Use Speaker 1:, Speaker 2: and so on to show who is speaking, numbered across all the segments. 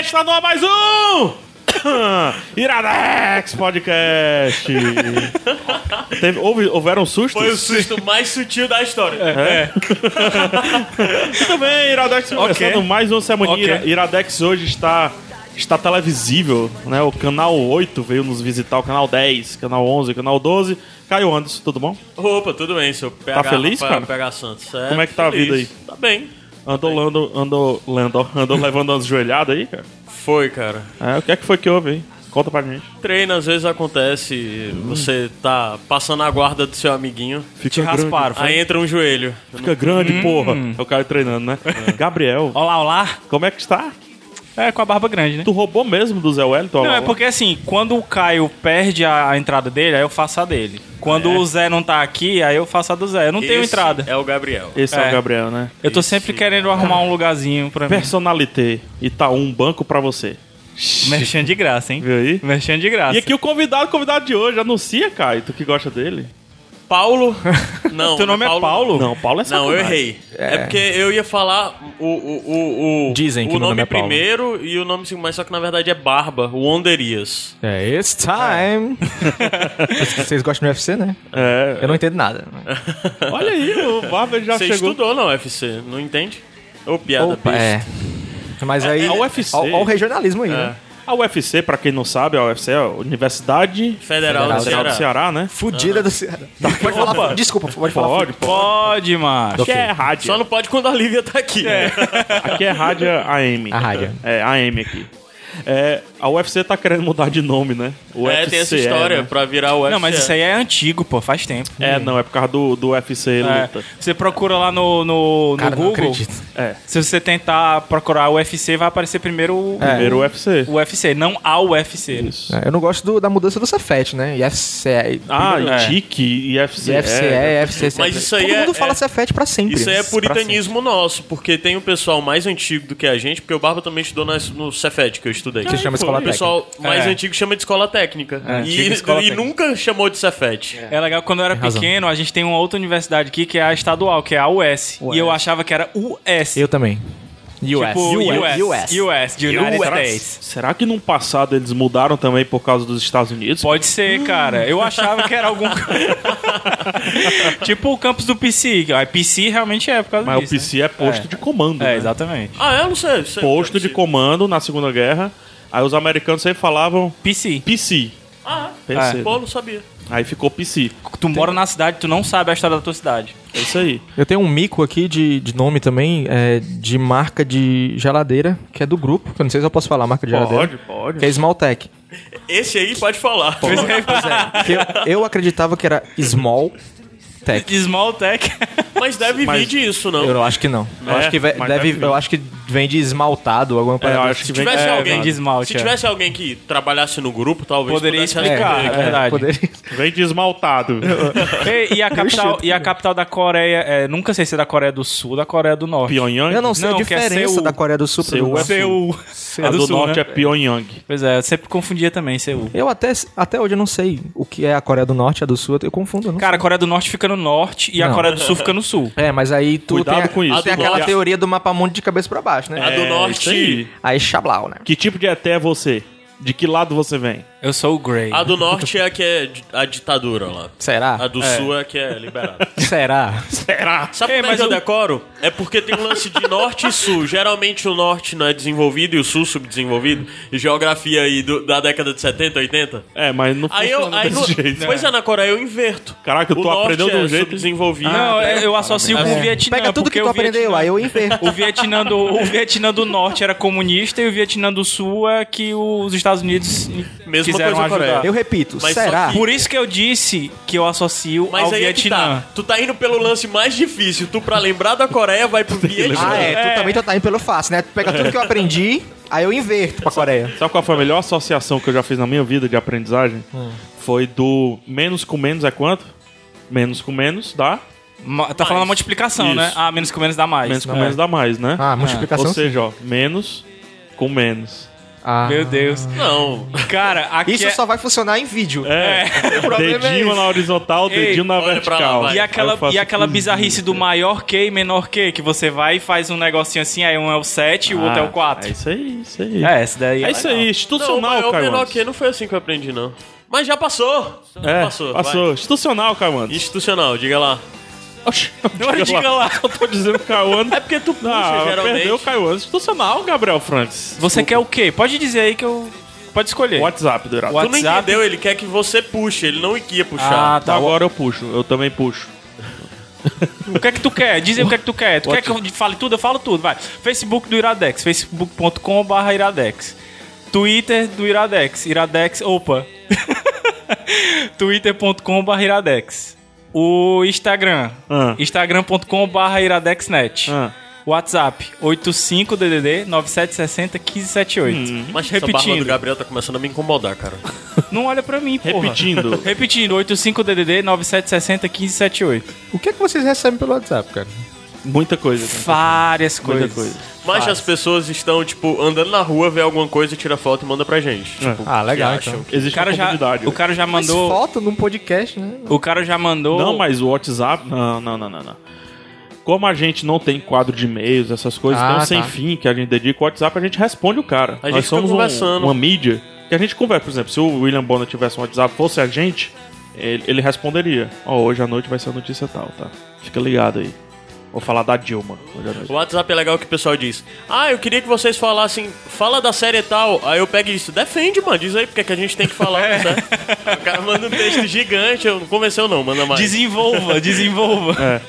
Speaker 1: Está no ar mais um! Iradex Podcast! Teve, houve- houveram sustos?
Speaker 2: Foi o susto mais sutil da história.
Speaker 1: É. Tudo bem, Iradex começando mais uma semana.
Speaker 2: Ok.
Speaker 1: Ira- Iradex hoje está, está televisível, né? O canal 8 veio nos visitar, o canal 10, canal 11, canal 12. Caio Anderson, tudo bom?
Speaker 2: Opa, tudo bem, seu PH.
Speaker 1: Tá feliz,
Speaker 2: Rafael
Speaker 1: cara?
Speaker 2: PH Santos.
Speaker 1: Como é que tá a vida
Speaker 2: feliz. Tá bem.
Speaker 1: Andou, lando, andou, lando, andou levando umas joelhadas aí, cara?
Speaker 2: Foi, cara.
Speaker 1: É, o que é que foi que houve aí? Conta pra gente.
Speaker 2: Treino às vezes acontece,
Speaker 1: Hum.
Speaker 2: você tá passando a guarda do seu amiguinho,
Speaker 1: Te rasparam,
Speaker 2: aí entra um joelho.
Speaker 1: Fica grande,
Speaker 2: Hum.
Speaker 1: porra. É o cara treinando, né? Gabriel,
Speaker 3: Olá, olá.
Speaker 1: como é que está?
Speaker 3: É, com a barba grande, né?
Speaker 1: Tu roubou mesmo do Zé Wellington?
Speaker 3: Não,
Speaker 1: Olá,
Speaker 3: é
Speaker 1: olá.
Speaker 3: porque assim, quando o Caio perde a, a entrada dele, aí eu faço a dele. Quando o Zé não tá aqui, aí eu faço a do Zé. Eu não tenho
Speaker 2: Esse
Speaker 3: entrada.
Speaker 2: É o Gabriel.
Speaker 1: Esse é. o
Speaker 3: É.
Speaker 1: Gabriel, né?
Speaker 3: Eu tô sempre querendo arrumar um lugarzinho pra mim.
Speaker 1: Personalité. Itaú, um banco pra você.
Speaker 3: Mexendo de graça, hein?
Speaker 1: Viu aí?
Speaker 3: Mexendo de graça.
Speaker 1: E aqui o convidado, o convidado de hoje, anuncia, Caio, tu que gosta dele.
Speaker 2: Paulo? Não.
Speaker 3: Teu nome é Paulo?
Speaker 1: Não, Paulo é
Speaker 2: Não, eu
Speaker 1: sacanagem.
Speaker 2: errei. É. porque eu ia falar o, o, o, o,
Speaker 4: Dizem que
Speaker 2: o
Speaker 4: meu
Speaker 2: nome,
Speaker 4: nome é Paulo.
Speaker 2: primeiro e o nome segundo, mas só que na verdade é Barba, o Onderias.
Speaker 4: É, it's time! Vocês gostam do UFC, né?
Speaker 1: É.
Speaker 4: Eu não entendo nada.
Speaker 1: Olha aí, o Barber já
Speaker 2: Você
Speaker 1: chegou.
Speaker 2: estudou na UFC, não entende? Ô, piada
Speaker 4: Opa,
Speaker 2: besta.
Speaker 4: é. Mas aí.
Speaker 1: é a UFC.
Speaker 4: Olha o regionalismo aí, né?
Speaker 1: A UFC, pra quem não sabe, a UFC é a Universidade
Speaker 2: Federal,
Speaker 4: Federal
Speaker 2: do Ceará.
Speaker 1: do Ceará, né?
Speaker 4: Fudida do Ceará. Pode falar, desculpa, pode falar.
Speaker 1: Pode, pode.
Speaker 3: Pode, macho.
Speaker 1: Aqui é rádio.
Speaker 2: Só não pode quando a Lívia tá aqui.
Speaker 1: Aqui é rádio AM.
Speaker 4: A rádio.
Speaker 1: É, AM aqui. É, a UFC tá querendo mudar de nome, né? O
Speaker 2: é, tem essa história
Speaker 1: né?
Speaker 2: pra virar o UFC.
Speaker 3: Não, mas isso aí é antigo, pô, faz tempo.
Speaker 1: É, não, é por causa do, do UFC
Speaker 3: É,
Speaker 1: luta.
Speaker 3: Você procura lá no, no, no
Speaker 4: Cara, não
Speaker 3: Google.
Speaker 4: acredito.
Speaker 1: É.
Speaker 3: Se você tentar procurar UFC, vai aparecer primeiro o
Speaker 1: Primeiro UFC.
Speaker 3: o UFC, não a UFC. né?
Speaker 1: Isso.
Speaker 4: É, Eu não gosto do- da mudança do Cefete, né? IFCE.
Speaker 1: Ah,
Speaker 3: É.
Speaker 1: TIC, IFC.
Speaker 4: IFCE,
Speaker 1: é.
Speaker 4: IFCE.
Speaker 2: Mas isso aí
Speaker 4: Todo
Speaker 2: é-
Speaker 4: mundo fala
Speaker 2: é-
Speaker 4: Cefete pra sempre.
Speaker 2: Isso aí é
Speaker 4: Pra
Speaker 2: puritanismo nosso, porque tem um pessoal mais antigo do que a gente, porque o Barba também estudou nas- no Cefet, que eu estudei.
Speaker 4: Que chama escola
Speaker 2: o pessoal mais
Speaker 3: É.
Speaker 2: antigo chama de escola técnica. e
Speaker 3: antiga escola
Speaker 2: e
Speaker 3: técnica.
Speaker 2: nunca chamou de Cefet.
Speaker 3: É legal, quando eu era
Speaker 4: razão.
Speaker 3: pequeno, a gente tem uma outra universidade aqui que é a estadual, que é a US. E eu achava que era US.
Speaker 4: Eu também. US.
Speaker 3: Tipo, US. US. de United
Speaker 4: US.
Speaker 3: States.
Speaker 1: É. Será que no passado eles mudaram também por causa dos Estados Unidos?
Speaker 3: Pode ser, cara. Eu achava que era algum. tipo o campus do PC. que, ó, PC realmente é por causa
Speaker 1: Mas
Speaker 3: disso.
Speaker 1: o PC é posto
Speaker 3: É.
Speaker 1: de comando.
Speaker 3: né?
Speaker 1: né?
Speaker 3: É, exatamente.
Speaker 2: Ah, eu não sei. eu sei
Speaker 1: Posto de comando na Segunda Guerra. Aí os americanos sempre falavam
Speaker 3: PC.
Speaker 1: PC.
Speaker 2: Ah,
Speaker 1: PC.
Speaker 2: é. Pô, não sabia.
Speaker 1: Aí ficou PC.
Speaker 3: Tu mora na cidade, tu não sabe a história da tua cidade.
Speaker 1: É isso aí.
Speaker 4: Eu tenho um mico aqui de, de nome também, é, de marca de geladeira, que é do grupo. que Eu não sei se eu posso falar a marca de geladeira.
Speaker 1: pode.
Speaker 4: Que é Smalltech.
Speaker 2: Esse aí pode falar.
Speaker 4: Que eu, eu acreditava que era Small Tech.
Speaker 3: Small Tech.
Speaker 2: Mas deve vir
Speaker 1: Mas-
Speaker 2: disso, não.
Speaker 4: Eu não acho que não. Eu,
Speaker 1: É,
Speaker 4: acho que ve-
Speaker 1: mas
Speaker 4: deve,
Speaker 1: deve vir.
Speaker 4: eu acho que vem de esmaltado, alguma
Speaker 1: É, eu
Speaker 4: parada.
Speaker 1: acho que
Speaker 2: Se
Speaker 1: vem...
Speaker 2: tivesse,
Speaker 1: é,
Speaker 2: alguém,
Speaker 3: vem de esmalte,
Speaker 2: se
Speaker 3: é.
Speaker 2: tivesse alguém que trabalhasse no grupo, talvez
Speaker 3: Poderia
Speaker 2: pudesse
Speaker 3: explicar, é,
Speaker 2: responder.
Speaker 3: verdade.
Speaker 4: tipo. poderia-
Speaker 1: vem de esmaltado.
Speaker 3: Ei, e, a capital, e a capital da Coreia, é, nunca sei se é da Coreia do Sul ou da Coreia do Norte.
Speaker 1: Pyongyang.
Speaker 4: Eu não sei
Speaker 3: Não,
Speaker 4: a
Speaker 3: que é
Speaker 4: diferença
Speaker 3: Seul.
Speaker 4: da Coreia do Sul pro
Speaker 1: Seul
Speaker 4: do
Speaker 1: é
Speaker 4: Norte.
Speaker 3: Seul.
Speaker 1: A do, norte
Speaker 3: né?
Speaker 2: né?
Speaker 1: é Pyongyang.
Speaker 3: Pois é, eu sempre confundia também, é Seul.
Speaker 4: Eu até, até hoje eu não sei o que é a Coreia do Norte, a do Sul, eu- eu confundo. eu Não
Speaker 3: Cara, a Coreia do Norte fica no norte e a
Speaker 4: Não.
Speaker 3: Coreia do Sul fica no sul.
Speaker 4: sei. É, mas aí tu
Speaker 1: Cuidado
Speaker 4: tem, a-
Speaker 1: com isso,
Speaker 4: tem
Speaker 1: porque
Speaker 4: aquela
Speaker 1: a-
Speaker 4: teoria do mapa mundo de cabeça pra baixo,
Speaker 2: A
Speaker 4: né?
Speaker 2: do
Speaker 1: É, isso aí.
Speaker 2: norte.
Speaker 4: Aí chablau, né?
Speaker 1: Que tipo de ET é você? De que lado você vem?
Speaker 3: Eu sou o Grey.
Speaker 2: A do norte é a que é di- a ditadura lá. A
Speaker 4: Será?
Speaker 2: do sul é a que é liberada.
Speaker 4: Será?
Speaker 1: Será?
Speaker 2: Sabe como é
Speaker 3: mas
Speaker 2: que eu
Speaker 3: eu-
Speaker 2: decoro? É porque tem um lance de norte e sul. Geralmente o norte não é desenvolvido e o sul subdesenvolvido. E geografia aí do- da década de 70, 80.
Speaker 1: É, mas não
Speaker 2: Aí eu.
Speaker 1: funciona
Speaker 2: Aí
Speaker 1: desse
Speaker 2: no-
Speaker 1: jeito.
Speaker 2: Pois é, na Coreia eu inverto.
Speaker 1: Caraca, tu
Speaker 2: o norte
Speaker 1: aprendeu de um
Speaker 2: é
Speaker 1: jeito- Ah,
Speaker 2: subdesenvolvido. né?
Speaker 3: Não, eu, eu associo com o
Speaker 4: É.
Speaker 3: Vietnã.
Speaker 4: Pega tudo que
Speaker 3: porque
Speaker 4: tu
Speaker 3: o
Speaker 4: aprendeu,
Speaker 3: Vietnã-
Speaker 4: aí eu inverto.
Speaker 3: O Vietnã, do, o Vietnã do Norte era comunista e o Vietnã do Sul é que os Estados Unidos
Speaker 2: Mesma
Speaker 3: quiseram
Speaker 2: coisa, Coreia.
Speaker 3: ajudar.
Speaker 4: Eu repito,
Speaker 2: Mas só
Speaker 4: será?
Speaker 2: que-
Speaker 3: Por isso que eu disse que eu associo
Speaker 2: Mas
Speaker 3: ao
Speaker 2: aí é que
Speaker 3: Vietnã.
Speaker 2: tá. Tu tá tá indo pelo lance mais difícil. Tu, pra lembrar da Coreia, vai pro Vietnã.
Speaker 4: Ah, é, tu também tá indo pelo fácil, né? Tu pega tudo que eu aprendi, aí eu inverto pra Coreia.
Speaker 1: Sabe qual foi a melhor associação que eu já fiz na minha vida de aprendizagem? Foi do menos com menos é quanto? Menos com menos dá.
Speaker 3: Ma- Tá falando a multiplicação,
Speaker 1: Isso.
Speaker 3: né? Ah, menos com menos dá mais.
Speaker 1: menos com
Speaker 3: né?
Speaker 1: menos dá mais, né?
Speaker 4: Ah, multiplicação.
Speaker 1: Ou seja, ó, menos com menos.
Speaker 4: Ah.
Speaker 3: Meu Deus.
Speaker 2: Não.
Speaker 3: Cara, aqui
Speaker 4: Isso
Speaker 3: é-
Speaker 4: só vai funcionar em vídeo.
Speaker 1: É,
Speaker 4: problema é
Speaker 1: dedinho
Speaker 4: esse.
Speaker 1: na horizontal,
Speaker 3: Ei,
Speaker 1: dedinho na
Speaker 2: olha pra lá,
Speaker 1: vertical.
Speaker 2: vai.
Speaker 1: Aí
Speaker 3: E aquela,
Speaker 1: eu faço
Speaker 3: e aquela
Speaker 1: tudo. é.
Speaker 3: bizarrice do maior que e menor que, que você vai e faz um negocinho assim, aí um é o 7 e o outro é o
Speaker 1: Ah,
Speaker 3: 4.
Speaker 1: É isso aí, isso aí.
Speaker 3: É, essa daí.
Speaker 1: É isso aí,
Speaker 2: Não,
Speaker 1: institucional,
Speaker 2: mas o
Speaker 1: Caio
Speaker 2: menor
Speaker 1: Anderson.
Speaker 2: que não foi assim que eu aprendi, não. Mas já passou.
Speaker 1: É,
Speaker 2: passou.
Speaker 1: passou.
Speaker 2: vai.
Speaker 1: Institucional, Caio
Speaker 2: Institucional, diga lá.
Speaker 3: Não, diga lá.
Speaker 1: Eu tô dizendo Caio Anderson. É porque tu puxa,
Speaker 2: geralmente.
Speaker 1: Perdeu o Caio Anderson. Institucional, Gabriel Francis.
Speaker 3: Você quer o quê? Pode dizer aí que eu. Pode escolher.
Speaker 1: WhatsApp, Dourado.
Speaker 3: What-
Speaker 2: Tu não
Speaker 3: WhatsApp.
Speaker 2: entendeu? Ele quer que você puxe, ele não ia puxar.
Speaker 3: Ah, tá.
Speaker 1: Agora eu puxo, eu também puxo.
Speaker 3: O que é que tu quer? Diz aí o que é que tu quer. Tu quer que eu fale tudo? Eu falo tudo, vai. Facebook do Iradex, facebook.com.br Iradex. Twitter do Iradex, Iradex, opa. twitter.com.br Iradex. O Instagram,
Speaker 1: Ah.
Speaker 3: instagram.com.br iradexnet.
Speaker 1: Ah.
Speaker 3: WhatsApp, 85DDD 9760 1578.
Speaker 1: Hum.
Speaker 2: Mas essa barba do
Speaker 3: repetindo,
Speaker 2: Gabriel tá começando a me incomodar, cara.
Speaker 3: não olha pra mim, porra.
Speaker 1: Repetindo.
Speaker 3: Repetindo, 85DDD 9760 1578.
Speaker 4: O que é que vocês recebem pelo WhatsApp, cara?
Speaker 1: Muita coisa. cara.
Speaker 3: Várias
Speaker 1: Muita
Speaker 3: coisas.
Speaker 1: coisa.
Speaker 2: Mas as pessoas estão, tipo, andando na rua, vê alguma coisa, tira foto e manda pra gente.
Speaker 1: É.
Speaker 2: Tipo,
Speaker 4: Ah, legal,
Speaker 2: o que acham?
Speaker 4: então.
Speaker 3: O
Speaker 1: Existe
Speaker 3: cara,
Speaker 1: uma
Speaker 3: já,
Speaker 1: comunidade.
Speaker 3: o cara já mandou.
Speaker 4: Mas foto num podcast, né?
Speaker 3: O cara já mandou.
Speaker 1: Não, mas o WhatsApp. Não, não, não, não, não. Como a gente não tem quadro de e-mails, essas coisas,
Speaker 4: Ah,
Speaker 1: tem um sem
Speaker 4: tá.
Speaker 1: fim que a gente dedica o WhatsApp, a gente responde o cara.
Speaker 2: A
Speaker 1: Nós
Speaker 2: gente fica
Speaker 1: somos um-
Speaker 2: conversando.
Speaker 1: uma mídia que a gente conversa. Por exemplo, se o William Bonner tivesse um WhatsApp, fosse a gente, ele, ele responderia. Ó, hoje à noite vai ser a notícia tal, tá? Fica ligado aí. Vou falar da Dilma hoje à noite.
Speaker 2: O WhatsApp é legal que o pessoal diz. Ah, eu queria que vocês falassem, fala da série tal. Aí eu pego isso, defende, mano, diz aí porque é que a gente tem que falar, né? O cara manda um texto gigante, eu não convenceu não, manda mais.
Speaker 3: Desenvolva, desenvolva.
Speaker 1: É.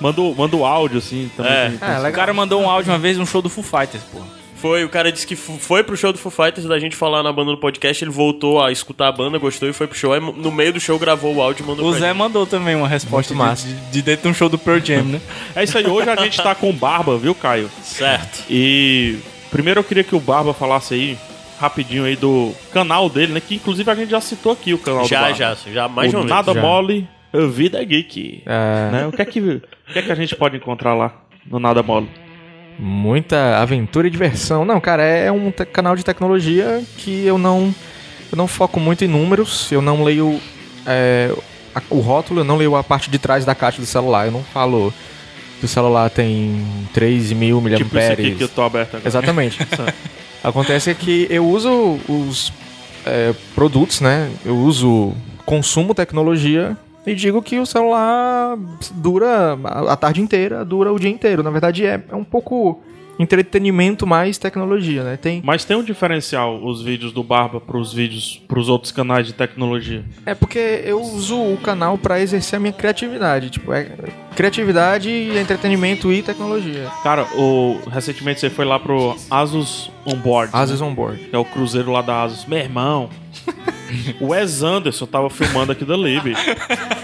Speaker 1: Manda, o- manda o áudio, assim, também.
Speaker 2: É.
Speaker 1: tem- tem-
Speaker 4: Ah,
Speaker 3: O cara mandou um áudio uma vez num show do Foo Fighters, porra.
Speaker 2: Foi, o cara disse que fu- foi pro show do Foo Fighters da gente falar na banda no podcast, ele voltou a escutar a banda, gostou e foi pro show. Aí no meio do show gravou o áudio e mandou
Speaker 3: O
Speaker 2: pra
Speaker 3: Zé
Speaker 2: gente.
Speaker 3: mandou também uma resposta
Speaker 4: Muito massa.
Speaker 3: de, de dentro de um show do Pearl Jam, né?
Speaker 1: É isso aí, hoje a gente tá com barba, viu, Caio?
Speaker 3: é
Speaker 2: Certo.
Speaker 1: E primeiro eu queria que o Barba falasse aí, rapidinho aí, do canal dele, né? Que inclusive a gente já citou aqui o canal do
Speaker 2: Já,
Speaker 1: Barba.
Speaker 2: já, já mais de
Speaker 1: o
Speaker 2: uma vez.
Speaker 1: Nada é
Speaker 4: já.
Speaker 1: Mole, a Vida Geek.
Speaker 4: É.
Speaker 1: Né? O, que é que, o que é que a gente pode encontrar lá no Nada Mole?
Speaker 4: Muita aventura e diversão. Não, cara, é um te- canal de tecnologia que eu não, eu não foco muito em números, eu não leio é, a- o rótulo, eu não leio a parte de trás da caixa do celular. Eu não falo que o celular tem 3 mil
Speaker 1: tipo isso aqui
Speaker 4: miliamperes.
Speaker 1: que eu tô aberto agora.
Speaker 4: Exatamente. Acontece é que eu uso os é, produtos, né? Eu uso consumo tecnologia e digo que o celular dura a a tarde inteira, dura o dia inteiro. Na verdade, é, é um pouco entretenimento mais tecnologia, né? Tem,
Speaker 1: Mas tem um diferencial os vídeos do Barba pros vídeos, pros outros canais de tecnologia.
Speaker 4: É porque eu uso o canal pra exercer a minha criatividade. Tipo, é criatividade, entretenimento e tecnologia.
Speaker 1: Cara, o, recentemente você foi lá pro Asus Onboard. né?
Speaker 4: Asus on board.
Speaker 1: que é o cruzeiro lá da Asus. Meu irmão, o Wes Anderson tava filmando aqui dali, bicho.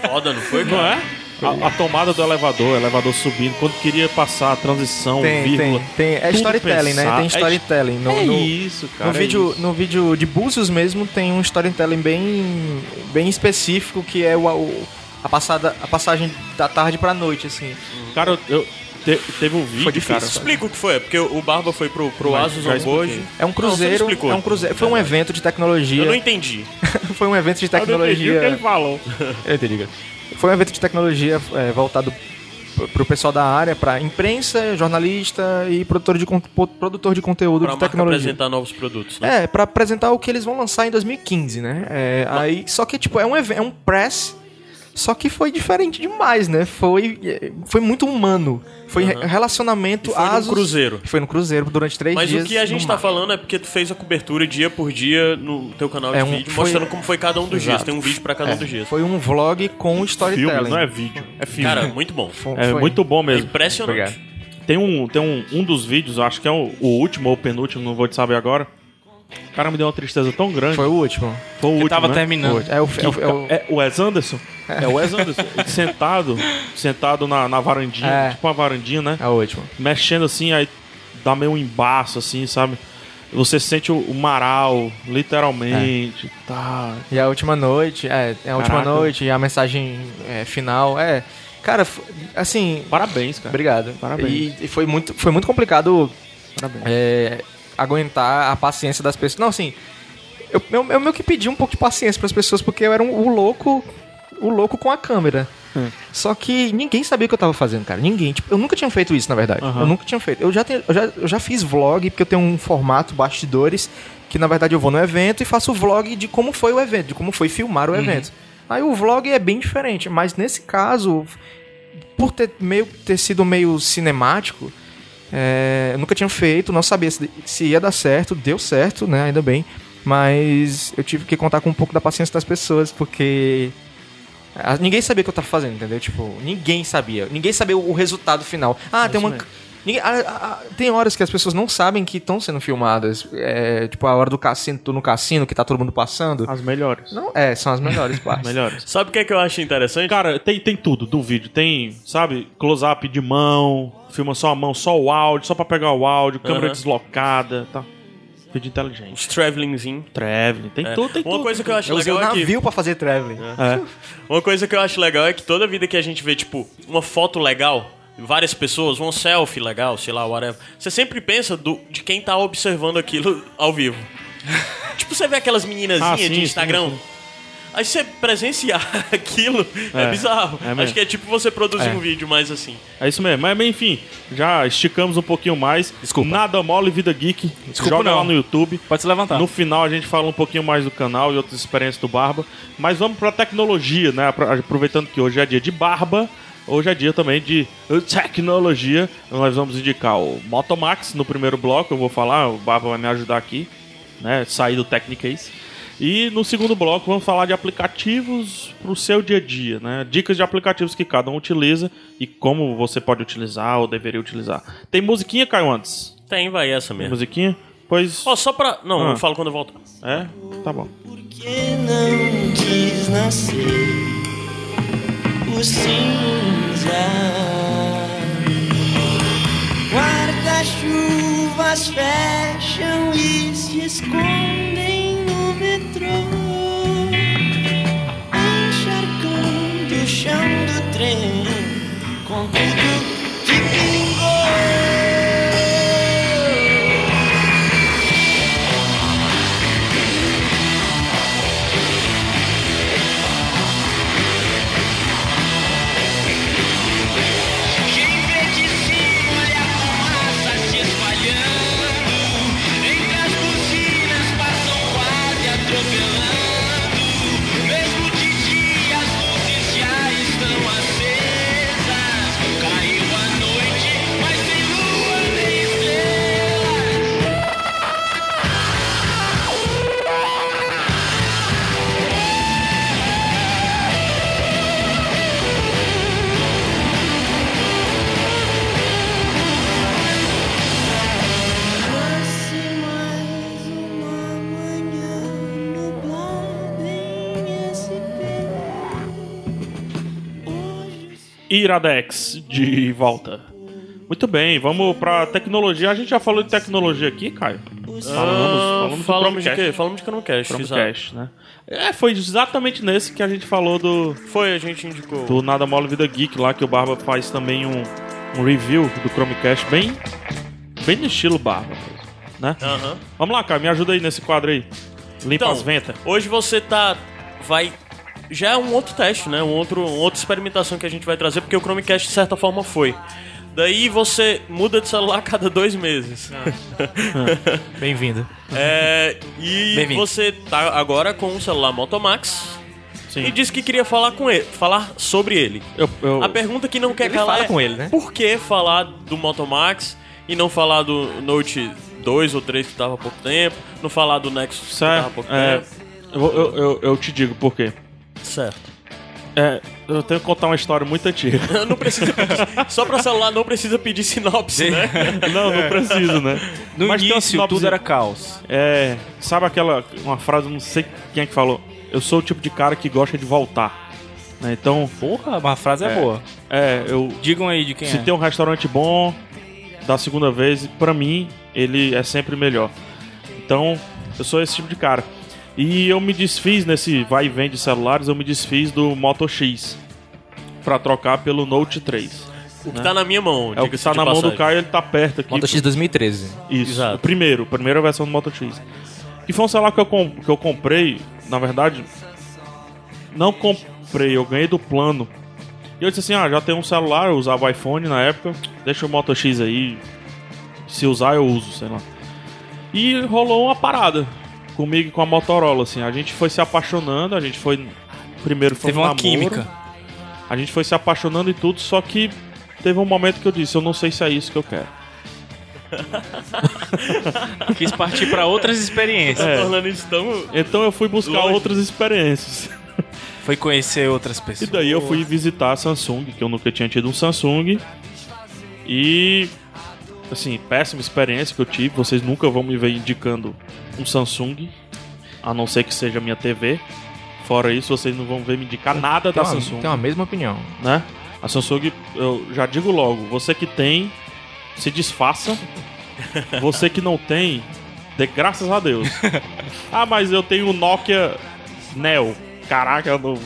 Speaker 2: Foda, não foi?
Speaker 1: Não é? A, a tomada do elevador, o elevador subindo, quando queria passar a transição,
Speaker 4: Tem,
Speaker 1: vírgula.
Speaker 4: tem, tem. É
Speaker 1: tudo
Speaker 4: storytelling, né?
Speaker 1: pensado.
Speaker 4: Tem storytelling. No,
Speaker 1: É
Speaker 4: no-
Speaker 1: isso, cara.
Speaker 4: no,
Speaker 1: é
Speaker 4: vídeo,
Speaker 1: isso.
Speaker 4: no vídeo de Búzios mesmo tem um storytelling bem, bem específico que é o, o- a, passada, a passagem da tarde pra noite, assim.
Speaker 1: Cara, eu, eu- te- teve um vídeo,
Speaker 4: difícil,
Speaker 1: cara.
Speaker 2: Explica o que foi, é porque o Barba foi pro, pro
Speaker 1: Mas
Speaker 2: Asus
Speaker 1: já
Speaker 2: hoje.
Speaker 4: É um
Speaker 2: você
Speaker 4: cruzeiro.
Speaker 2: não explicou.
Speaker 4: é um cruzeiro. Foi um evento de
Speaker 2: Eu não
Speaker 4: tecnologia.
Speaker 2: entendi.
Speaker 4: foi um evento de
Speaker 1: Ah, Eu não entendi o que ele
Speaker 4: tecnologia.
Speaker 1: falou.
Speaker 4: Eu entendi, cara. Foi um evento de tecnologia é, voltado p- pro pessoal da área, pra imprensa, jornalista e produtor de, con- po- produtor de conteúdo
Speaker 2: Pra
Speaker 4: de
Speaker 2: marca
Speaker 4: tecnologia.
Speaker 2: apresentar novos produtos, né?
Speaker 4: É, pra apresentar o que eles vão lançar em 2015, né? É, aí, só que, tipo, é um, even- é um press, só que foi diferente demais, né? Foi, é, foi muito humano. Foi re- relacionamento
Speaker 2: E foi num
Speaker 4: Asus-
Speaker 2: cruzeiro.
Speaker 4: Foi no cruzeiro durante três
Speaker 2: Mas
Speaker 4: dias.
Speaker 2: o que a gente
Speaker 4: no
Speaker 2: tá
Speaker 4: mar.
Speaker 2: falando é porque tu fez a cobertura dia por dia no teu canal de
Speaker 4: É um-
Speaker 2: vídeo,
Speaker 4: foi-
Speaker 2: mostrando como foi cada um dos dias.
Speaker 4: Exato.
Speaker 2: Tem um vídeo pra cada um dos
Speaker 4: É,
Speaker 2: dias.
Speaker 4: foi um vlog com
Speaker 1: Filme,
Speaker 4: storytelling.
Speaker 1: não é vídeo, é filme.
Speaker 2: Cara, muito bom.
Speaker 4: Fo-
Speaker 1: é
Speaker 4: foi.
Speaker 1: muito bom mesmo.
Speaker 2: Impressionante.
Speaker 4: Obrigado.
Speaker 1: Tem um, tem um, um dos vídeos, eu acho que é o, o último ou penúltimo, não vou te saber agora, O cara me deu uma tristeza tão grande.
Speaker 4: Foi o último.
Speaker 1: Foi o
Speaker 3: Eu tava
Speaker 1: né?
Speaker 4: O
Speaker 3: terminando.
Speaker 4: último. É o, é o- é o-
Speaker 1: É o Wes Anderson? É o Wes Anderson. Ele sentado, sentado na, na varandinha,
Speaker 4: É.
Speaker 1: tipo uma varandinha, né?
Speaker 4: é o último.
Speaker 1: Mexendo assim, aí dá meio um embaço, assim, sabe? Você sente o, o maral, literalmente. Tá.
Speaker 4: E a última noite, é, é a última
Speaker 1: Caraca.
Speaker 4: noite, e a mensagem é, final, é. Cara, f- assim.
Speaker 1: Parabéns, cara.
Speaker 4: Obrigado.
Speaker 1: Parabéns.
Speaker 4: E, e foi, muito, foi muito complicado
Speaker 1: Parabéns.
Speaker 4: é, aguentar a paciência das pessoas. Não, assim. Eu, eu, eu meio que pedi um pouco de paciência para as pessoas, porque eu era um- o louco. O louco com a câmera. Só que ninguém sabia o que eu tava fazendo, cara. Ninguém. Tipo, eu nunca tinha feito isso, na verdade.
Speaker 1: Aham.
Speaker 4: Eu nunca tinha feito. Eu já, tenho- eu, já, eu já fiz vlog, porque eu tenho um formato bastidores, que na verdade eu vou no evento e faço vlog de como foi o evento, de como foi filmar
Speaker 1: Uhum.
Speaker 4: o evento. Aí o vlog é bem diferente, mas nesse caso, por ter, meio, ter sido meio cinemático, é, eu nunca tinha feito, não sabia se, se ia dar certo, deu certo, né? Ainda bem. Mas eu tive que contar com um pouco da paciência das pessoas, porque ah, Ninguém sabia o que eu tava fazendo, entendeu? Tipo, ninguém sabia. Ninguém sabia o resultado final. Ah, tem uma. Ninguém- ah, ah, ah, tem horas que as pessoas não sabem que estão sendo filmadas. É, tipo, a hora do cassino, tô no cassino, que tá todo mundo passando.
Speaker 1: As melhores.
Speaker 4: Não, é, são as melhores partes.
Speaker 1: Melhores.
Speaker 2: Sabe o que, é que eu acho interessante?
Speaker 1: Cara, tem, tem tudo do vídeo. Tem, sabe, close-up de mão, filma só a mão, só o áudio, só pra pegar o áudio, câmera
Speaker 2: Aham.
Speaker 1: deslocada, tá? Vídeo inteligente.
Speaker 2: Os travelingzinho.
Speaker 1: Traveling, tem
Speaker 2: É.
Speaker 1: tudo, tem
Speaker 2: Uma
Speaker 1: tudo.
Speaker 2: coisa que eu acho
Speaker 4: Eu usei
Speaker 2: legal
Speaker 4: o
Speaker 2: é que-
Speaker 4: navio pra fazer traveling.
Speaker 1: É.
Speaker 2: Uma coisa que eu acho legal é que toda vida que a gente vê, tipo, uma foto legal, várias pessoas, um selfie legal, sei lá, whatever, você sempre pensa do, de quem tá observando aquilo ao vivo. tipo, você vê aquelas meninazinhas
Speaker 1: Ah, sim,
Speaker 2: de Instagram.
Speaker 1: sim, sim.
Speaker 2: Aí você presenciar aquilo é,
Speaker 1: É,
Speaker 2: bizarro.
Speaker 1: é mesmo.
Speaker 2: acho que é tipo você produzir
Speaker 1: É.
Speaker 2: um vídeo mais assim.
Speaker 1: É isso mesmo. Mas, bem, enfim, já esticamos um pouquinho mais.
Speaker 3: Desculpa.
Speaker 1: Nada mole, vida geek.
Speaker 3: Desculpa,
Speaker 1: Joga
Speaker 3: não.
Speaker 1: lá no YouTube.
Speaker 3: Pode se levantar.
Speaker 1: No final a gente fala um pouquinho mais do canal e outras experiências do Barba. Mas vamos pra tecnologia, né? Apro- Aproveitando que hoje é dia de Barba, hoje é dia também de tecnologia. Nós vamos indicar o Motomax no primeiro bloco, eu vou falar, o Barba vai me ajudar aqui, né? Sair do Technicase. E no segundo bloco vamos falar de aplicativos pro seu dia a dia, né? Dicas de aplicativos que cada um utiliza e como você pode utilizar ou deveria utilizar. Tem musiquinha, Caio, antes?
Speaker 2: Tem, vai essa
Speaker 1: Tem
Speaker 2: mesmo.
Speaker 1: musiquinha? Pois.
Speaker 2: É. Ó, só pra. Não,
Speaker 1: Ah.
Speaker 2: eu falo quando eu volto.
Speaker 1: É? Tá bom.
Speaker 5: que não quis nascer o cinza. Guarda-chuvas fecham e se escondem no metrô, encharcando o chão do trem com tudo que pingou. Quem vê de cima olha a fumaça se espalhando. Entre as buzinas passam quase atropelando. Mesmo de dia as luzes já estão acesas. Caiu a noite, mas sem lua nem estrelas. Nasce mais uma manhã nublada em SP. Hoje
Speaker 1: Iradex de volta. Muito bem, vamos pra tecnologia. A gente já falou de tecnologia aqui, Caio. Falamos,
Speaker 2: Ah, falamos de
Speaker 1: Chromecast.
Speaker 2: quê? Falamos de Chromecast. fiz a-
Speaker 1: Chromecast, né? É, foi exatamente nesse que a gente falou do,
Speaker 2: Foi, a gente indicou.
Speaker 1: do Nada Mole Vida Geek lá, que o Barba faz também um, um review do Chromecast bem, bem no estilo Barba, né?
Speaker 2: Aham.
Speaker 1: Vamos lá, Caio, me ajuda aí nesse quadro aí. Limpa
Speaker 2: Então,
Speaker 1: as ventas.
Speaker 2: Hoje você tá. Vai. Já é um outro teste, né? Um outro, uma outra experimentação que a gente vai trazer, porque o Chromecast, de certa forma, foi. Daí você muda de celular a cada dois meses.
Speaker 4: Ah. Bem-vindo.
Speaker 2: É, e
Speaker 3: Bem-vindo.
Speaker 2: você tá agora com o celular Motomax
Speaker 1: Sim.
Speaker 2: e disse que queria falar com ele, falar sobre ele.
Speaker 1: Eu, eu-
Speaker 2: A pergunta que não quer
Speaker 4: Ele
Speaker 2: calar
Speaker 4: fala
Speaker 2: é
Speaker 4: com ele, né?
Speaker 2: por que falar do Motomax e não falar do Note 2 ou 3 que tava há pouco tempo, não falar do Nexus que
Speaker 1: Isso é-
Speaker 2: tava há pouco
Speaker 1: é,
Speaker 2: tempo.
Speaker 4: é.
Speaker 1: eu, eu, eu- eu te digo por quê.
Speaker 2: Certo.
Speaker 1: É, Eu tenho que contar uma história muito antiga.
Speaker 2: Não precisa pedir- Só pra celular não precisa pedir sinopse, né?
Speaker 1: Não, não preciso, né?
Speaker 3: No
Speaker 1: Mas tem uma
Speaker 3: início,
Speaker 1: sinopse-
Speaker 3: tudo era caos.
Speaker 1: É. Sabe aquela. Uma frase, não sei quem é que falou. Eu sou o tipo de cara que gosta de voltar. Né, Então,
Speaker 3: Porra, mas a frase é, boa.
Speaker 1: é, eu.
Speaker 3: Digam aí de quem
Speaker 1: Se
Speaker 3: é.
Speaker 1: tem um restaurante bom, da segunda vez, pra mim, ele é sempre melhor. Então, eu sou esse tipo de cara. E eu me desfiz nesse vai e vem de celulares, eu me desfiz do Moto X pra trocar pelo Note 3.
Speaker 2: O que tá na minha mão,
Speaker 1: É o que
Speaker 2: diga-se
Speaker 1: tá
Speaker 2: de
Speaker 1: na mão do
Speaker 2: passagem.
Speaker 1: Caio, ele tá perto aqui.
Speaker 4: Moto X 2013.
Speaker 1: Isso.
Speaker 2: Exato.
Speaker 1: O primeiro, a primeira versão do Moto X. Que foi um celular que eu, com- que eu comprei, na verdade, não comprei, eu ganhei do plano. E eu disse assim, ah, já tem um celular, eu usava iPhone na época, deixa o Moto X aí, se usar eu uso, sei lá. E rolou uma parada comigo e com a Motorola, assim, a gente foi se apaixonando, a gente foi... Primeiro foi
Speaker 3: Teve
Speaker 1: um
Speaker 3: uma
Speaker 1: namoro.
Speaker 3: química.
Speaker 1: A gente foi se apaixonando e tudo, só que teve um momento que eu disse, eu não sei se é isso que eu quero.
Speaker 3: Quis partir pra outras experiências.
Speaker 1: É.
Speaker 2: Tornando isso tão...
Speaker 1: Então eu fui buscar
Speaker 2: Longe.
Speaker 1: outras experiências.
Speaker 3: Foi conhecer outras
Speaker 1: É. E
Speaker 3: pessoas.
Speaker 1: daí eu fui visitar a Samsung, que eu nunca tinha tido um Samsung. E assim, péssima experiência que eu tive, vocês nunca vão me ver indicando um Samsung, a não ser que seja a minha TV. Fora isso, vocês não vão ver me indicar nada da
Speaker 4: Tem uma,
Speaker 1: Samsung,
Speaker 4: tem uma mesma opinião.
Speaker 1: né? A Samsung, eu já digo logo, você que tem, se desfaça. Você que não tem, dê graças a Deus. ah, mas eu tenho o Nokia Neo. Caraca, eu não...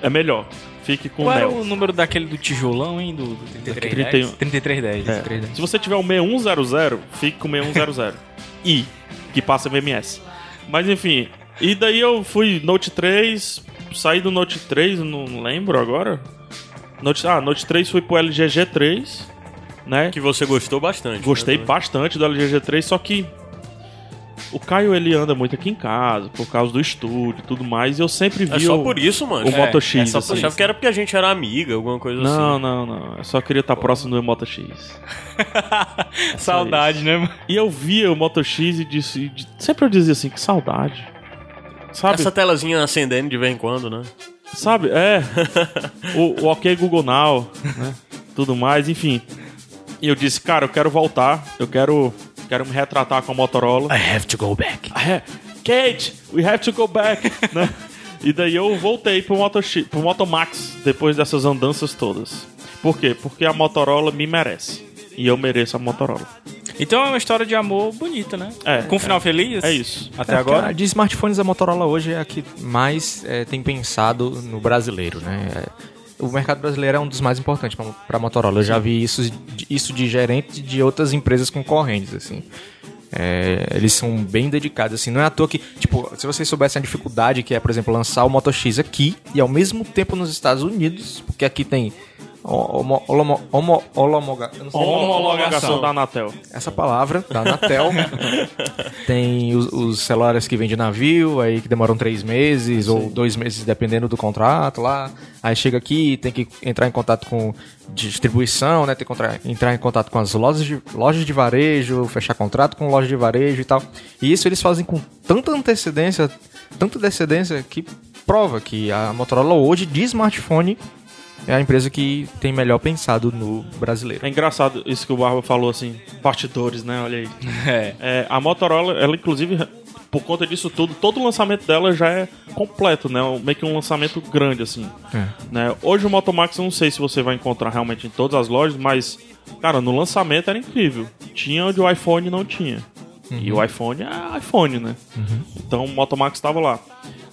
Speaker 1: é melhor. Fique com
Speaker 3: Qual
Speaker 1: é o
Speaker 3: era
Speaker 1: Neo.
Speaker 3: o número daquele do tijolão, hein? Do, do 3310?
Speaker 1: 31.
Speaker 3: 3310.
Speaker 1: Se você tiver o 6100, fique com o 6100. I, que passa MMS. Mas enfim, e daí eu fui Note 3, saí do Note 3, não lembro agora. Note, ah, Note 3 fui pro LG G3, né?
Speaker 2: Que você gostou bastante.
Speaker 1: Gostei
Speaker 2: né?
Speaker 1: bastante do LG G3, só que o Caio ele anda muito aqui em casa, por causa do estúdio e tudo mais, e eu sempre vi
Speaker 2: É só
Speaker 1: o,
Speaker 2: por isso, mano.
Speaker 1: o Moto
Speaker 3: é
Speaker 1: X.
Speaker 3: só por
Speaker 1: assim.
Speaker 2: Achava que era porque a gente era amiga, alguma coisa
Speaker 1: Não,
Speaker 2: assim.
Speaker 1: não, não. Eu só queria estar próximo do Moto X.
Speaker 3: Saudade, né, mano?
Speaker 1: E eu via o Moto X e disse. e de- sempre eu dizia assim, que saudade. Sabe?
Speaker 2: Essa telazinha acendendo de vez em quando, né?
Speaker 1: Sabe? É. o, o OK Google Now, né? Tudo mais, enfim. E eu disse, cara, eu quero voltar, eu quero. Quero me retratar com a Motorola.
Speaker 3: I have to go back.
Speaker 1: É, Kate, we have to go back. né? E daí eu voltei pro, Moto X, pro Motomax depois dessas andanças todas. Por quê? Porque a Motorola me merece. E eu mereço a Motorola.
Speaker 3: Então é uma história de amor bonita, né?
Speaker 1: É,
Speaker 3: Com um final feliz.
Speaker 1: é isso.
Speaker 3: Até
Speaker 4: É,
Speaker 3: agora.
Speaker 4: cara, de smartphones, a Motorola hoje é a que mais é, tem pensado no brasileiro, né? É, o mercado brasileiro é um dos mais importantes para a Motorola. Eu já vi isso de, isso de gerente de outras empresas concorrentes, assim. É, eles são bem dedicados, assim. Não é à toa que, tipo, se vocês soubessem a dificuldade que é, por exemplo, lançar o Moto X aqui e ao mesmo tempo nos Estados Unidos, porque aqui tem homo, homo, homo, holomoga- eu não sei nem-
Speaker 1: Homologação da Anatel.
Speaker 4: essa palavra da Anatel. Tem os, os celulares que vêm de navio, aí que demoram três meses ou dois meses, dependendo do contrato lá. Aí chega aqui, tem que entrar em contato com distribuição, né? Tem que contra- entrar em contato com as lojas de, lojas de varejo, fechar contrato com lojas de varejo e tal. E isso eles fazem com tanta antecedência, tanta antecedência que prova que a Motorola hoje de smartphone é a empresa que tem melhor pensado no brasileiro.
Speaker 1: É engraçado isso que o Barba falou, assim, bastidores, né? Olha aí.
Speaker 3: É.
Speaker 1: É, a Motorola, ela inclusive, por conta disso tudo, todo o lançamento dela já é completo, né? Um- Meio que um lançamento grande, assim.
Speaker 4: É.
Speaker 1: Né? Hoje o Motomax, eu não sei se você vai encontrar realmente em todas as lojas, mas, cara, no lançamento era incrível. Tinha onde o iPhone não tinha. E o iPhone é iPhone, né? Então o Motomax estava lá.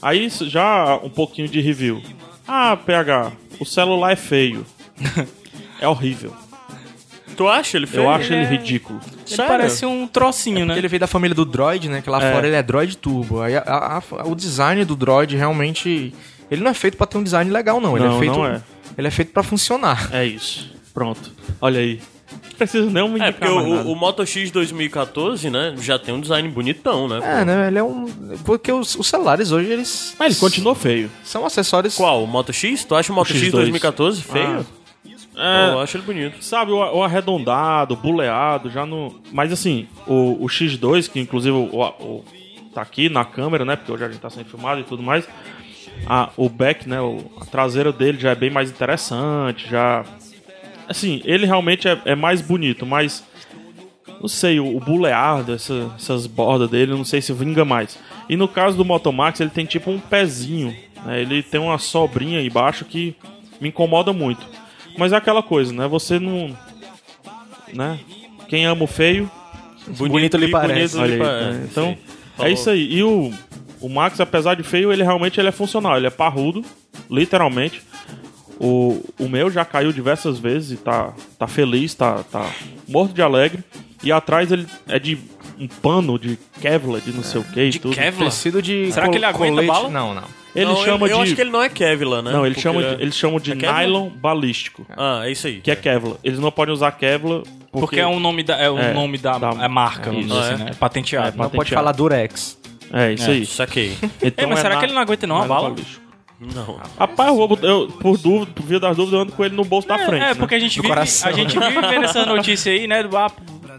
Speaker 1: Aí isso já um pouquinho de review. Ah, PH, o celular é feio. é horrível.
Speaker 2: Tu acha ele feio?
Speaker 1: Eu acho ele
Speaker 3: é-
Speaker 1: ridículo.
Speaker 3: Ele parece um trocinho, né?
Speaker 4: Ele veio da família do Droid, né? Que lá fora ele é Droid Turbo. Aí a- a- a- o design do Droid realmente. Ele não é feito pra ter um design legal, não. Ele
Speaker 1: Não,
Speaker 4: é feito,
Speaker 1: não é.
Speaker 4: Ele é feito pra funcionar.
Speaker 1: É isso. Pronto. Olha aí. Não preciso nem me
Speaker 2: É,
Speaker 1: indicar
Speaker 2: porque
Speaker 1: mais nada.
Speaker 2: o, o Moto X 2014, né, já tem um design bonitão, né?
Speaker 4: É, né? Ele é um. Porque os, os celulares hoje, eles.
Speaker 1: Mas ele continuou feio.
Speaker 4: São acessórios.
Speaker 2: Qual? O Moto X? Tu acha o Moto
Speaker 1: O
Speaker 2: X,
Speaker 1: X2.
Speaker 2: 2014 feio?
Speaker 1: É,
Speaker 2: Eu acho ele bonito.
Speaker 1: sabe, o, o arredondado, o buleado, já não... Mas assim, o, o X2, que inclusive o, o- o- tá aqui na câmera, né? Porque hoje a gente tá sendo filmado e tudo mais. a- o back, né? o- a traseira dele já é bem mais interessante, já. Assim, ele realmente é, é mais bonito, mas. Não sei, o, o buleado, essa- essas bordas dele, eu não sei se vinga mais. E no caso do Motomax, ele tem tipo um pezinho, né? Ele tem uma sobrinha embaixo que me incomoda muito. Mas é aquela coisa, né? Você não. Né? Quem ama o feio,
Speaker 4: Bonito lhe
Speaker 2: e
Speaker 4: parece.
Speaker 1: Olha
Speaker 2: bonito lhe
Speaker 1: aí,
Speaker 2: parece.
Speaker 1: né? Então,
Speaker 2: Falou.
Speaker 1: é isso aí. E o, o Max, apesar de feio, ele realmente ele é funcional. Ele é parrudo, literalmente. O, o meu já caiu diversas vezes e tá, tá feliz, tá, tá morto de alegre. E atrás ele é de um pano de Kevlar, de não sei o que e
Speaker 3: De
Speaker 1: tudo.
Speaker 3: Kevlar?
Speaker 4: Tecido de
Speaker 3: Será que ele aguenta
Speaker 4: colete-
Speaker 3: bala?
Speaker 4: Não, não.
Speaker 1: Ele
Speaker 2: Não,
Speaker 1: chama
Speaker 2: eu,
Speaker 1: de.
Speaker 2: Eu acho que ele não é Kevlar, né?
Speaker 1: Não, ele
Speaker 2: Porque
Speaker 1: chama de,
Speaker 2: é-
Speaker 1: eles chamam de
Speaker 2: é Kevlar?
Speaker 1: nylon balístico,
Speaker 2: Ah, é isso aí.
Speaker 1: que é Kevlar. Eles não podem usar Kevlar porque,
Speaker 3: Porque é o nome da, é o
Speaker 1: É,
Speaker 3: nome da,
Speaker 1: da-
Speaker 3: é marca, vamos
Speaker 1: isso.
Speaker 3: dizer
Speaker 2: Ah,
Speaker 3: assim,
Speaker 2: é?
Speaker 3: né? É patenteado.
Speaker 1: É,
Speaker 3: Não
Speaker 4: Não
Speaker 1: patenteado.
Speaker 3: pode-
Speaker 4: pode falar Durex.
Speaker 1: É isso aí.
Speaker 2: Saquei.
Speaker 1: Então
Speaker 3: Ei, mas
Speaker 1: é
Speaker 3: será
Speaker 1: na-
Speaker 3: que ele não aguenta não a
Speaker 1: nylon
Speaker 3: bala?
Speaker 1: balístico.
Speaker 2: Não.
Speaker 1: Rapaz, eu, vou, bot- eu por dúvida, por via das dúvidas, eu ando com ele no bolso da frente.
Speaker 3: é,
Speaker 1: né?
Speaker 3: porque a gente, vive,
Speaker 4: coração,
Speaker 3: a gente vive vendo essa notícia aí, né? Do ah,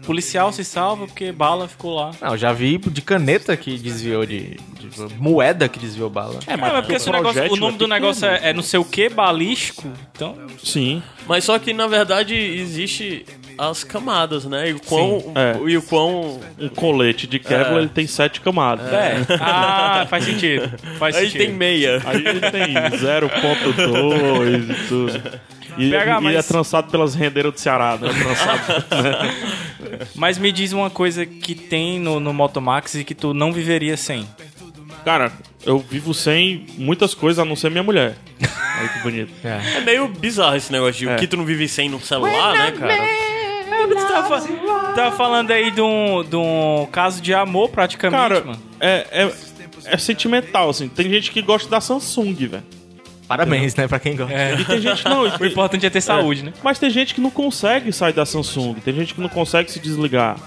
Speaker 3: policial se salva porque bala ficou lá.
Speaker 4: Não, já vi de caneta que desviou de, de moeda que desviou bala.
Speaker 3: É, mas, porque esse
Speaker 1: o
Speaker 3: negócio-
Speaker 1: projétil
Speaker 3: o nome
Speaker 1: é
Speaker 3: do
Speaker 1: pequeno.
Speaker 3: negócio é, é não sei o que, balístico. Então,
Speaker 1: Sim.
Speaker 2: Mas só que, na verdade, existe as camadas, né? E o quão...
Speaker 1: é.
Speaker 2: E o quão...
Speaker 1: Um colete de Kevlar, ele tem sete camadas.
Speaker 3: é. Ah, faz sentido. Faz
Speaker 2: Aí
Speaker 3: sentido.
Speaker 2: tem meia.
Speaker 1: Aí ele tem 0.2 e tudo. E,
Speaker 3: PH,
Speaker 1: e
Speaker 3: mas-
Speaker 1: é trançado pelas rendeiras do Ceará, né? Trançado.
Speaker 3: Mas me diz uma coisa que tem no, no Motomax e que tu não viveria sem.
Speaker 1: Cara, eu vivo sem muitas coisas, a não ser minha mulher. Olha que bonito.
Speaker 2: É meio bizarro esse negócio de o que tu não vive sem no celular, né, cara?
Speaker 3: Tu tá, fa- tá falando aí de um, de um caso de amor praticamente,
Speaker 1: Cara,
Speaker 3: mano.
Speaker 1: é, é, é sentimental, assim. Tem gente que gosta da Samsung, velho.
Speaker 4: Parabéns, né, pra quem gosta.
Speaker 3: É.
Speaker 1: E tem gente não.
Speaker 3: O importante é ter saúde, né?
Speaker 1: Mas tem gente que não consegue sair da Samsung, tem gente que não consegue se desligar.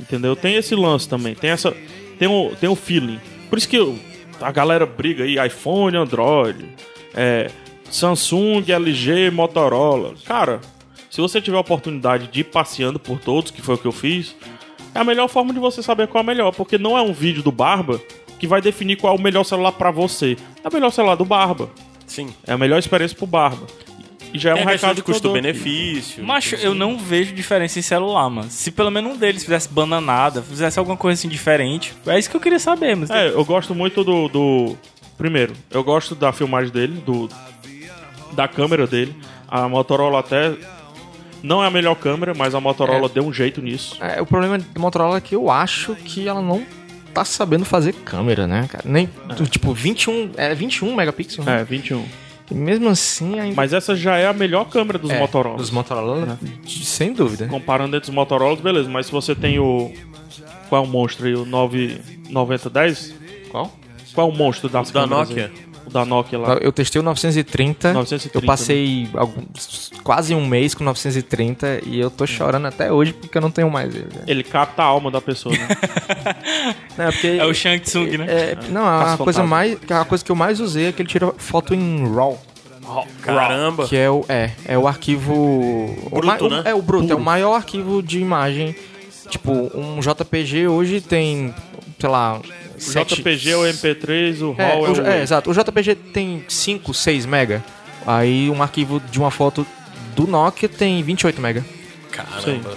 Speaker 1: Entendeu? Tem esse lance também, tem essa tem o tem o feeling. Por isso que eu- a galera briga aí iPhone, Android, é, Samsung, LG, Motorola. Cara, se você tiver a oportunidade de ir passeando por todos, que foi o que eu fiz, é a melhor forma de você saber qual é o melhor, porque não é um vídeo do Barba que vai definir qual é o melhor celular pra você. É o melhor celular do Barba.
Speaker 2: Sim.
Speaker 1: É a melhor experiência pro Barba. E já é
Speaker 2: Tem
Speaker 1: um
Speaker 2: a questão
Speaker 1: recado
Speaker 2: de
Speaker 1: que eu dou aqui.
Speaker 2: custo-benefício.
Speaker 3: Macho, eu não vejo diferença em celular, mano. Se pelo menos um deles fizesse bananada, fizesse alguma coisa assim diferente, é isso que eu queria saber, mas.
Speaker 1: É, eu gosto muito do, do- Primeiro, eu gosto da filmagem dele, do da câmera dele. A Motorola até. Não é a melhor câmera, mas a Motorola deu um jeito nisso.
Speaker 4: É, o problema da Motorola é que eu acho que ela não tá sabendo fazer câmera, né, cara? Nem, tipo, 21, é 21 megapixels, né?
Speaker 1: É, 21.
Speaker 4: E mesmo assim, ainda...
Speaker 1: Mas essa já é a melhor câmera dos
Speaker 4: é,
Speaker 1: Motorola.
Speaker 4: Dos Motorola, sem dúvida.
Speaker 1: Comparando entre os Motorola, beleza, mas se você tem o. Qual é o monstro aí? O 99010?
Speaker 4: Qual?
Speaker 1: Qual é o monstro das
Speaker 2: da
Speaker 1: câmeras
Speaker 2: Nokia.
Speaker 1: aí? O da Nokia lá.
Speaker 4: Tá, Eu testei o 930,
Speaker 1: 930,
Speaker 4: eu passei alguns- quase um mês com o 930 e eu tô chorando até hoje porque eu não tenho mais ele. velho.
Speaker 1: Ele capta a alma da pessoa, né?
Speaker 4: Não, é porque...
Speaker 3: É o Shang Tsung, né?
Speaker 4: é, não, a
Speaker 1: Caça
Speaker 4: coisa,
Speaker 1: fantasma.
Speaker 4: mais, a coisa que eu mais usei é que ele tira foto em RAW.
Speaker 2: Caramba.
Speaker 4: Que é o, é, é o arquivo. o ma-
Speaker 2: Bruto,
Speaker 4: o-
Speaker 2: né?
Speaker 4: É o bruto, é o maior arquivo de imagem. Tipo, um JPG hoje tem, sei lá.
Speaker 1: O
Speaker 4: sete-
Speaker 1: JPG, é o MP3, o
Speaker 4: É,
Speaker 1: RAW é,
Speaker 4: o,
Speaker 1: o.
Speaker 4: é, exato. O JPG tem 5, 6 mega. Aí um arquivo de uma foto do Nokia tem 28 mega.
Speaker 2: Caramba.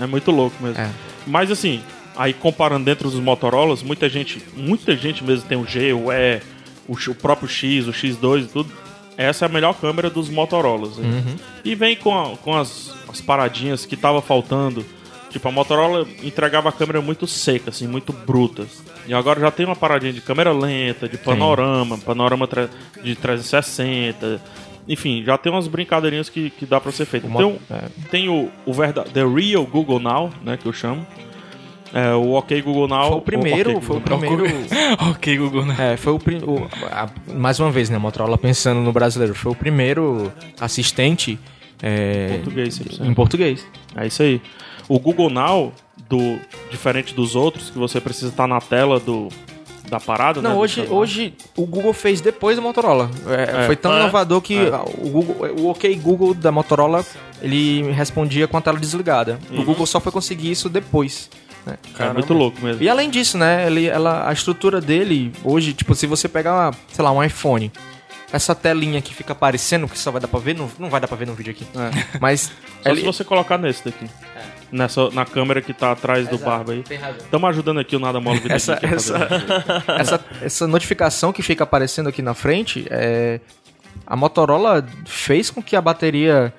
Speaker 1: É muito louco mesmo.
Speaker 4: É.
Speaker 1: Mas assim, aí comparando dentro dos Motorolas, muita gente, muita gente mesmo tem o G, o E, o, X- o próprio X, o X2 e tudo. Essa é a melhor câmera dos Motorolas. né? E vem com, a- com as, as paradinhas que tava faltando. Tipo, a Motorola entregava a câmera muito seca, assim, muito bruta. E agora já tem uma paradinha de câmera lenta, de panorama, panorama tre- de 360. Enfim, já tem umas brincadeirinhas que, que dá pra ser feito.
Speaker 4: O
Speaker 1: Então,
Speaker 4: Mo- é.
Speaker 1: tem o, o verda The Real Google Now, né, que eu chamo. É, o OK Google Now.
Speaker 4: Foi o primeiro.
Speaker 1: Ok
Speaker 4: Foi o
Speaker 1: Google Now.
Speaker 4: primeiro.
Speaker 3: ok, Google, né?
Speaker 4: É, foi o, prim- o- a- mais uma vez, né, Motorola pensando no brasileiro, foi o primeiro assistente é,
Speaker 1: Português, 100%.
Speaker 4: em português.
Speaker 1: É isso aí. O Google Now, do, diferente dos outros, que você precisa estar na tela do, da parada, né?
Speaker 4: Não,
Speaker 1: do
Speaker 4: hoje,
Speaker 1: celular.
Speaker 4: hoje o Google fez depois da Motorola. É,
Speaker 1: É.
Speaker 4: Foi tão
Speaker 2: Ah, é?
Speaker 4: inovador que o, Google- o OK Google da Motorola ele respondia com a tela desligada.
Speaker 1: Uhum.
Speaker 4: O Google só foi conseguir isso depois. né?
Speaker 1: É muito louco mesmo.
Speaker 4: E além disso, né? Ele, ela, a estrutura dele hoje, tipo, se você pegar, sei lá, um iPhone essa telinha que fica aparecendo, que só vai dar pra ver, não, não vai dar pra ver no vídeo aqui. Mas
Speaker 1: É. Só
Speaker 4: ele-
Speaker 1: se você colocar nesse daqui.
Speaker 4: É.
Speaker 1: Nessa, na câmera que tá atrás do barba aí. Estamos ajudando aqui o Nada Mole Vida
Speaker 4: essa,
Speaker 1: Geek a fazer.
Speaker 4: essa, essa, essa notificação que fica aparecendo aqui na frente, é, a Motorola fez com que a bateria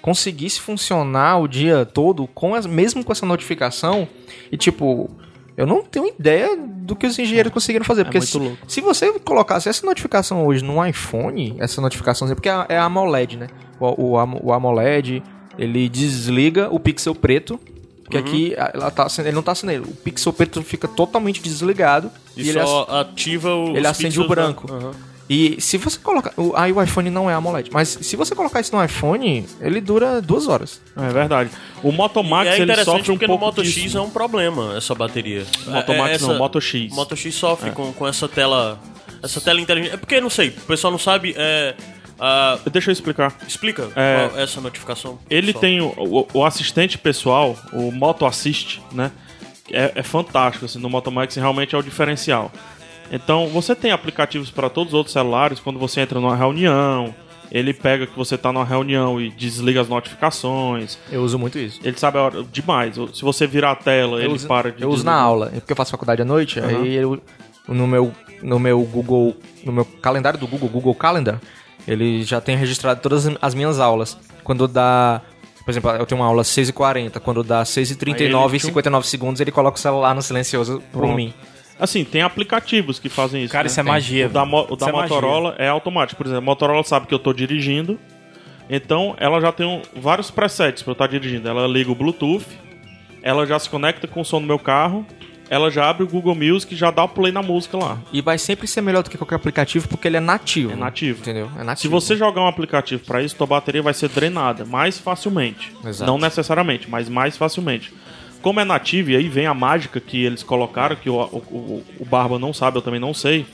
Speaker 4: conseguisse funcionar o dia todo, com as- mesmo com essa notificação. E tipo, eu não tenho ideia do que os engenheiros conseguiram fazer. Porque
Speaker 1: muito
Speaker 4: se,
Speaker 1: louco.
Speaker 4: se você colocasse essa notificação hoje no iPhone, essa notificação, porque é a- é a AMOLED, né? O, o, Amo- o AMOLED, ele desliga o pixel preto. Porque aqui a- ela tá, sendo- ele não tá sendo ele. O pixel preto fica totalmente desligado.
Speaker 2: E,
Speaker 4: e ele
Speaker 2: só ativa o.
Speaker 4: ele
Speaker 2: os né?
Speaker 4: acende
Speaker 1: né?
Speaker 2: pixels
Speaker 4: o branco.
Speaker 2: da- Aham.
Speaker 4: E se você colocar. o- Aí o iPhone não é AMOLED, mas se você colocar isso no iPhone, ele dura duas horas.
Speaker 1: É verdade. O Moto
Speaker 2: E
Speaker 1: Max,
Speaker 2: é
Speaker 1: ele
Speaker 2: interessante
Speaker 1: sofre um
Speaker 2: porque no
Speaker 1: pouco
Speaker 2: Moto
Speaker 1: disso.
Speaker 2: X é um problema essa bateria.
Speaker 1: Moto
Speaker 2: É- é
Speaker 1: Max não,
Speaker 2: essa-
Speaker 1: Moto X.
Speaker 2: Moto X É. sofre com, com essa tela. Essa tela inteligente. É porque, não sei, o pessoal não sabe. É, ah,
Speaker 1: Deixa eu explicar.
Speaker 2: explica
Speaker 1: É.
Speaker 2: qual é essa notificação.
Speaker 1: Ele
Speaker 2: pessoal.
Speaker 1: tem o, o- o assistente pessoal, o Moto Assist, né? É, é fantástico, assim, no Moto Max realmente é o diferencial. Então, você tem aplicativos para todos os outros celulares, quando você entra numa reunião, ele pega que você tá numa reunião e desliga as notificações.
Speaker 4: Eu uso muito isso.
Speaker 1: Ele sabe a hora demais. Se você virar a tela,
Speaker 4: Eu
Speaker 1: ele
Speaker 4: uso,
Speaker 1: para de
Speaker 4: Eu uso na
Speaker 1: desligar.
Speaker 4: aula, é porque eu faço faculdade à noite, aí eu. No meu, no meu Google. No meu calendário do Google, Google Calendar, ele já tem registrado todas as minhas aulas. Quando dá. Por exemplo, eu tenho uma aula às 6h40, quando dá 6h39
Speaker 1: Aí ele
Speaker 4: e 59 segundos, ele coloca o celular no silencioso por
Speaker 1: Pronto.
Speaker 4: mim.
Speaker 1: Assim, tem aplicativos que fazem isso.
Speaker 3: Cara,
Speaker 1: né?
Speaker 3: isso é magia.
Speaker 1: O da, Mo- o
Speaker 3: Isso
Speaker 1: da
Speaker 3: é magia.
Speaker 1: Motorola é automático. Por exemplo, a Motorola sabe que eu tô dirigindo, então ela já tem um- vários presets pra eu estar dirigindo. Ela liga o Bluetooth, ela já se conecta com o som do meu carro, ela já abre o Google Music e já dá o play na música lá.
Speaker 4: E vai sempre ser melhor do que qualquer aplicativo porque ele é nativo.
Speaker 1: É nativo.
Speaker 4: Entendeu? É nativo.
Speaker 1: Se você jogar um aplicativo pra isso, tua bateria vai ser drenada mais facilmente.
Speaker 4: Exato.
Speaker 1: Não necessariamente, mas mais facilmente. Como é nativo, e aí vem a mágica que eles colocaram, que o, o, o Barba não sabe, eu também não sei.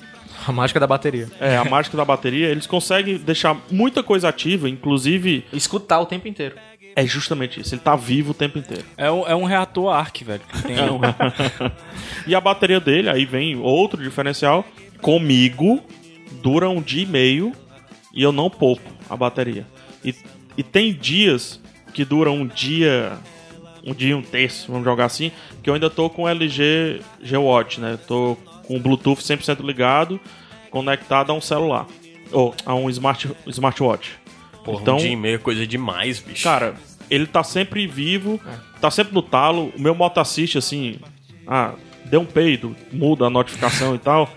Speaker 4: A mágica da bateria.
Speaker 1: É, a mágica da bateria, eles conseguem deixar muita coisa ativa, inclusive
Speaker 4: Escutar o tempo inteiro.
Speaker 1: é justamente isso, ele tá vivo o tempo inteiro.
Speaker 3: É um, é um reator ARC, velho. que
Speaker 1: É
Speaker 3: Tem,
Speaker 1: um E a bateria dele, aí vem outro diferencial, comigo dura um dia e meio e eu não poupo a bateria. E, e tem dias que dura um dia, um dia e um terço, vamos jogar assim, que eu ainda tô com o LG G-Watch, né? Tô com o Bluetooth 100% ligado, conectado a um celular. Ou a um smart, smartwatch.
Speaker 2: Porra,
Speaker 1: Então-
Speaker 2: um dia e meio é coisa demais, bicho.
Speaker 1: Cara, ele tá sempre vivo,
Speaker 4: É.
Speaker 1: tá sempre no talo. O meu moto assiste assim, ah, deu um peido, muda a notificação e tal.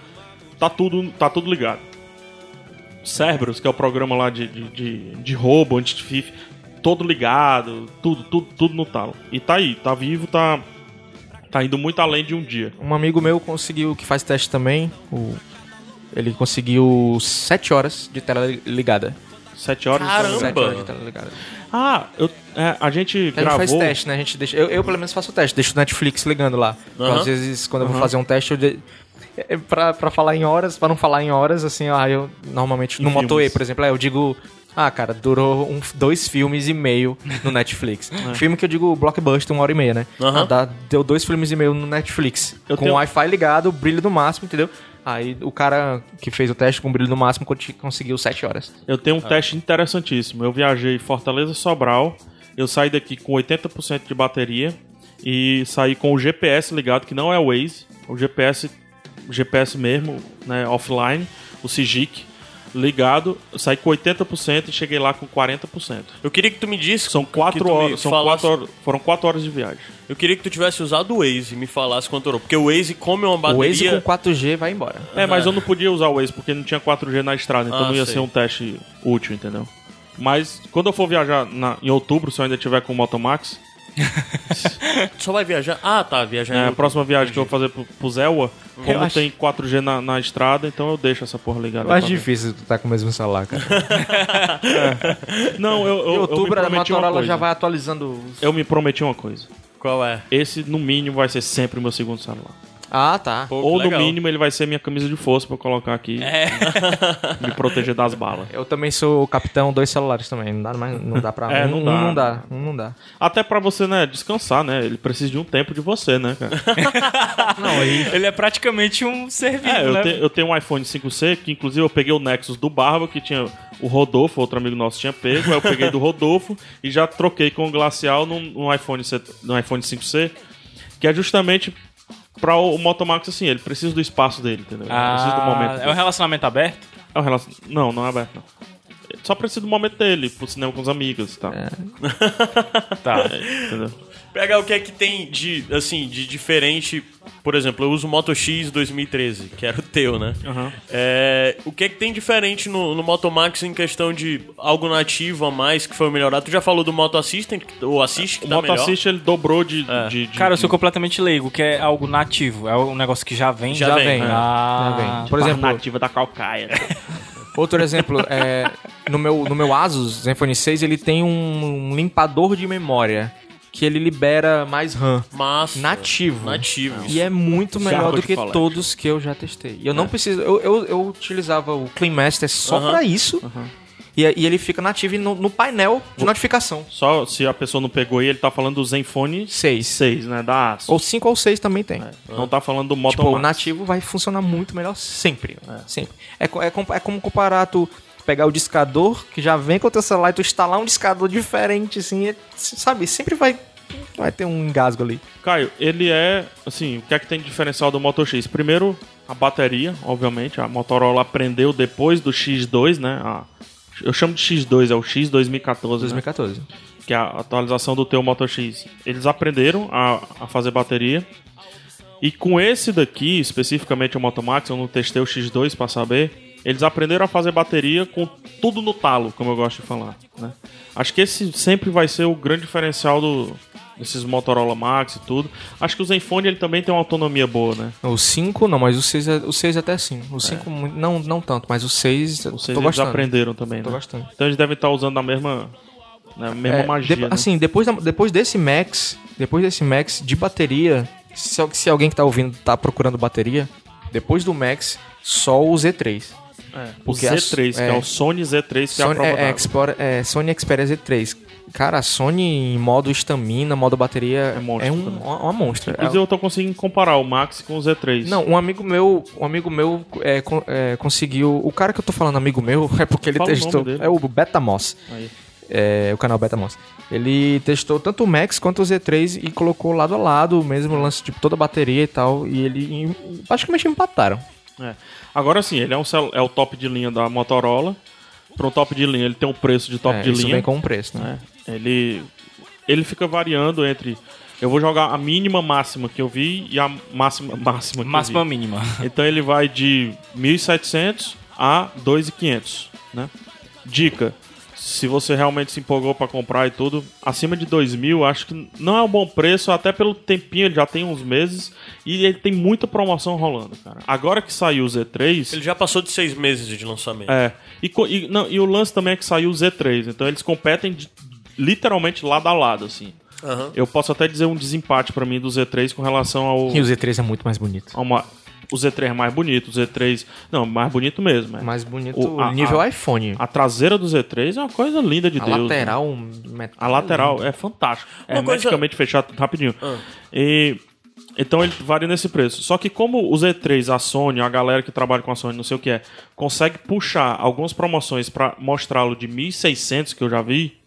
Speaker 1: Tá tudo, tá tudo ligado. Cerberus, que é o programa lá de, de, de, de roubo, anti-fif, todo ligado, tudo, tudo, tudo no talo. E tá aí, tá vivo, tá, tá indo muito além de um dia.
Speaker 4: Um amigo meu conseguiu, que faz teste também, o- ele conseguiu 7 horas de tela li- ligada.
Speaker 1: Sete horas.
Speaker 2: Caramba!
Speaker 1: tá ligado.
Speaker 4: Sete horas de tela ligada.
Speaker 1: Ah, eu, é, a gente
Speaker 4: A gente
Speaker 1: gravou...
Speaker 4: faz teste, né? A gente deixa, eu, eu, pelo menos faço o teste, deixo o Netflix ligando lá.
Speaker 2: Aham.
Speaker 4: Às vezes, quando eu vou fazer um teste, eu. De... é, Pra, pra falar em horas, pra não falar em horas, assim, ah, eu normalmente. No
Speaker 1: Em filmes.
Speaker 4: Moto E, por exemplo, é, eu digo. Ah, cara, durou um- dois filmes e meio no Netflix.
Speaker 1: É.
Speaker 4: Filme que eu digo blockbuster, uma hora e meia, né?
Speaker 2: Aham.
Speaker 4: Ah, dá- deu dois filmes e meio no Netflix.
Speaker 1: Eu
Speaker 4: com
Speaker 1: tenho-
Speaker 4: o Wi-Fi ligado, o brilho no máximo, entendeu? Aí o cara que fez o teste com o brilho no máximo conti- conseguiu sete horas.
Speaker 1: Eu tenho um
Speaker 2: Ah.
Speaker 1: teste interessantíssimo. Eu viajei Fortaleza Sobral, eu saí daqui com 80% de bateria e saí com o GPS ligado, que não é o Waze, o GPS, o GPS mesmo, né, offline, o Sigic ligado, eu saí com 80% e cheguei lá com 40%.
Speaker 2: Eu queria que tu me disse.
Speaker 1: São
Speaker 2: que
Speaker 1: quatro
Speaker 2: tu me
Speaker 1: horas, são
Speaker 2: falasse-
Speaker 1: quatro horas, foram 4 horas de viagem.
Speaker 2: Eu queria que tu tivesse usado o Waze e me falasse quanto durou. Porque o Waze come uma
Speaker 4: O Waze
Speaker 2: bateria.
Speaker 4: com 4G vai embora.
Speaker 1: É, mas eu não podia usar o Waze porque não tinha 4G na estrada, então
Speaker 2: Ah,
Speaker 1: não ia
Speaker 2: sei.
Speaker 1: ser um teste útil, entendeu? Mas quando eu for viajar na- em outubro, se eu ainda tiver com o Motomax,
Speaker 2: Só vai viajar. Ah, tá, viajar.
Speaker 1: É,
Speaker 2: em
Speaker 1: a próxima viagem que eu vou fazer pro, pro Zelwa, como
Speaker 4: Uhum. Eu acho-
Speaker 1: tem 4G na, na estrada, então eu deixo essa porra ligada.
Speaker 4: Eu acho
Speaker 1: pra
Speaker 4: difícil tu tá com o mesmo celular, cara.
Speaker 1: ver. Não, eu, eu, eu
Speaker 4: Em
Speaker 1: me
Speaker 4: outubro a
Speaker 1: prometi uma
Speaker 4: Motorola
Speaker 1: coisa.
Speaker 4: já vai atualizando os...
Speaker 1: Eu me prometi uma coisa.
Speaker 2: Qual é?
Speaker 1: Esse, no mínimo, vai ser sempre o meu segundo celular.
Speaker 4: Ah, tá.
Speaker 2: Pô, que
Speaker 1: Ou
Speaker 2: legal.
Speaker 1: no mínimo ele vai ser minha camisa de força pra eu colocar aqui.
Speaker 3: É.
Speaker 1: Me proteger das balas.
Speaker 4: Eu também sou capitão dois celulares também. Não dá mais, não dá pra
Speaker 1: É,
Speaker 4: um,
Speaker 1: não dá.
Speaker 4: um não dá, um não dá.
Speaker 1: Até pra você, né, descansar, né? Ele precisa de um tempo de você, né, cara?
Speaker 3: Ele é praticamente um ser vivo,
Speaker 1: É, eu,
Speaker 3: né?
Speaker 1: te- eu tenho um iPhone 5C, que inclusive eu peguei o Nexus do Barba, que tinha o Rodolfo, outro amigo nosso tinha pego, aí eu peguei do Rodolfo e já troquei com o Glacial num, num iPhone, C- num iPhone 5C, que é justamente pra o, o Motomax, assim, ele precisa do espaço dele, entendeu? Ele precisa do
Speaker 3: Ah,
Speaker 1: momento.
Speaker 3: é um
Speaker 1: dele.
Speaker 3: relacionamento aberto?
Speaker 1: É um relacion- Não, não é aberto, não. Ele Só precisa do momento dele, pro cinema com os amigos e tal.
Speaker 3: É. Tá.
Speaker 1: É. Entendeu?
Speaker 2: Pegar o que é que tem de, assim, de diferente. Por exemplo, eu uso o Moto X 2013, que era o teu, né? É, o que é que tem diferente no, no Moto Max em questão de algo nativo a mais que foi melhorado? Tu já falou do Moto Assistant, que- o Assist, que
Speaker 1: O
Speaker 2: tá
Speaker 1: Moto
Speaker 2: melhor.
Speaker 1: Assist, ele dobrou de... de- de-
Speaker 3: É. Cara, eu sou completamente leigo, que é algo nativo. É um negócio que já vem.
Speaker 2: Já vem, é.
Speaker 3: Ah,
Speaker 4: Já
Speaker 1: tipo
Speaker 4: vem. Por exemplo,
Speaker 1: nativa da calcaia.
Speaker 4: outro exemplo, é, no, meu, no meu Asus Zenfone 6, ele tem um, um limpador de memória que ele libera mais RAM.
Speaker 2: Mas,
Speaker 4: Nativo.
Speaker 2: Nativo.
Speaker 4: E é muito melhor
Speaker 1: Jarro
Speaker 4: do
Speaker 1: de
Speaker 4: que
Speaker 1: colégio.
Speaker 4: todos que eu já testei. E eu não preciso. Eu, eu, eu utilizava o Clean Master só
Speaker 2: Aham.
Speaker 4: pra isso. E, e ele fica nativo no, no painel de notificação.
Speaker 1: Só se a pessoa não pegou aí, ele tá falando do Zenfone
Speaker 4: 6.
Speaker 1: 6, né? Da Asus.
Speaker 4: Ou 5 ou 6 também tem.
Speaker 1: Não tá falando do Moto
Speaker 4: Tipo, o
Speaker 1: Max.
Speaker 4: nativo vai funcionar muito melhor sempre. Sempre. É, co- é, com- é como comparar tu pegar o discador, que já vem com o teu celular, e tu instalar um discador diferente, assim, é- s- sabe? Sempre vai, vai ter um engasgo ali.
Speaker 1: Caio, ele é, assim, o que é que tem de diferencial do Moto X? Primeiro, a bateria, obviamente. A Motorola aprendeu depois do X2, né? A- eu chamo de X2, é o X 2014, né?
Speaker 4: 2014.
Speaker 1: que é a atualização do teu Moto X. Eles aprenderam a, a fazer bateria. E com esse daqui, especificamente o Moto Max, eu não testei o X2 pra saber. Eles aprenderam a fazer bateria com tudo no talo, como eu gosto de falar. né? Acho que esse sempre vai ser o grande diferencial do, desses Motorola Max e tudo. Acho que o Zenfone ele também tem uma autonomia boa, né?
Speaker 4: O 5, não, mas o 6, é- o 6 até sim. O 5, muito- não, não tanto, mas o 6, eu
Speaker 1: Ou seja,
Speaker 4: tô
Speaker 1: eles
Speaker 4: gostando.
Speaker 1: aprenderam também,
Speaker 4: Tô
Speaker 1: né?
Speaker 4: gostando.
Speaker 1: Então eles devem estar usando a mesma, né, a mesma
Speaker 4: É,
Speaker 1: magia,
Speaker 4: de-
Speaker 1: né?
Speaker 4: Assim, depois, da- depois desse Max, depois desse Max de bateria, se, al- se alguém que tá ouvindo tá procurando bateria, depois do Max, só o Z3.
Speaker 1: É, o
Speaker 4: porque a-
Speaker 1: Z3, que é
Speaker 4: é.
Speaker 1: o Sony Z3, que é a
Speaker 4: Sony,
Speaker 1: prova
Speaker 4: é, é,
Speaker 1: d'água.
Speaker 4: Explorer- é, Sony Xperia Z3. Cara, a Sony em modo estamina, modo bateria,
Speaker 1: É
Speaker 4: é,
Speaker 1: monstro
Speaker 4: um-
Speaker 1: também.
Speaker 4: uma, uma monstra.
Speaker 1: Inclusive, eu tô conseguindo comparar o Max com o Z3.
Speaker 4: É. Não, um amigo meu, um amigo meu é, con- é, conseguiu. O cara que eu tô falando amigo meu é porque ele
Speaker 1: Fala o nome
Speaker 4: testou.
Speaker 1: dele.
Speaker 4: É o Betamos.
Speaker 1: Aí.
Speaker 4: É, o canal Betamos. Ele testou tanto o Max quanto o Z3 e colocou lado a lado o mesmo lance, tipo, toda a bateria e tal. E ele em- praticamente empataram.
Speaker 1: É. Agora sim, ele é, um celu- é o top de linha da Motorola. Para um top de linha, ele tem um preço de top
Speaker 4: é,
Speaker 1: de
Speaker 4: isso
Speaker 1: linha.
Speaker 4: vem com um preço, né?
Speaker 1: né? Ele, ele fica variando entre. Eu vou jogar a mínima máxima que eu vi e a máxima máxima que
Speaker 3: Máxima
Speaker 1: eu vi.
Speaker 3: mínima.
Speaker 1: Então ele vai de 1.700 a 2.500, né? Dica, se você realmente se empolgou para comprar e tudo, acima de 2.000 acho que não é um bom preço, até pelo tempinho, ele já tem uns meses e ele tem muita promoção rolando, cara. Agora que saiu o Z3...
Speaker 2: Ele já passou de seis meses de lançamento.
Speaker 1: É, e, co- e, não, e o lance também é que saiu o Z3, então eles competem de- literalmente lado a lado, assim.
Speaker 2: Aham.
Speaker 1: Eu posso até dizer um desempate para mim do Z3 com relação ao...
Speaker 4: E o Z3 é muito mais bonito.
Speaker 1: ao ma- O Z3 é mais bonito, o Z3... Não, mais bonito mesmo, é.
Speaker 4: Mais bonito
Speaker 1: O- a-
Speaker 4: nível
Speaker 1: a-
Speaker 4: iPhone. A,
Speaker 1: A traseira do Z3 é uma coisa linda de Deus. né?
Speaker 4: lateral. um met-
Speaker 1: A lateral é fantástico. É
Speaker 2: Uma coisa- Ah.
Speaker 1: hermeticamente fechado rapidinho. E então ele varia nesse preço. Só que como o Z3, a Sony, a galera que trabalha com a Sony, não sei o que é, consegue puxar algumas promoções pra mostrá-lo de 1600 que eu já vi,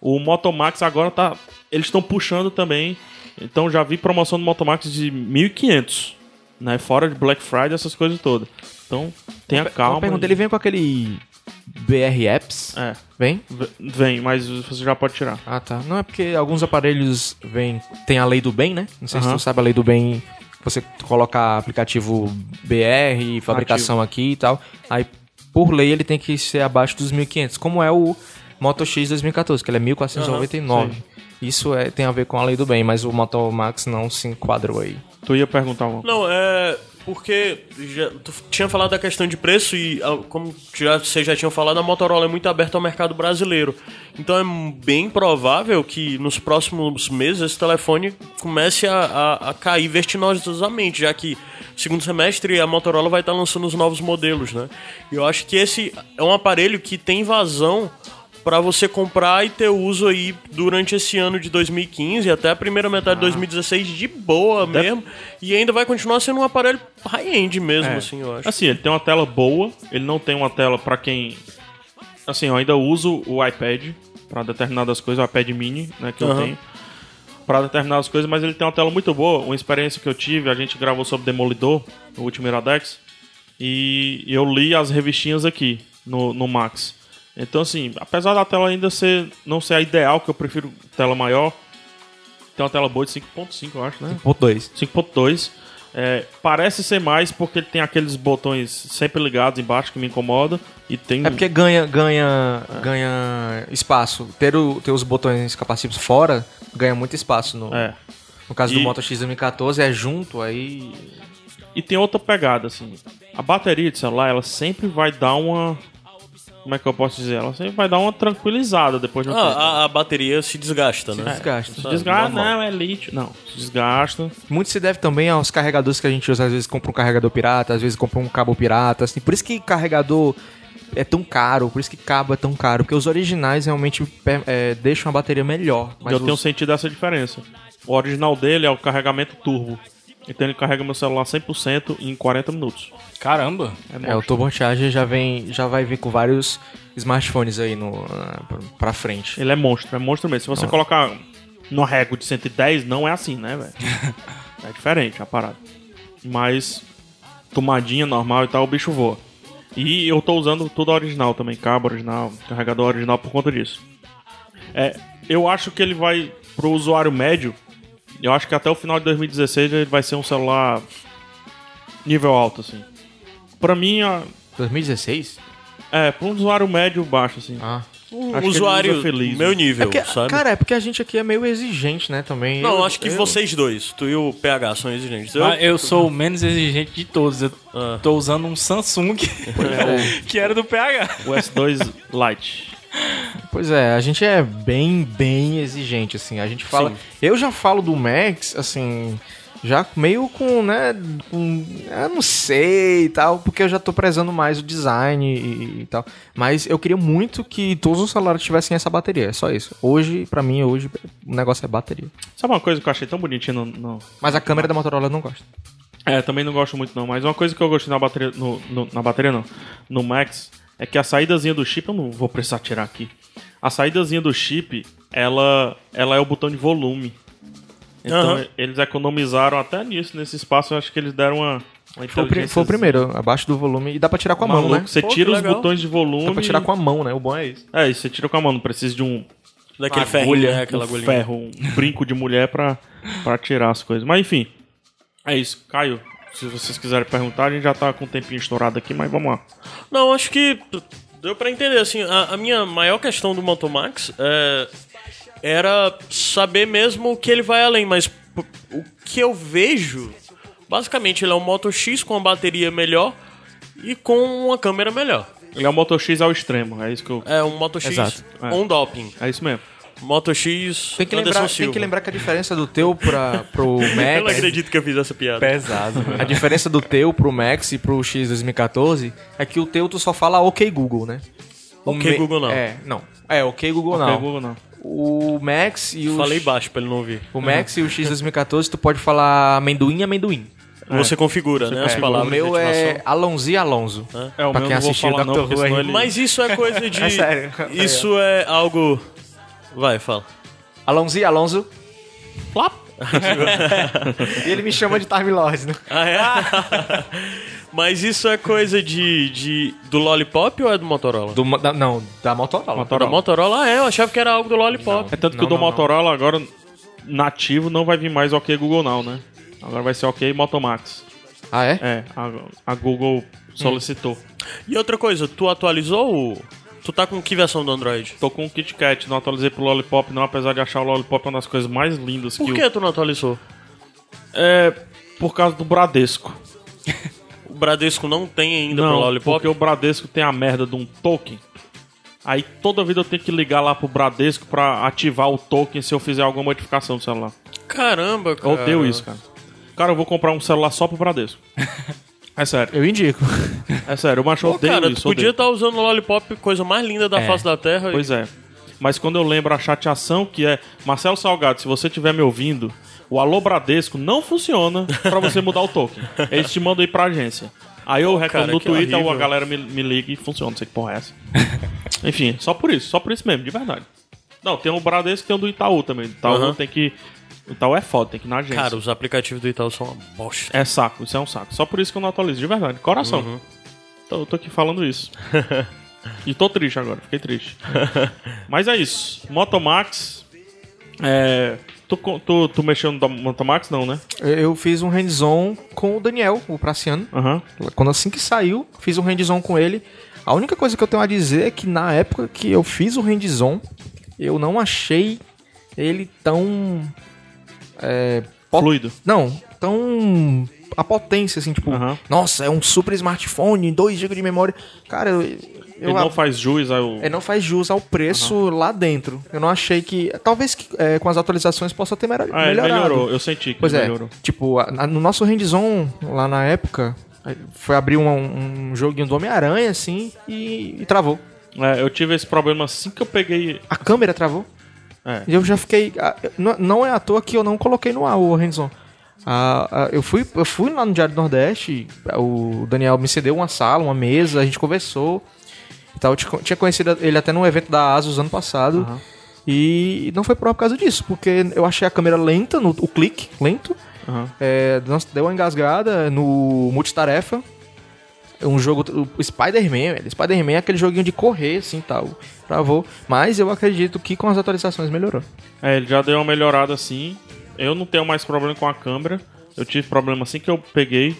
Speaker 1: o Motomax agora tá eles estão puxando também. Então já vi promoção do Motomax de 1500, né, fora de Black Friday essas coisas todas. Então tenha calma.
Speaker 4: Uma pergunta, ele vem com aquele BR Apps?
Speaker 1: É,
Speaker 4: Vem?
Speaker 1: v- vem, mas você já pode tirar.
Speaker 4: Ah, tá. Não é porque alguns aparelhos vêm tem a lei do bem, né? Não sei se
Speaker 1: Aham.
Speaker 4: tu sabe a lei do bem. Você coloca aplicativo BR, fabricação aqui e tal. Aí, por lei, ele tem que ser abaixo dos 1.500, como é o Moto X 2014, que ele é 1.499. Isso é, tem a ver com a lei do bem, mas o Moto Max não se enquadrou aí.
Speaker 1: Tu ia perguntar uma
Speaker 2: Não, é. Porque já- tu tinha falado da questão de preço e, ah, como já, vocês já tinham falado, a Motorola é muito aberta ao mercado brasileiro. Então é bem provável que nos próximos meses esse telefone comece a, a- a cair vertiginosamente, já que segundo semestre a Motorola vai estar lançando os novos modelos, né? E eu acho que esse é um aparelho que tem vazão para você comprar e ter uso aí durante esse ano de 2015 até a primeira metade
Speaker 1: Ah.
Speaker 2: de 2016 de boa mesmo. E ainda vai continuar sendo um aparelho high-end mesmo, assim, eu acho.
Speaker 1: Assim, ele tem uma tela boa, ele não tem uma tela pra quem. Assim, eu ainda uso o iPad pra determinadas coisas, o iPad mini, né, que eu
Speaker 2: Aham.
Speaker 1: tenho. Pra determinadas coisas, mas ele tem uma tela muito boa. Uma experiência que eu tive, a gente gravou sobre Demolidor, o último Iradex, e eu li as revistinhas aqui no, no Max. Então, assim, apesar da tela ainda ser não ser a ideal, que eu prefiro tela maior, tem uma tela boa de 5.5, eu acho, né?
Speaker 4: Ponto 2.
Speaker 1: 5.2. É, parece ser mais porque ele tem aqueles botões sempre ligados embaixo que me incomoda e tem um,
Speaker 4: É porque ganha, ganha, ganha espaço. Ter, o, ter os botões capacitivos fora ganha muito espaço. No,
Speaker 1: É.
Speaker 4: no caso do
Speaker 1: E-
Speaker 4: Moto X 2014 é junto, aí.
Speaker 1: e tem outra pegada assim. A bateria de celular ela sempre vai dar uma como é que eu posso dizer? Ela sempre vai dar uma tranquilizada depois de um tempo.
Speaker 2: Ah, a, a bateria se desgasta, né?
Speaker 4: Desgasta.
Speaker 1: Se É, desgasta, não, é lítio. Não, se desgasta.
Speaker 4: Muito se deve também aos carregadores que a gente usa. Às vezes compra um carregador pirata, às vezes compra um cabo pirata. Assim. Por isso que carregador é tão caro, por isso que cabo é tão caro. Porque os originais realmente per- é, deixam a bateria melhor. Mas
Speaker 1: eu
Speaker 4: os-
Speaker 1: tenho sentido essa diferença. O original dele é o carregamento turbo. Então ele carrega meu celular 100% em 40 minutos.
Speaker 3: Caramba.
Speaker 1: um
Speaker 4: É, o Turbo Charger já, vem, já vai vir com vários smartphones aí no, na- pra- pra frente.
Speaker 1: Ele é monstro, é monstro mesmo. Se você colocar no rego de 110, não é assim, né, velho? é diferente a parada. Mas, tomadinha normal e tal, o bicho voa. E eu tô usando tudo original também, cabo original, carregador original por conta disso. É, eu acho que ele vai pro usuário médio. Eu acho que até o final de 2016 ele vai ser um celular nível alto, assim. Pra mim, a-
Speaker 4: 2016?
Speaker 1: é, pra um usuário médio baixo, assim.
Speaker 4: Ah.
Speaker 2: Um
Speaker 1: Acho que ele
Speaker 2: usuário
Speaker 1: usa feliz,
Speaker 2: meu
Speaker 1: né?
Speaker 2: nível,
Speaker 4: É porque,
Speaker 2: sabe?
Speaker 4: cara, é porque a gente aqui é meio exigente, né, também.
Speaker 2: não,
Speaker 4: Eu-
Speaker 2: acho que
Speaker 4: eu-
Speaker 2: vocês dois, tu e o PH, são exigentes. Eu,
Speaker 3: Ah, eu sou o menos exigente de todos. Eu
Speaker 2: Ah.
Speaker 3: tô usando um Samsung que era do PH.
Speaker 1: O S2 Lite.
Speaker 4: Pois é, a gente é bem, bem exigente, assim. A gente fala. Eu já falo do Max, assim. Já meio com, né? Com, eu não sei e tal, porque eu já tô prezando mais o design e, e tal. Mas eu queria muito que todos os celulares tivessem essa bateria, é só isso. Hoje, pra mim, hoje, o negócio é bateria.
Speaker 1: Sabe uma coisa que eu achei tão bonitinha no, no-
Speaker 4: Mas a câmera da Motorola eu não gosto.
Speaker 1: É, também não gosto muito não, mas uma coisa que eu gostei na bateria... No, no- na bateria não, no Max, é que a saídazinha do chip... Eu não vou precisar tirar aqui. A saídazinha do chip, ela, ela é o botão de volume. Então,
Speaker 2: Aham.
Speaker 1: eles economizaram até nisso, nesse espaço. Eu acho que eles deram uma, uma assim.
Speaker 4: Foi o, pri- foi o primeiro, abaixo do volume. E dá pra tirar com a mão, né?
Speaker 1: Você
Speaker 2: Pô,
Speaker 1: tira
Speaker 2: que
Speaker 1: os
Speaker 2: legal.
Speaker 1: botões de volume...
Speaker 4: Dá pra tirar com a mão, né? O bom é isso.
Speaker 1: É, e você tira com a mão, não precisa de um,
Speaker 2: daquele
Speaker 1: uma
Speaker 2: ferrinho,
Speaker 1: agulha,
Speaker 2: né? Aquela
Speaker 1: um
Speaker 2: agulhinha.
Speaker 1: ferro, um brinco de mulher pra, pra tirar as coisas. Mas enfim, é isso. Caio, se vocês quiserem perguntar, a gente já tá com o tempinho estourado aqui, mas vamos lá.
Speaker 2: Não, acho que deu pra entender. Assim, a, a minha maior questão do Motomax é, era saber mesmo o que ele vai além, mas p- o que eu vejo, basicamente, ele é um Moto X com uma bateria melhor e com uma câmera melhor.
Speaker 1: Ele é o Moto X ao extremo, é isso que eu...
Speaker 2: É um Moto X
Speaker 1: Exato, é.
Speaker 2: on doping.
Speaker 1: É isso mesmo.
Speaker 2: Moto X
Speaker 4: Tem que,
Speaker 2: Anderson
Speaker 4: lembrar, tem
Speaker 2: Silva.
Speaker 4: que lembrar que a diferença do teu pra, pro
Speaker 2: Eu não
Speaker 4: Max
Speaker 2: acredito que eu fiz essa piada.
Speaker 3: Pesado.
Speaker 4: A diferença do teu pro Max e pro X 2014 é que o teu tu só fala OK Google, né? O
Speaker 2: Ok Google não.
Speaker 4: É, não. É, OK Google não.
Speaker 1: Pegou ou não?
Speaker 4: O Max e o
Speaker 2: Falei baixo pra ele não ouvir.
Speaker 4: O Max e o X 2014 tu pode falar amendoim amendoim.
Speaker 2: Você configura, né? As
Speaker 4: É,
Speaker 2: palavras.
Speaker 4: o meu
Speaker 2: de ativação.
Speaker 4: é Alonzi Alonso.
Speaker 1: É, o
Speaker 4: pra
Speaker 1: meu
Speaker 4: quem
Speaker 1: não vou
Speaker 4: assistiu
Speaker 1: falar não,
Speaker 4: Dr.
Speaker 1: porque
Speaker 4: Who
Speaker 1: senão
Speaker 4: aí.
Speaker 1: ele...
Speaker 2: Mas isso é coisa de.
Speaker 4: É sério.
Speaker 2: Isso é algo. Vai, fala.
Speaker 4: Alonzi Alonso. Plop. e ele me chama de Time Lord, né?
Speaker 2: Ah, é? Mas isso é coisa de, de. Do Lollipop ou é do Motorola?
Speaker 4: Do, mo- da- não, da Motorola.
Speaker 2: Da Motorola ah, é, eu achava que era algo do Lollipop.
Speaker 1: É tanto que
Speaker 4: Não,
Speaker 1: o do
Speaker 4: não, não.
Speaker 1: Motorola agora, nativo, não vai vir mais OK Google não, né? Agora vai ser OK Motomax.
Speaker 4: Ah, é?
Speaker 1: É, a, a Google solicitou.
Speaker 2: E outra coisa, tu atualizou o. Tu tá com que versão do Android?
Speaker 1: Tô com o Kit Kat, não atualizei pro Lollipop não, apesar de achar o Lollipop uma das coisas mais lindas
Speaker 2: Por
Speaker 1: que
Speaker 2: que tu não atualizou?
Speaker 1: É por causa do Bradesco.
Speaker 2: Bradesco não tem ainda pro
Speaker 1: Não,
Speaker 2: Lollipop.
Speaker 1: porque o Bradesco tem a merda de um token. Aí toda vida eu tenho que ligar lá pro Bradesco pra ativar o token se eu fizer alguma modificação no celular.
Speaker 2: Caramba, cara.
Speaker 1: Eu odeio isso, cara. Cara, eu vou comprar um celular só pro Bradesco. É sério,
Speaker 4: Eu indico.
Speaker 1: é sério, eu macho
Speaker 2: Pô,
Speaker 1: odeio
Speaker 2: cara, tu
Speaker 1: isso.
Speaker 2: podia
Speaker 1: odeio.
Speaker 2: estar usando o Lollipop, coisa mais linda da face da Terra.
Speaker 1: Pois é. Mas quando eu lembro a chateação que é, Marcelo Salgado, se você estiver me ouvindo, o Alô Bradesco não funciona pra você mudar o token. Eles te mandam ir pra agência. Aí eu reclamo
Speaker 2: cara,
Speaker 1: no
Speaker 2: que
Speaker 1: Twitter,
Speaker 2: horrível.
Speaker 1: a galera me, me liga e funciona, não sei que porra é essa. Enfim, só por isso, só por isso mesmo, de verdade. Não, tem um Bradesco e tem um do Itaú também. Do Itaú
Speaker 2: Aham.
Speaker 1: tem que. O Itaú é foda, tem que ir na agência.
Speaker 2: Cara, os aplicativos do Itaú são uma bosta.
Speaker 1: É saco, isso é um saco. Só por isso que eu não atualizo, de verdade. Coração. Então, eu tô aqui falando isso. e tô triste agora, fiquei triste. Mas é isso. Motomax. É. Tu, co- tu, tu mexeu no da- Motomax, não, né?
Speaker 4: Eu fiz um hands-on com o Daniel, o Praciano.
Speaker 1: Aham.
Speaker 4: Quando assim que saiu, fiz um hands-on com ele. A única coisa que eu tenho a dizer é que na época que eu fiz o hands-on, eu não achei ele tão. Pop-
Speaker 1: Fluido.
Speaker 4: Não, tão. A potência, assim, tipo,
Speaker 1: Aham.
Speaker 4: nossa, é um super smartphone, 2 GB de memória. Cara, eu. eu
Speaker 1: Ele não faz jus ao.
Speaker 4: é, não faz jus ao preço lá dentro. Eu não achei que. Talvez que, é, com as atualizações possa ter mera-
Speaker 1: Ah, ele
Speaker 4: melhorado.
Speaker 1: melhorou. Eu senti que
Speaker 4: Pois
Speaker 1: ele
Speaker 4: é,
Speaker 1: melhorou.
Speaker 4: tipo, a- na- no nosso hands-on lá na época, aí foi abrir um, um joguinho do Homem-Aranha, assim, e, e travou.
Speaker 1: É, eu tive esse problema assim que eu peguei.
Speaker 4: A câmera travou.
Speaker 1: É.
Speaker 4: E eu já fiquei. ah, eu- Não, não é à toa que eu não coloquei no ar o hands-on. Ah, ah, eu, fui, eu fui lá no Diário do Nordeste, o Daniel me cedeu uma sala, uma mesa, a gente conversou. e tal. Eu tinha- tinha conhecido ele até num evento da ASUS ano passado. E não foi por causa disso, porque eu achei a câmera lenta, no, o clique lento.
Speaker 1: Aham.
Speaker 4: É, nossa, deu uma engasgada no multitarefa. É Um jogo, o Spider-Man, velho. Spider-Man é aquele joguinho de correr, assim, tal. Travou. Mas eu acredito que com as atualizações melhorou.
Speaker 1: É, ele já deu uma melhorada assim. Eu não tenho mais problema com a câmera. Eu tive problema assim que eu peguei.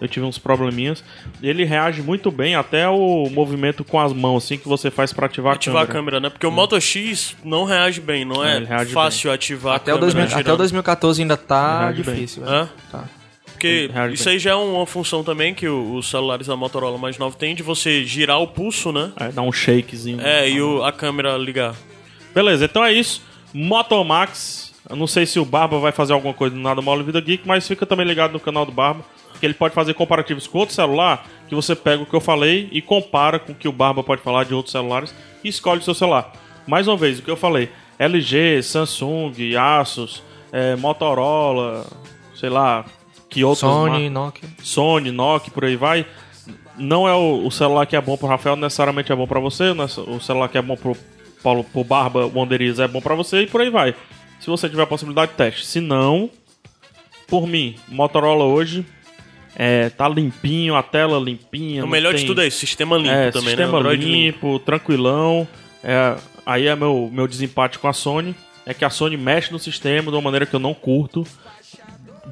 Speaker 1: Eu tive uns probleminhas. Ele reage muito bem até o movimento com as mãos, assim, que você faz pra ativar,
Speaker 2: Ativar
Speaker 1: a câmera.
Speaker 2: né? Porque o Moto X não reage bem, não
Speaker 1: É,
Speaker 2: é,
Speaker 1: ele reage
Speaker 2: fácil ativar
Speaker 4: Até
Speaker 2: a
Speaker 4: o,
Speaker 2: câmera
Speaker 4: 2000 até o
Speaker 2: girando.
Speaker 4: 2014 ainda tá
Speaker 1: Verdade, bem.
Speaker 4: difícil, velho.
Speaker 2: Hã?
Speaker 4: Tá.
Speaker 2: Porque
Speaker 1: Reage
Speaker 2: isso
Speaker 1: bem.
Speaker 2: aí já é uma função também que o- os celulares da Motorola mais nova tem de você girar o pulso, né?
Speaker 1: É, dá um shakezinho.
Speaker 2: É, e o- a câmera ligar.
Speaker 1: Beleza, então é isso. Motomax. Eu não sei se o Barba vai fazer alguma coisa no Nada Mole Vida Geek, mas fica também ligado no canal do Barba, que ele pode fazer comparativos com outro celular, que você pega o que eu falei e compara com o que o Barba pode falar de outros celulares e escolhe o seu celular. Mais uma vez, o que eu falei, LG, Samsung, Asus, eh, Motorola, sei lá, que outros
Speaker 4: Sony, Nokia.
Speaker 1: Sony, Nokia, por aí vai. Não é o, o celular que é bom pro Rafael, necessariamente é bom pra você. não é só- O celular que é bom pro Paulo, pro Barba, Wonderiz é bom pra você e por aí vai. Se você tiver a possibilidade, teste. Se não, por mim, Motorola hoje é, tá limpinho, a tela limpinha.
Speaker 2: o
Speaker 1: não
Speaker 2: melhor de
Speaker 1: tem-
Speaker 2: tudo é isso, sistema limpo
Speaker 1: é,
Speaker 2: também, né?
Speaker 1: sistema
Speaker 2: Android
Speaker 1: limpo, tranquilão. É, aí é meu, meu desempate com a Sony. É que a Sony mexe no sistema de uma maneira que eu não curto.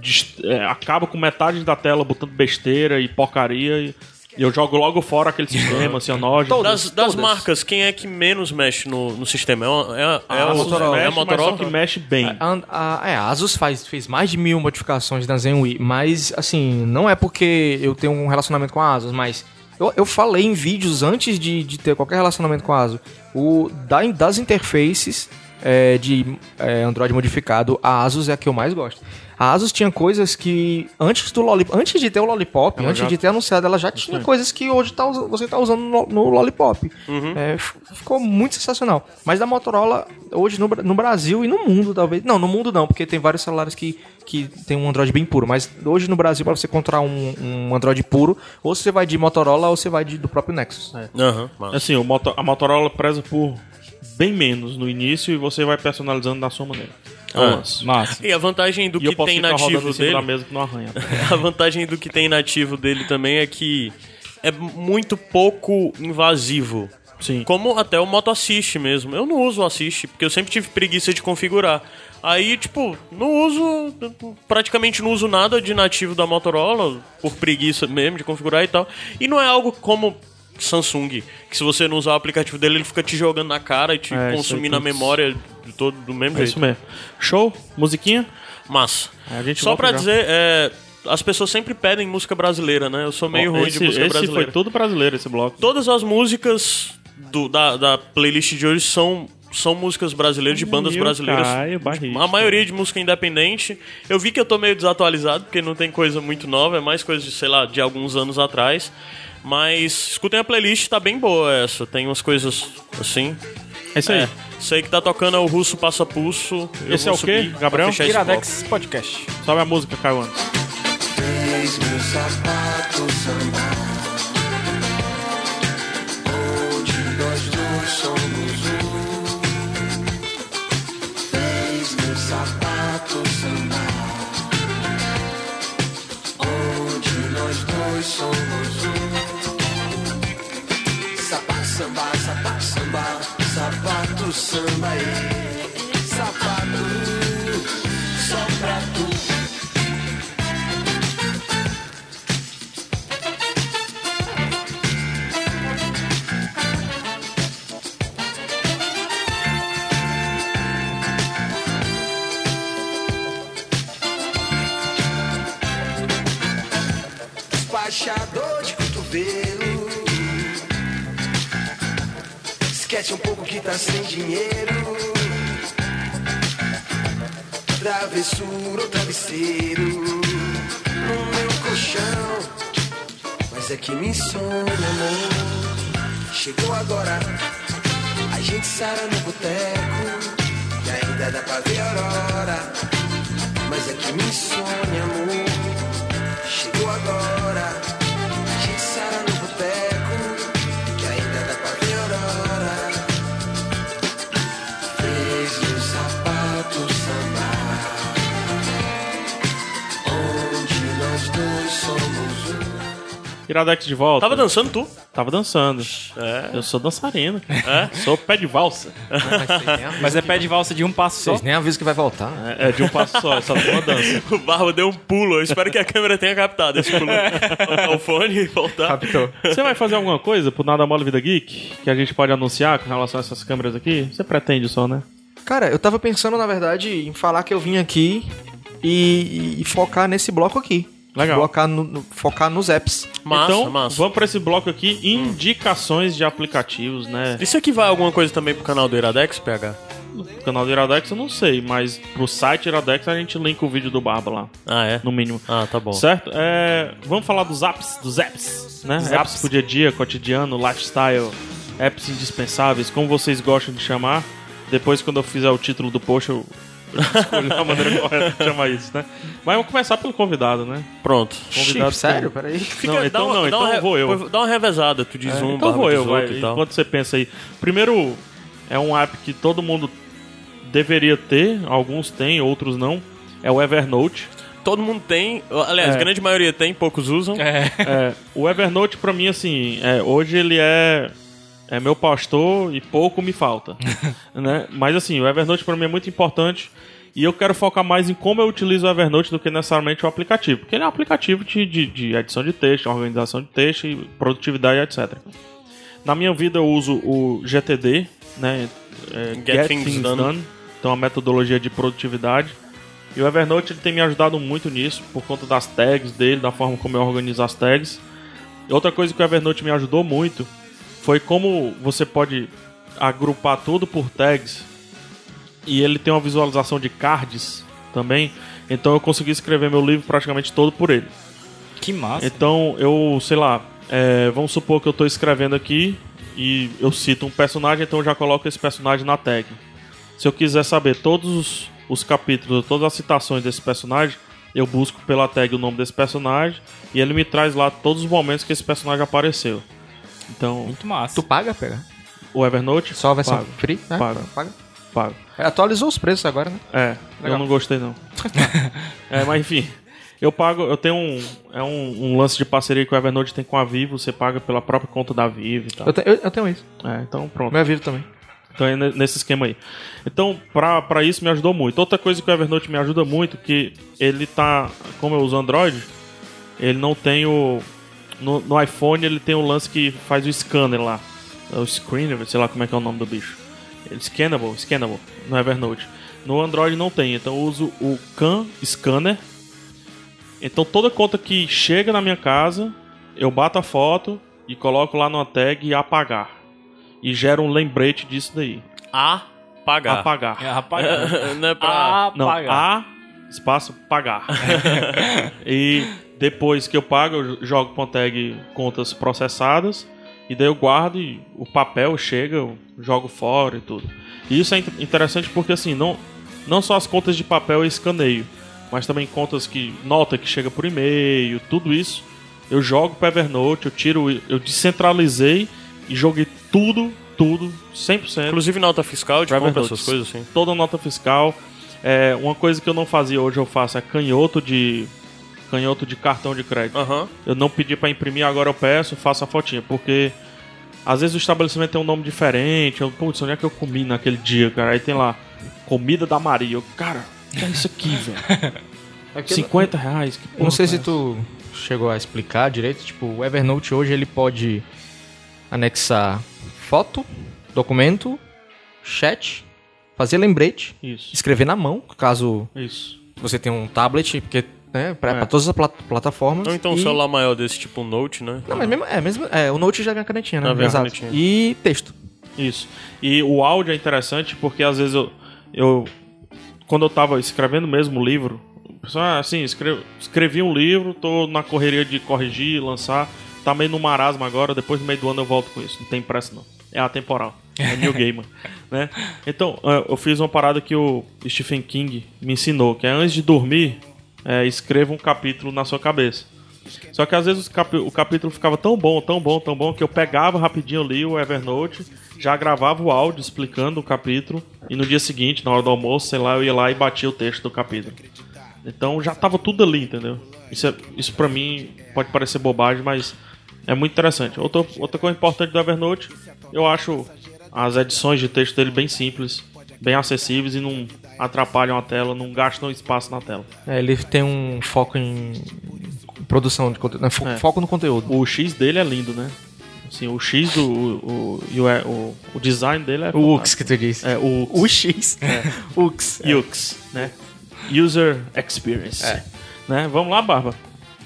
Speaker 1: Dis- é, acaba com metade da tela botando besteira e porcaria. E e eu jogo logo fora aquele sistema, assim, a noja.
Speaker 2: Das, das
Speaker 4: todas.
Speaker 2: marcas, quem é que menos mexe no, no sistema? É, o- é, é
Speaker 1: Ah, a
Speaker 2: o-
Speaker 1: Motorola,
Speaker 2: é a
Speaker 1: mexe,
Speaker 2: Motorola? Ah.
Speaker 1: Mas só que mexe bem.
Speaker 4: A, a- é, a Asus faz, fez mais de mil modificações na Zen Wii, mas assim, não é porque eu tenho um relacionamento com a Asus, mas eu, eu falei em vídeos antes de, de ter qualquer relacionamento com a Asus, o, da- das interfaces é, de é, Android modificado, a Asus é a que eu mais gosto. A Asus tinha coisas que antes do Lollipop, antes de ter o Lollipop,
Speaker 1: Ela
Speaker 4: antes
Speaker 1: já-
Speaker 4: de ter anunciado, ela já tinha coisas que hoje tá usa- você tá usando no, no Lollipop. É, f- ficou muito sensacional. Mas da Motorola, hoje no, Bra- no Brasil e no mundo, talvez. Não, no mundo não, porque tem vários celulares que, que tem um Android bem puro. Mas hoje no Brasil, para você encontrar um, um Android puro, ou você vai de Motorola ou você vai de- do próprio Nexus.
Speaker 2: Aham, massa.
Speaker 1: Assim, o Moto- a Motorola preza por bem menos no início e você vai personalizando da sua maneira. É um
Speaker 2: Ah.
Speaker 1: lance.
Speaker 3: Massa.
Speaker 2: E a vantagem do
Speaker 1: E eu
Speaker 2: que
Speaker 1: posso
Speaker 2: tem
Speaker 1: ficar rodando
Speaker 2: nativo
Speaker 1: em cima da
Speaker 2: dele...
Speaker 1: mesa que não arranha.
Speaker 2: A vantagem do que tem nativo dele também é que é muito pouco invasivo.
Speaker 1: Sim.
Speaker 2: Como até o Moto Assist mesmo. Eu não uso o Assist, porque eu sempre tive preguiça de configurar. Aí, tipo, não uso, praticamente não uso nada de nativo da Motorola, por preguiça mesmo de configurar e tal. E não é algo como Samsung, que se você não usar o aplicativo dele, ele fica te jogando na cara e te
Speaker 1: É, isso aí
Speaker 2: consumindo a
Speaker 1: putz.
Speaker 2: memória de todo, do mesmo
Speaker 1: É
Speaker 2: jeito.
Speaker 1: isso mesmo. Show? Musiquinha?
Speaker 2: Massa.
Speaker 1: É, A gente
Speaker 2: Só
Speaker 1: volta
Speaker 2: pra
Speaker 1: já.
Speaker 2: dizer, é, As pessoas sempre pedem música brasileira, né? Eu sou meio ruim
Speaker 1: esse,
Speaker 2: de música
Speaker 1: esse
Speaker 2: brasileira.
Speaker 1: foi todo brasileiro, esse bloco.
Speaker 2: Todas as músicas do- da, da playlist de hoje são, são músicas brasileiras, de bandas
Speaker 1: Meu
Speaker 2: brasileiras. Tipo,
Speaker 1: Caio Barrista.
Speaker 2: A maioria de música independente. Eu vi que eu tô meio desatualizado, porque não tem coisa muito nova, é mais coisa, de, sei lá, de alguns anos atrás. Mas escutem a playlist, tá bem boa essa. Tem umas coisas assim.
Speaker 1: É isso aí.
Speaker 2: É, sei que tá tocando é o Russo Passa Pulso. Eu
Speaker 1: Esse é
Speaker 2: vou
Speaker 1: o quê,
Speaker 2: subir pra
Speaker 1: Gabriel?
Speaker 2: fechar esse bloco.
Speaker 3: Iradex Podcast.
Speaker 1: Sobe a música, Caio antes.
Speaker 6: Fez meus sapatos sambar Hoje nós dois somos um Fez meus sapatos sambar Hoje nós dois somos um Sapato samba, sapato samba Sapato samba e Sapato só pra tu despachador de cotovelo. Esquece um pouco que tá sem dinheiro. Travessura ou travesseiro no meu colchão. Mas é que me insônia, amor. Chegou agora, a gente sara no boteco. E ainda dá pra ver a aurora. Mas é que me insônia, amor. Chegou agora, a gente sara no boteco, que ainda dá pra ver a aurora. Fez o sapato sambar, onde nós dois somos um.
Speaker 1: Iradex de volta.
Speaker 2: Tava dançando tu?
Speaker 1: Tava dançando.
Speaker 2: É.
Speaker 1: Eu sou dançarino. Sou pé de valsa.
Speaker 3: Mas é pé de valsa de um passo só.
Speaker 4: Vocês nem avisam que vai voltar. né?
Speaker 1: É, é de um passo só, é só uma dança.
Speaker 2: O Barba deu um pulo. Eu espero que a câmera tenha captado esse pulo. Botar o fone e voltar.
Speaker 4: Captou.
Speaker 1: Você vai fazer alguma coisa pro Nada Mole Vida Geek? Que a gente pode anunciar com relação a essas câmeras aqui? Você pretende só, né?
Speaker 4: Cara, eu tava pensando, na verdade, em falar que eu vim aqui e, e focar nesse bloco aqui.
Speaker 1: Legal.
Speaker 4: Focar, no- no- focar nos apps.
Speaker 2: Massa,
Speaker 1: então,
Speaker 2: massa.
Speaker 1: vamos pra esse bloco aqui, indicações de aplicativos, né?
Speaker 2: Isso aqui vai alguma coisa também pro canal do Iradex, PH?
Speaker 1: O canal do Iradex eu não sei, mas pro site Iradex a gente linka o vídeo do Barba lá,
Speaker 2: Ah, é?
Speaker 1: no mínimo.
Speaker 2: Ah, tá bom.
Speaker 1: Certo? É, vamos falar dos apps, dos apps, né? Apps pro dia a dia, cotidiano, lifestyle, apps indispensáveis, como vocês gostam de chamar. Depois, quando eu fizer o título do post, eu escolho a maneira correta de chamar isso, né? Mas vamos começar pelo convidado, né?
Speaker 2: Pronto.
Speaker 1: Convidado
Speaker 4: Chico, sério? Peraí.
Speaker 2: Fica-
Speaker 1: não,
Speaker 2: dá
Speaker 1: então
Speaker 2: uma-
Speaker 1: não,
Speaker 2: dá
Speaker 1: então
Speaker 2: uma re-
Speaker 1: vou eu.
Speaker 2: Dá uma revezada, tu diz um,
Speaker 1: então
Speaker 2: Barba
Speaker 1: vou
Speaker 2: diz
Speaker 1: eu, vai.
Speaker 2: outro e tal.
Speaker 1: Enquanto você pensa aí. Primeiro, é um app que todo mundo deveria ter, alguns têm, outros não. É o Evernote.
Speaker 2: Todo mundo tem, aliás,
Speaker 1: É.
Speaker 2: grande maioria tem, poucos usam.
Speaker 1: É, o Evernote, pra mim, assim, é, hoje ele é, é meu pastor e pouco me falta. né? Mas, assim, o Evernote pra mim é muito importante e eu quero focar mais em como eu utilizo o Evernote do que necessariamente o aplicativo. Porque ele é um aplicativo de, de, de edição de texto, organização de texto, e produtividade, etc. Na minha vida eu uso o GTD, né? É,
Speaker 2: Get Things Done.
Speaker 1: Então, a metodologia de produtividade. E o Evernote ele tem me ajudado muito nisso, por conta das tags dele, da forma como eu organizo as tags. Outra coisa que o Evernote me ajudou muito foi como você pode agrupar tudo por tags e ele tem uma visualização de cards também. Então eu consegui escrever meu livro praticamente todo por ele.
Speaker 3: Que massa.
Speaker 1: Então eu, sei lá, é, vamos supor que eu estou escrevendo aqui e eu cito um personagem, então eu já coloco esse personagem na tag. Se eu quiser saber todos os, os capítulos, todas as citações desse personagem, eu busco pela tag o nome desse personagem e ele me traz lá todos os momentos que esse personagem apareceu. Então,
Speaker 3: Muito massa.
Speaker 4: Tu paga, pega?
Speaker 1: o Evernote
Speaker 4: Só a versão
Speaker 1: pago,
Speaker 4: free? Né?
Speaker 1: Pago.
Speaker 4: paga. É,
Speaker 1: pago.
Speaker 4: Atualizou os preços agora, né?
Speaker 1: É, eu
Speaker 4: Legal.
Speaker 1: não gostei não. é, mas enfim, eu pago, eu tenho um, é um, um lance de parceria que o Evernote tem com a Vivo, você paga pela própria conta da Vivo e tal.
Speaker 4: Eu, te- eu- eu tenho isso.
Speaker 1: É, então pronto.
Speaker 4: Meu vivo também.
Speaker 1: Então é ne- nesse esquema aí. Então, pra, pra isso me ajudou muito. Outra coisa que o Evernote me ajuda muito, que ele tá. Como eu uso Android, ele não tem o. No, no iPhone ele tem o lance que faz o scanner lá. É O screener, sei lá como é que é o nome do bicho. Ele- Scannable, scannable, no Evernote. No Android não tem, então eu uso o CAN Scanner Então toda conta que chega na minha casa, eu bato a foto e coloco lá numa tag apagar. E gera um lembrete disso daí.
Speaker 2: A pagar.
Speaker 1: Apagar.
Speaker 3: É, rapaz.
Speaker 2: Não é pra...
Speaker 3: ah,
Speaker 1: Não, A espaço pagar. e depois que eu pago, eu jogo com a tag contas processadas. E daí eu guardo e o papel chega, eu jogo fora e tudo. E isso é in- interessante porque assim, não, não só as contas de papel eu escaneio, mas também contas que. nota que chega por e-mail, tudo isso. Eu jogo para Evernote, eu tiro, eu descentralizei e joguei tudo, tudo, 100%
Speaker 2: Inclusive nota fiscal, de
Speaker 1: Private
Speaker 2: compra
Speaker 1: notes.
Speaker 2: essas coisas assim.
Speaker 1: toda nota fiscal. É, uma coisa que eu não fazia hoje eu faço é canhoto de canhoto de cartão de crédito.
Speaker 2: Aham.
Speaker 1: Eu não pedi pra imprimir, agora eu peço, faço a fotinha, porque às vezes o estabelecimento tem um nome diferente. Eu, putz, onde é que eu comi naquele dia, cara? Aí tem lá comida da Maria. Eu, cara, o que é isso aqui, velho? 50 reais, que
Speaker 4: Eu
Speaker 1: porra, é
Speaker 4: não sei
Speaker 1: cara.
Speaker 4: se tu chegou a explicar direito. Tipo, o Evernote hoje ele pode anexar foto, documento, chat, fazer lembrete,
Speaker 1: Isso.
Speaker 4: escrever na mão, caso
Speaker 1: Isso.
Speaker 4: você tenha um tablet, porque né, pra,
Speaker 1: É.
Speaker 4: pra todas as plat- plataformas.
Speaker 2: Ou então um
Speaker 4: e...
Speaker 2: celular maior desse, tipo um Note, né?
Speaker 4: Não, mas mesmo, é, mesmo, é, o Note já vem a canetinha, né?
Speaker 2: Ah, vem a
Speaker 4: Exato.
Speaker 2: canetinha.
Speaker 4: E texto.
Speaker 1: Isso. E o áudio é interessante porque às vezes eu. eu quando eu tava escrevendo mesmo o livro, o pessoal, ah, assim, escre- escrevi um livro, tô na correria de corrigir, lançar. Tá meio no marasmo agora, depois do meio do ano eu volto com isso. Não tem pressa, não. É atemporal. É New Gamer. né? Então, ah, eu fiz uma parada que o Stephen King me ensinou, que é antes de dormir, é, escreva um capítulo na sua cabeça. Só que às vezes os capi- o capítulo ficava tão bom, tão bom, tão bom, que eu pegava rapidinho ali o Evernote, já gravava o áudio explicando o capítulo, e no dia seguinte, na hora do almoço, sei lá, eu ia lá e batia o texto do capítulo. Então já tava tudo ali, entendeu? Isso, é, isso pra mim pode parecer bobagem, mas é muito interessante. Outra, outra coisa importante do Evernote, eu acho as edições de texto dele bem simples, bem acessíveis e não atrapalham a tela, não gastam espaço na tela.
Speaker 4: É, ele tem um foco em produção de conteúdo. né, fo-
Speaker 1: É.
Speaker 4: Foco no conteúdo.
Speaker 1: O X dele é lindo, né? Assim, o X do. O, o, e o- o, o design dele é.
Speaker 4: O UX que tu disse.
Speaker 1: É, o
Speaker 4: O X. UX.
Speaker 1: UX, né? User Experience. Né? Vamos lá, Barba.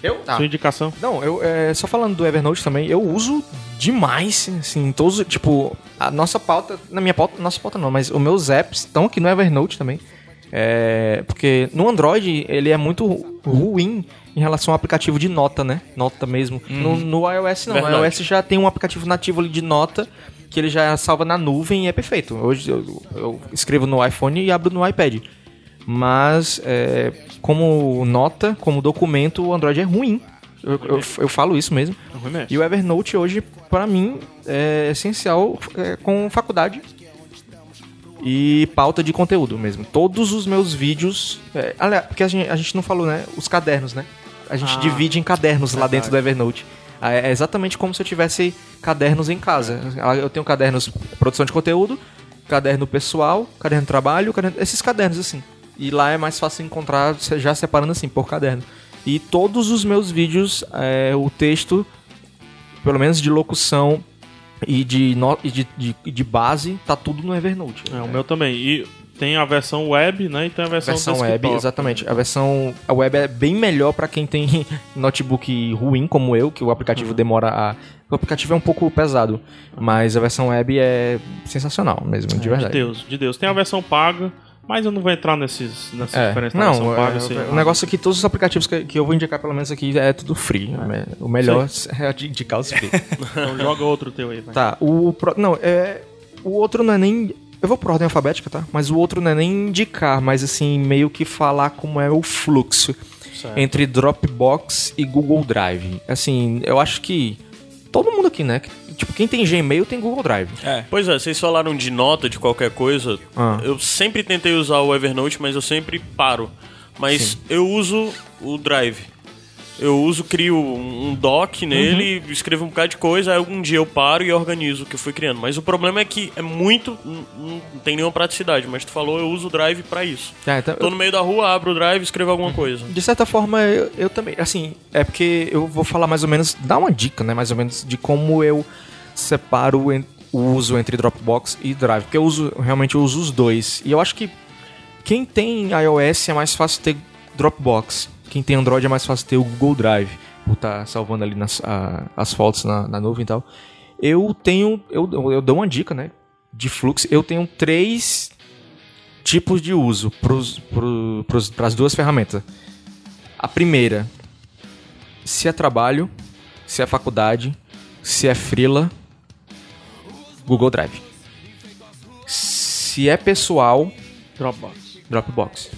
Speaker 4: Eu? É. Tá.
Speaker 1: Sua indicação.
Speaker 4: Não, eu é, só falando do Evernote também, eu uso demais, assim, em todos, tipo, a nossa pauta, na minha pauta, nossa pauta não, mas os meus apps estão aqui no Evernote também. É, porque no Android ele é muito ruim em relação ao aplicativo de nota, né? Nota mesmo. No, no iOS não,
Speaker 2: Verdade.
Speaker 4: no iOS já tem um aplicativo nativo ali de nota que ele já salva na nuvem e é perfeito. Hoje eu, eu escrevo no iPhone e abro no iPad. Mas é, como nota, como documento, o Android é ruim. Eu, eu, eu falo isso mesmo.
Speaker 1: É ruim mesmo.
Speaker 4: E o Evernote hoje, pra mim, é essencial é, com faculdade e pauta de conteúdo mesmo. Todos os meus vídeos. É, aliás, porque a gente, a gente não falou, né? Os cadernos, né? A gente divide em cadernos lá dentro do Evernote. Ah, É exatamente como se eu tivesse cadernos em casa. Ah, Eu tenho cadernos produção de conteúdo, caderno pessoal, caderno trabalho, caderno- esses cadernos assim. E lá é mais fácil encontrar se- já separando assim por caderno. E todos os meus vídeos, é, o texto, pelo menos de locução e de, no- e de, de, de base, tá tudo no Evernote.
Speaker 1: É, o meu também. E tem a versão web, né? E tem a versão,
Speaker 4: versão
Speaker 1: desktop. né?
Speaker 4: web, exatamente. A versão a web é bem melhor pra quem tem notebook ruim como eu, que o aplicativo
Speaker 1: Uhum.
Speaker 4: demora a o aplicativo é um pouco pesado, mas a versão web é sensacional mesmo, de
Speaker 1: É, De
Speaker 4: verdade.
Speaker 1: Deus, de Deus. Tem a versão paga, mas eu não vou entrar nesses, nessas
Speaker 4: É,
Speaker 1: diferenças da
Speaker 4: não,
Speaker 1: versão paga.
Speaker 4: é,
Speaker 1: assim.
Speaker 4: o negócio é que todos os aplicativos que, que eu vou indicar, pelo menos aqui, é tudo free. né? O melhor é de indicar os free.
Speaker 1: Então joga outro teu aí, vai.
Speaker 4: Tá, o. pro- Não, é. O outro não é nem. Eu vou por ordem alfabética, tá? Mas o outro não é nem indicar, mas assim, meio que falar como é o fluxo entre Dropbox e Google Drive. Assim, eu acho que. Todo mundo aqui, né? Que- Tipo, quem tem Gmail tem Google Drive.
Speaker 3: É.
Speaker 2: Pois é, vocês falaram de nota, de qualquer coisa.
Speaker 4: Ah.
Speaker 2: Eu sempre tentei usar o Evernote, mas eu sempre paro. Mas eu uso o Drive. Eu uso, crio um um doc nele,
Speaker 4: Uhum.
Speaker 2: escrevo um bocado de coisa, aí algum dia eu paro e organizo o que eu fui criando. Mas o problema é que é muito. n- n- Não tem nenhuma praticidade, mas tu falou, eu uso o Drive pra isso.
Speaker 4: Ah, então,
Speaker 2: Tô no meio da rua, abro o Drive e escrevo alguma
Speaker 4: Uhum.
Speaker 2: coisa.
Speaker 4: De certa forma, eu, eu também. Assim, é porque eu vou falar mais ou menos. Dar uma dica, né? Mais ou menos de como eu separo en- o uso entre Dropbox e Drive. Porque eu uso, realmente, eu uso os dois. E eu acho que quem tem iOS é mais fácil ter Dropbox. quem tem Android é mais fácil ter o Google Drive, por estar salvando ali nas- a- as fotos na, na nuvem e tal. Eu tenho, eu, eu dou uma dica, né, de fluxo. Eu tenho três tipos de uso para as duas ferramentas. A primeira, se é trabalho, se é faculdade, se é frila, Google Drive. Se é pessoal,
Speaker 1: Dropbox.
Speaker 4: Dropbox.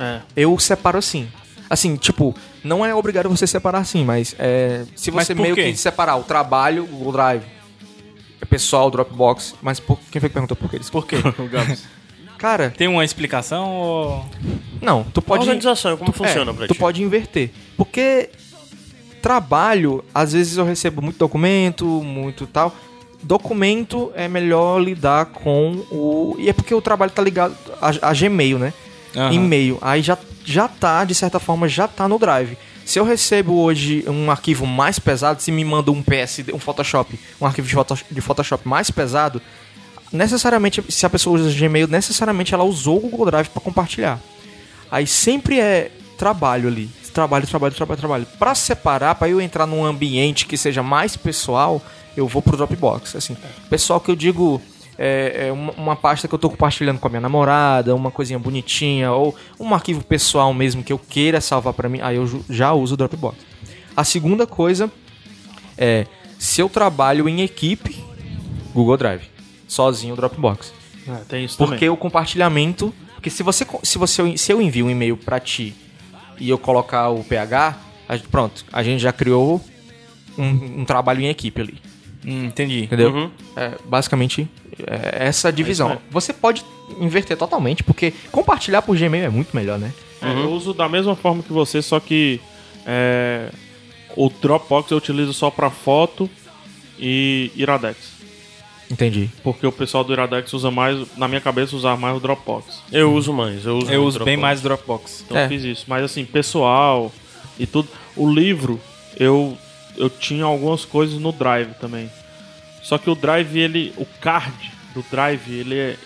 Speaker 2: É.
Speaker 4: Eu separo assim. Assim, tipo, não é obrigado você separar assim, mas é, se
Speaker 3: Mas
Speaker 4: você
Speaker 3: por
Speaker 4: meio
Speaker 3: quê?
Speaker 4: que separar o trabalho, Google Drive, é pessoal, Dropbox, mas por, quem foi que perguntou por que eles? Por quê? Cara,
Speaker 3: Tem uma explicação ou...
Speaker 4: não, tu
Speaker 2: A
Speaker 4: pode
Speaker 2: organização, como funciona
Speaker 4: é,
Speaker 2: pra
Speaker 4: tu
Speaker 2: ti?
Speaker 4: pode inverter. Porque trabalho, às vezes eu recebo muito documento, muito tal. Documento é melhor lidar com o. E é porque o trabalho tá ligado a, a Gmail, né?
Speaker 3: Aham.
Speaker 4: E-mail. Aí já, já tá, de certa forma, já tá no Drive. Se eu recebo hoje um arquivo mais pesado, se me manda um PSD, um Photoshop, um arquivo de Photoshop, de Photoshop mais pesado, necessariamente, se a pessoa usa Gmail, necessariamente ela usou o Google Drive para compartilhar. Aí sempre é trabalho ali. Trabalho, trabalho, trabalho, trabalho. Pra separar, pra eu entrar num ambiente que seja mais pessoal, eu vou pro Dropbox. Assim, pessoal que eu digo é, é uma, uma pasta que eu tô compartilhando com a minha namorada, uma coisinha bonitinha, ou um arquivo pessoal mesmo que eu queira salvar pra mim, aí eu ju- já uso o Dropbox. A segunda coisa é se eu trabalho em equipe, Google Drive. Sozinho, Dropbox.
Speaker 1: É, tem isso
Speaker 4: Porque
Speaker 1: também.
Speaker 4: o compartilhamento. Porque se você. co- Se, você, se eu envio um e-mail pra ti e eu colocar o PH, a gente- pronto, a gente já criou um, um trabalho em equipe ali.
Speaker 3: Hum, entendi.
Speaker 4: Entendeu? É, basicamente, é essa divisão. você pode inverter totalmente, porque compartilhar por Gmail é muito melhor, né?
Speaker 1: É, eu uso da mesma forma que você, só que é, o Dropbox eu utilizo só pra foto e Iradex.
Speaker 4: Entendi.
Speaker 1: Porque o pessoal do Iradex usa mais, na minha cabeça, usar mais o Dropbox.
Speaker 2: Eu uso mais, eu uso
Speaker 3: Eu
Speaker 2: o
Speaker 3: uso bem
Speaker 2: Dropbox.
Speaker 3: mais Dropbox.
Speaker 1: Então
Speaker 4: É.
Speaker 1: eu fiz isso. Mas assim, pessoal e tudo. O livro, eu, eu tinha algumas coisas no Drive também. Só que o Drive, ele. O card do Drive, ele é.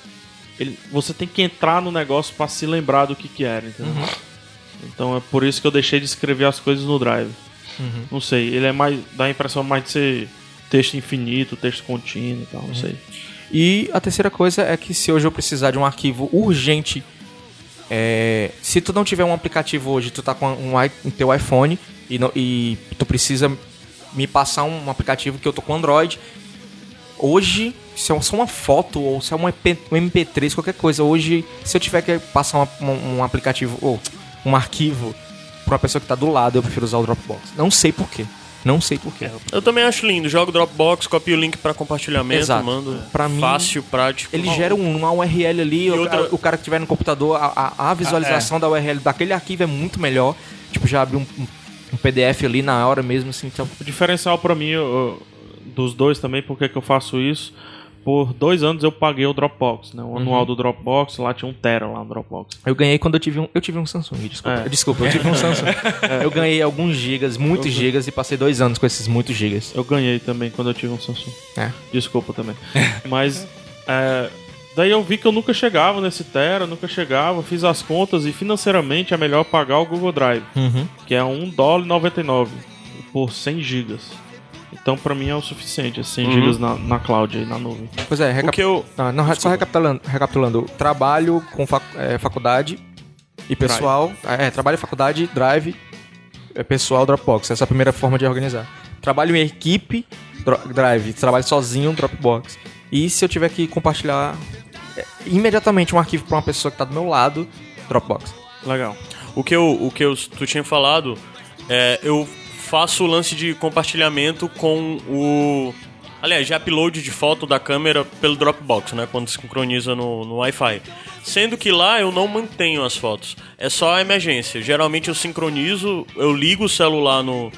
Speaker 1: ele- você tem que entrar no negócio pra se lembrar do que, que era, entendeu? Então é por isso que eu deixei de escrever as coisas no Drive. Não sei, ele é mais. dá a impressão mais de ser texto infinito, texto contínuo e tal, não sei.
Speaker 4: E a terceira coisa é que se hoje eu precisar de um arquivo urgente, é, se tu não tiver um aplicativo hoje, tu tá com um, i- um teu iPhone e, não- e tu precisa me passar um aplicativo que eu tô com Android, hoje, se é só uma foto ou se é um, EP um MP3, qualquer coisa, hoje, se eu tiver que passar uma- um, um aplicativo ou um arquivo pra uma pessoa que tá do lado, eu prefiro usar o Dropbox. Não sei porquê. Não sei porquê.
Speaker 2: É. Eu também acho lindo. Jogo Dropbox, copio o link pra compartilhamento,
Speaker 4: Exato. É.
Speaker 2: mando.
Speaker 4: Pra mim,
Speaker 2: Fácil, prático.
Speaker 4: Ele gera um- uma URL ali, o,
Speaker 2: outra-
Speaker 4: o cara que tiver no computador, a, a- a visualização da URL daquele arquivo é muito melhor. Tipo, já abre um, um- um PDF ali na hora mesmo, assim, então.
Speaker 1: O diferencial pra mim eu- eu- dos dois também, porque que eu faço isso? Por dois anos eu paguei o Dropbox, né? O anual do Dropbox, lá tinha um Tera lá no Dropbox.
Speaker 4: Eu ganhei quando eu tive um. Eu tive um Samsung, desculpa.
Speaker 1: É.
Speaker 4: Desculpa, eu tive um Samsung. Eu ganhei alguns gigas,
Speaker 2: Uhum.
Speaker 4: muitos gigas, e passei dois anos com esses muitos gigas.
Speaker 1: Eu ganhei também quando eu tive um Samsung.
Speaker 4: É.
Speaker 1: Desculpa também. Mas é, daí eu vi que eu nunca chegava nesse Tera, nunca chegava, fiz as contas e financeiramente é melhor pagar o Google Drive, que é 1 dólar e 99 por 100 gigas. Então pra mim é o suficiente, esses 100 gigas na, na cloud aí, na nuvem.
Speaker 4: Pois é, recap...
Speaker 2: O que eu.
Speaker 4: Ah, não, só recapitulando, recapitulando. Trabalho com fac- é, faculdade e pessoal. É, trabalho, faculdade, drive, é, pessoal, Dropbox. Essa é a primeira forma de organizar. Trabalho em equipe, dro- drive. Trabalho sozinho, Dropbox. E se eu tiver que compartilhar é, imediatamente um arquivo pra uma pessoa que tá do meu lado, Dropbox.
Speaker 1: Legal.
Speaker 2: O que eu, o que eu, tu tinha falado, é, eu faço o lance de compartilhamento com o. Aliás, já upload de foto da câmera pelo Dropbox, né? Quando sincroniza no, no Wi-Fi. Sendo que lá eu não mantenho as fotos. É só a emergência. Geralmente eu sincronizo, eu ligo o celular no,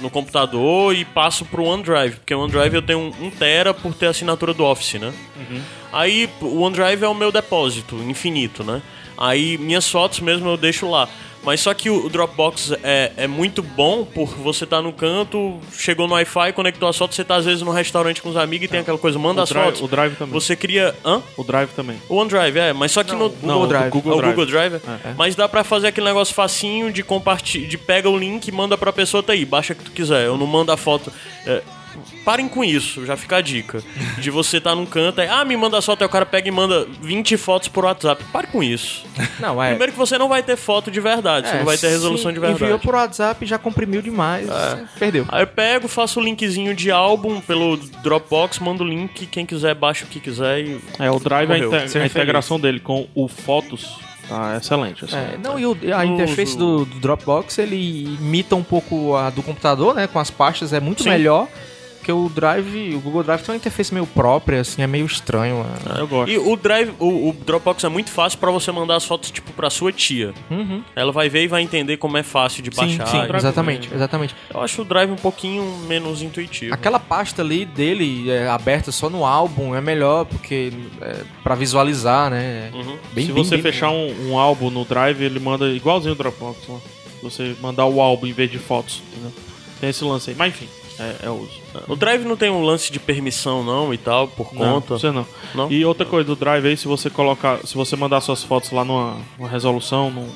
Speaker 2: no computador e passo pro OneDrive. Porque o OneDrive eu tenho 1 tera por ter a assinatura do Office, né?
Speaker 1: Uhum.
Speaker 2: Aí o OneDrive é o meu depósito infinito, né? Aí minhas fotos mesmo eu deixo lá. Mas só que o o Dropbox é, é muito bom por você tá no canto, chegou no Wi-Fi, conectou as fotos, você tá às vezes no restaurante com os amigos e tem aquela coisa,
Speaker 1: É.
Speaker 2: manda
Speaker 1: O
Speaker 2: as
Speaker 1: Drive-
Speaker 2: fotos.
Speaker 1: o Drive também.
Speaker 2: Você cria. Hã?
Speaker 1: O Drive também.
Speaker 2: O OneDrive, é, mas só que no.
Speaker 1: Não, o Drive. Google
Speaker 2: É o
Speaker 1: Drive.
Speaker 2: Google Drive. Mas dá pra fazer aquele negócio facinho de compartilhar, de pega o link e manda pra pessoa, tá aí, baixa o que tu quiser. Eu não mando a foto. É, parem com isso, já fica a dica. De você tá num canto, aí, ah, me manda só, aí o cara pega e manda 20 fotos por WhatsApp. Pare com isso.
Speaker 4: Não, é.
Speaker 2: Primeiro que você não vai ter foto de verdade, você
Speaker 4: É,
Speaker 2: não vai ter resolução
Speaker 4: se
Speaker 2: de verdade. É.
Speaker 4: Enviou por WhatsApp, já comprimiu demais, perdeu.
Speaker 2: Aí eu pego, faço o linkzinho de álbum pelo Dropbox, mando o link, quem quiser baixa o que quiser e
Speaker 1: É, o Drive, a,
Speaker 2: Morreu.
Speaker 1: inte-
Speaker 4: Sem
Speaker 1: a integração dele com o Fotos tá excelente. Assim.
Speaker 4: É, não, e o- a interface do, do Dropbox, ele imita um pouco a do computador, né? Com as pastas, é muito melhor. Porque o Drive, o Google Drive tem uma interface meio própria, assim, é meio estranho. né?
Speaker 1: Eu gosto.
Speaker 2: E o Drive, o, o Dropbox é muito fácil pra você mandar as fotos tipo pra sua tia.
Speaker 1: Uhum.
Speaker 2: Ela vai ver e vai entender como é fácil de
Speaker 4: Sim,
Speaker 2: baixar.
Speaker 4: sim,
Speaker 2: e-
Speaker 4: exatamente, exatamente.
Speaker 2: Eu acho o Drive um pouquinho menos intuitivo.
Speaker 4: Aquela pasta ali dele, é, aberta só no álbum, é melhor, porque é, para visualizar, né?
Speaker 1: Uhum. Se você fechar um, um álbum no Drive, ele manda igualzinho o Dropbox lá. Você mandar o álbum em vez de fotos, entendeu? Tem esse lance aí. Mas enfim, é, é uso.
Speaker 2: O Drive não tem um lance de permissão não e tal por
Speaker 1: Não,
Speaker 2: conta.
Speaker 1: você não.
Speaker 2: Não?
Speaker 1: E outra coisa do Drive aí, se você colocar, se você mandar suas fotos lá numa, numa resolução, num,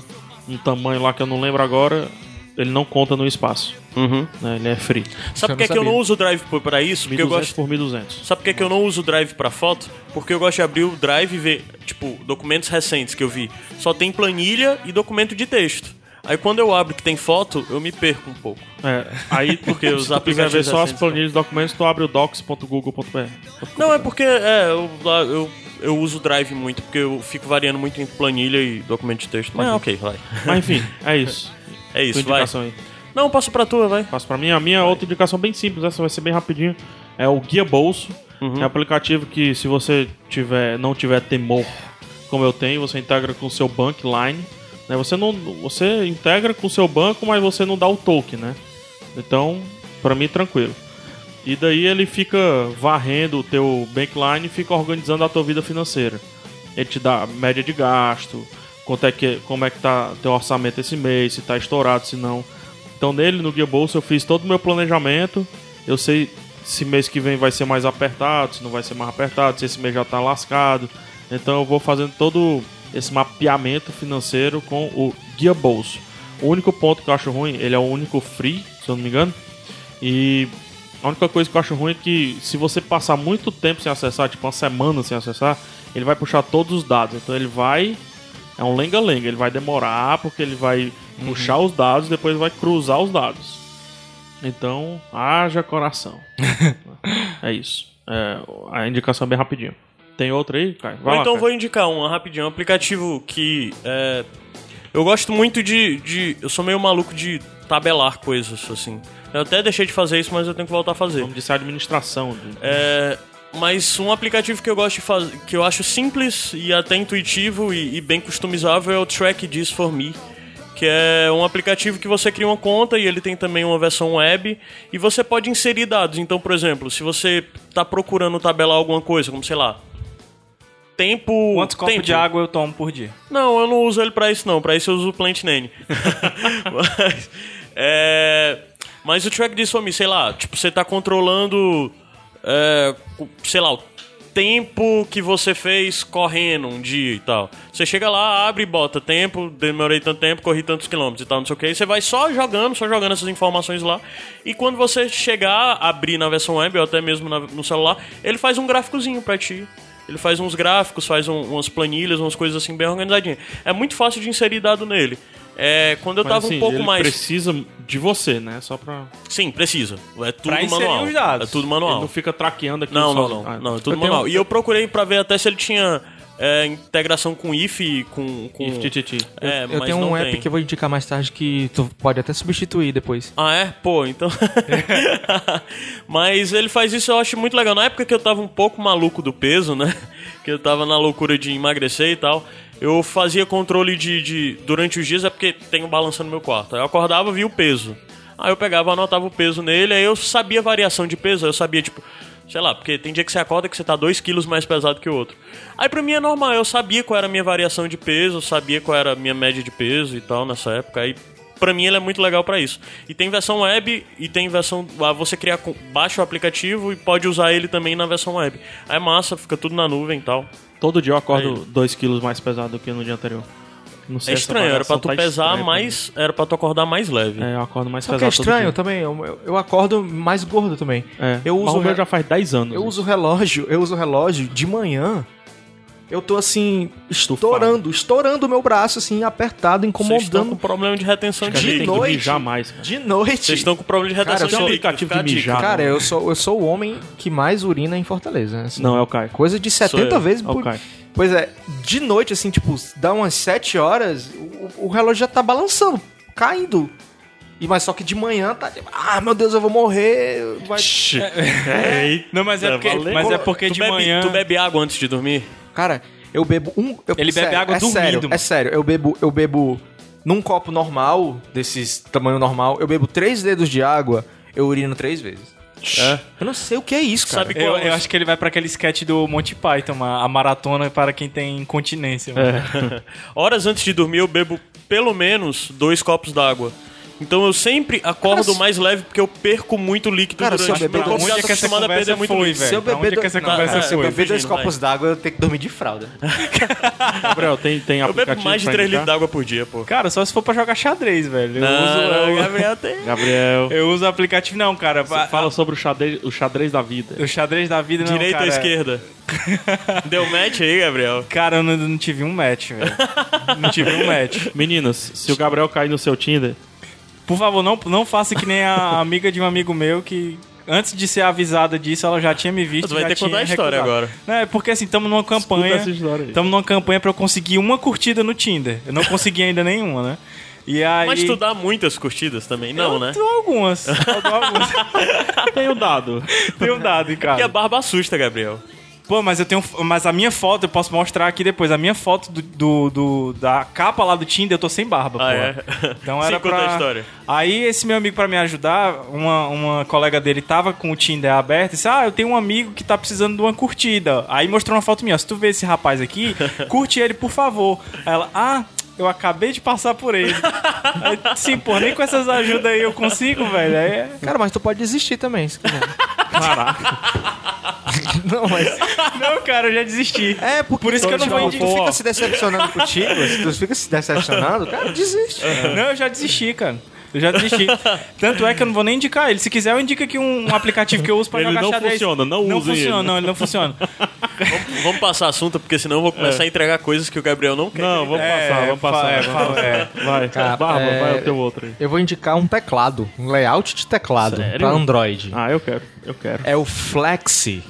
Speaker 1: num tamanho lá que eu não lembro agora, ele não conta no espaço.
Speaker 2: Uhum.
Speaker 1: né? Ele é free.
Speaker 2: Sabe por que, é
Speaker 4: Eu não
Speaker 2: que eu
Speaker 4: sabia.
Speaker 2: não uso o Drive por- pra isso? Porque eu
Speaker 1: 1200
Speaker 2: gosto
Speaker 1: por 1200.
Speaker 2: Sabe por que, que eu não uso o Drive pra foto? Porque eu gosto de abrir o Drive e ver, tipo, documentos recentes que eu vi. Só tem planilha e documento de texto. Aí quando eu abro que tem foto, eu me perco um pouco.
Speaker 1: É, aí porque
Speaker 2: Porque os
Speaker 1: se tu quiser ver
Speaker 2: aplicativos
Speaker 1: só as
Speaker 2: recentes, não.
Speaker 1: planilhas e documentos, tu abre o docs.google.br.
Speaker 2: Não, é porque é, eu, lá, eu, eu uso o Drive muito, porque eu fico variando muito entre planilha e documento de texto. Mas ok, vai.
Speaker 1: Mas enfim, é isso.
Speaker 2: É isso,
Speaker 1: Tua
Speaker 2: vai.
Speaker 1: indicação aí.
Speaker 2: Não, passa pra tua, vai.
Speaker 1: Passo pra mim. A minha outra indicação bem simples, essa vai ser bem rapidinho. É o Guia Bolso.
Speaker 2: Uhum.
Speaker 1: É um aplicativo que se você tiver, não tiver temor como eu tenho, você integra com o seu Bankline. Né? Você não, você integra com o seu banco, mas você não dá o token, né? Então, pra mim tranquilo. E daí ele fica varrendo o teu bankline e fica organizando a tua vida financeira. Ele te dá média de gasto, quanto é que, como é que tá teu orçamento esse mês, se tá estourado, se não. Então nele, no Guia Bolsa, eu fiz todo o meu planejamento. Eu sei se mês que vem vai ser mais apertado, se não vai ser mais apertado, se esse mês já tá lascado. Então eu vou fazendo todo esse mapeamento financeiro com o Guia Bolso. O único ponto que eu acho ruim, ele é o único free, se eu não me engano. E a única coisa que eu acho ruim é que se você passar muito tempo sem acessar, tipo uma semana sem acessar, ele vai puxar todos os dados. Então ele vai. É um lenga-lenga, ele vai demorar porque ele vai
Speaker 2: Uhum.
Speaker 1: puxar os dados, depois vai cruzar os dados. Então, haja coração. é isso. É, a indicação é bem rapidinho. Tem outra aí, Caio? Vai
Speaker 2: Ou
Speaker 1: lá,
Speaker 2: então
Speaker 1: Caio.
Speaker 2: vou indicar um rapidinho, um aplicativo que é, eu gosto muito de, de- Eu sou meio maluco de tabelar coisas, assim. Eu até deixei de fazer isso, mas eu tenho que voltar a fazer.
Speaker 1: Vamos dizer administração. de-
Speaker 2: É, mas um aplicativo que eu gosto de fazer, que eu acho simples e até intuitivo e, e bem customizável é o Track This For Me. Que é um aplicativo que você cria uma conta e ele tem também uma versão web e você pode inserir dados. Então, por exemplo, se você está procurando tabelar alguma coisa, como sei lá, tempo.
Speaker 3: Quantos copos
Speaker 2: tempo.
Speaker 3: de água eu tomo por dia?
Speaker 2: Não, eu não uso ele pra isso não. Pra isso eu uso o Plant Name. mas, é, mas o track disso, sei lá, tipo, você tá controlando, é, o- sei lá, o tempo que você fez correndo um dia e tal. Você chega lá, abre e bota tempo, demorei tanto tempo, corri tantos quilômetros e tal, não sei o que. E você vai só jogando, só jogando essas informações lá. E quando você chegar, abrir na versão web ou até mesmo na- no celular, ele faz um gráficozinho pra ti. Ele faz uns gráficos, faz um- umas planilhas, umas coisas assim bem organizadinhas. É muito fácil de inserir dado nele. É, quando eu
Speaker 1: Mas,
Speaker 2: tava
Speaker 1: assim,
Speaker 2: um pouco
Speaker 1: ele
Speaker 2: mais.
Speaker 1: precisa de você, né? Só pra.
Speaker 2: Sim, precisa. É tudo
Speaker 3: Pra inserir
Speaker 2: manual.
Speaker 3: os dados.
Speaker 2: É tudo
Speaker 1: Ele
Speaker 2: manual.
Speaker 1: não fica traqueando aqui
Speaker 2: Não,
Speaker 1: só-
Speaker 2: não, não.
Speaker 1: Ah,
Speaker 2: Não, é tudo
Speaker 4: Eu tenho-
Speaker 2: manual. E eu procurei pra ver até se ele tinha é, integração com IF e com. com...
Speaker 1: If, ti, ti, ti.
Speaker 2: É,
Speaker 4: Eu
Speaker 2: mas
Speaker 4: tenho
Speaker 2: não
Speaker 4: um
Speaker 2: tem.
Speaker 4: app que eu vou indicar mais tarde que tu pode até substituir depois.
Speaker 2: Ah, é? Pô, então. Mas ele faz isso, eu acho muito legal. Na época que eu tava um pouco maluco do peso, né? Que eu tava na loucura de emagrecer e tal. Eu fazia controle de. de- durante os dias, é porque tem um balanço no meu quarto. Aí eu acordava via o peso. Aí eu pegava, anotava o peso nele, aí eu sabia a variação de peso, aí eu sabia, tipo. Sei lá, porque tem dia que você acorda que você tá 2 quilos mais pesado que o outro. Aí pra mim é normal, eu sabia qual era a minha variação de peso, eu sabia qual era a minha média de peso e tal nessa época. Aí pra mim ele é muito legal pra isso. E tem versão web e tem versão. Ah, você cria, com- baixa o aplicativo e pode usar ele também na versão web. Aí é massa, fica tudo na nuvem e tal. É
Speaker 1: Todo dia eu acordo 2 quilos mais pesado do que no dia anterior. Não
Speaker 2: É
Speaker 1: sei essa
Speaker 2: estranho, era pra
Speaker 1: variação
Speaker 2: tu
Speaker 1: tá
Speaker 2: pesar
Speaker 1: estranha pra
Speaker 2: mais. Era pra tu acordar mais leve.
Speaker 1: mim. É, eu acordo mais
Speaker 4: Só que é
Speaker 1: pesado todo
Speaker 4: estranho
Speaker 1: dia.
Speaker 4: também, eu, eu- eu acordo mais gordo também.
Speaker 1: É.
Speaker 4: Eu
Speaker 1: Mas
Speaker 4: uso
Speaker 1: o meu
Speaker 4: re-
Speaker 1: já faz 10 anos. né?
Speaker 4: Eu uso relógio, eu uso relógio de manhã. Eu tô assim, estourando, estourando o meu braço, assim, apertado,
Speaker 2: Vocês estão com
Speaker 4: incomodando.
Speaker 2: problema de retenção
Speaker 1: Cara,
Speaker 2: de
Speaker 4: de
Speaker 1: tem
Speaker 2: líquido.
Speaker 4: novo.
Speaker 1: que
Speaker 4: noite.
Speaker 1: mijar mais, cara.
Speaker 4: De noite.
Speaker 2: Vocês estão né? com problema de retenção
Speaker 4: Cara, tem
Speaker 2: de
Speaker 4: um
Speaker 2: líquido.
Speaker 1: aplicativo
Speaker 2: fica a
Speaker 1: de
Speaker 2: dica.
Speaker 1: mijar.
Speaker 4: Cara, eu sou, eu sou o homem que mais urina em Fortaleza. assim.
Speaker 1: Não, é o Caio.
Speaker 4: Coisa de
Speaker 2: Sou
Speaker 4: 70
Speaker 2: eu.
Speaker 4: vezes
Speaker 1: É o
Speaker 4: por.
Speaker 1: Caio.
Speaker 4: Pois é, de noite, assim, tipo, dá umas 7 horas, o, o relógio já tá balançando, caindo. E, mas só que de manhã tá tipo, ah, meu Deus, eu vou morrer. Vai...
Speaker 3: Não, mas é porque,
Speaker 1: valeu.
Speaker 3: mas é porque
Speaker 2: tu
Speaker 3: de
Speaker 2: bebe,
Speaker 3: manhã.
Speaker 2: Tu bebe água antes de dormir?
Speaker 4: Cara, eu bebo um. eu-
Speaker 3: Ele bebe água
Speaker 4: é
Speaker 3: dormindo,
Speaker 4: Sério,
Speaker 3: mano.
Speaker 4: é sério, eu bebo, eu bebo num copo normal, desses tamanho normal, eu bebo três dedos de água, eu urino três vezes. Eu não sei o que é isso, cara.
Speaker 2: Sabe
Speaker 3: Eu,
Speaker 2: qual
Speaker 3: eu acho que ele vai pra aquele sketch do Monty Python, a, a maratona para quem tem né? incontinência. mano.
Speaker 2: Horas antes de dormir eu bebo pelo menos dois copos d'água. Então eu sempre acordo
Speaker 4: Cara, se-
Speaker 2: mais leve porque eu perco muito líquido
Speaker 4: Cara, se
Speaker 2: durante
Speaker 4: eu beber
Speaker 2: meu corpo
Speaker 4: dois-
Speaker 2: já
Speaker 3: Onde é
Speaker 2: tá
Speaker 3: que essa
Speaker 2: acostumado a
Speaker 3: conversa
Speaker 2: perder muito
Speaker 3: foi,
Speaker 2: líquido.
Speaker 3: velho?
Speaker 4: Se eu
Speaker 3: Pra onde
Speaker 4: beber,
Speaker 3: é que essa
Speaker 4: do-
Speaker 3: conversa
Speaker 4: Não, se eu
Speaker 2: foi,
Speaker 4: beber dois
Speaker 2: Virgínia,
Speaker 4: copos d'água, eu tenho que dormir de fralda.
Speaker 1: Gabriel, tem, tem
Speaker 2: Eu
Speaker 1: aplicativo
Speaker 2: bebo mais de
Speaker 1: pra
Speaker 2: 3 litros
Speaker 1: mijar?
Speaker 2: d'água por dia, pô. Ah,
Speaker 3: Cara, só se for pra jogar xadrez, velho. Eu,
Speaker 2: Não, é
Speaker 3: uso,
Speaker 2: Gabriel tem.
Speaker 1: Gabriel,
Speaker 3: eu, eu uso aplicativo, não, cara.
Speaker 1: você fala sobre o xadrez, o xadrez da vida.
Speaker 3: O xadrez da vida não,
Speaker 2: Direita ou
Speaker 3: cara.
Speaker 2: esquerda? Deu match aí, Gabriel?
Speaker 3: Cara, eu não, não tive um match, velho. não tive um match.
Speaker 1: Meninas, se o Gabriel cair no seu Tinder,
Speaker 3: Por favor, não, não faça que nem a amiga de um amigo meu que. Antes de ser avisada disso, ela já tinha me
Speaker 2: Mas
Speaker 3: visto.
Speaker 2: vai
Speaker 3: já
Speaker 2: ter que contar
Speaker 3: tinha
Speaker 2: a história
Speaker 3: recusado.
Speaker 2: agora.
Speaker 3: Não, é porque assim, estamos numa campanha.
Speaker 1: essa história aí. Então,
Speaker 3: Estamos numa campanha pra eu conseguir uma curtida no Tinder. Eu não consegui ainda nenhuma, né? E aí.
Speaker 2: Mas tu dá muitas curtidas também? Não,
Speaker 3: eu
Speaker 2: né?
Speaker 3: Dou algumas. Eu dou algumas.
Speaker 1: tem o dado.
Speaker 3: tenho um dado,
Speaker 2: Porque a
Speaker 3: cara.
Speaker 2: barba assusta, Gabriel.
Speaker 3: Pô, mas eu tenho. Mas a minha foto, eu posso mostrar aqui depois. A minha foto do, do- do- da capa lá do Tinder, eu tô sem barba,
Speaker 2: Ah,
Speaker 3: pô.
Speaker 2: é?
Speaker 3: Então
Speaker 2: Sim,
Speaker 3: era
Speaker 2: conta
Speaker 3: pra...
Speaker 2: a história.
Speaker 3: Aí esse meu amigo, pra me ajudar, uma, uma colega dele tava com o Tinder aberto e disse: Ah, eu tenho um amigo que tá precisando de uma curtida. Aí mostrou uma foto minha: ó, Se tu vê esse rapaz aqui, curte ele, por favor. Aí ela, ah. Eu acabei de passar por ele. Aí, Sim, pô, nem com essas ajudas aí eu consigo, velho. Aí é-
Speaker 4: Cara, mas tu pode desistir também, se quiser. não, mas.
Speaker 3: Não, cara, eu já desisti.
Speaker 4: É, porque
Speaker 3: Por isso que eu não vou
Speaker 4: tu
Speaker 3: indicar.
Speaker 4: fica se decepcionando contigo, se tu fica se decepcionando, cara, desiste.
Speaker 3: Não, eu já desisti, cara. Eu já desisti. Tanto é que eu não vou nem indicar ele. Se quiser, eu indico aqui um, um aplicativo que eu uso pra
Speaker 1: Ele
Speaker 3: jogar
Speaker 1: não
Speaker 3: xadrez.
Speaker 1: funciona, não
Speaker 3: Não
Speaker 1: usem ele.
Speaker 3: funciona, não, ele não funciona.
Speaker 2: Vamos, vamos passar assunto, porque senão
Speaker 3: É.
Speaker 2: eu vou começar a entregar coisas que o Gabriel não quer.
Speaker 1: Não, vamos passar, vamos
Speaker 3: fa-
Speaker 1: passar.
Speaker 3: é,
Speaker 1: vamos
Speaker 3: fa- é.
Speaker 1: passar. Vai,
Speaker 4: Cara,
Speaker 1: Barba,
Speaker 4: é-
Speaker 1: vai o teu outro aí.
Speaker 4: Eu vou indicar um teclado, um layout de teclado
Speaker 1: Sério?
Speaker 4: pra Android.
Speaker 1: Ah, eu quero, eu quero.
Speaker 4: É o Flexi.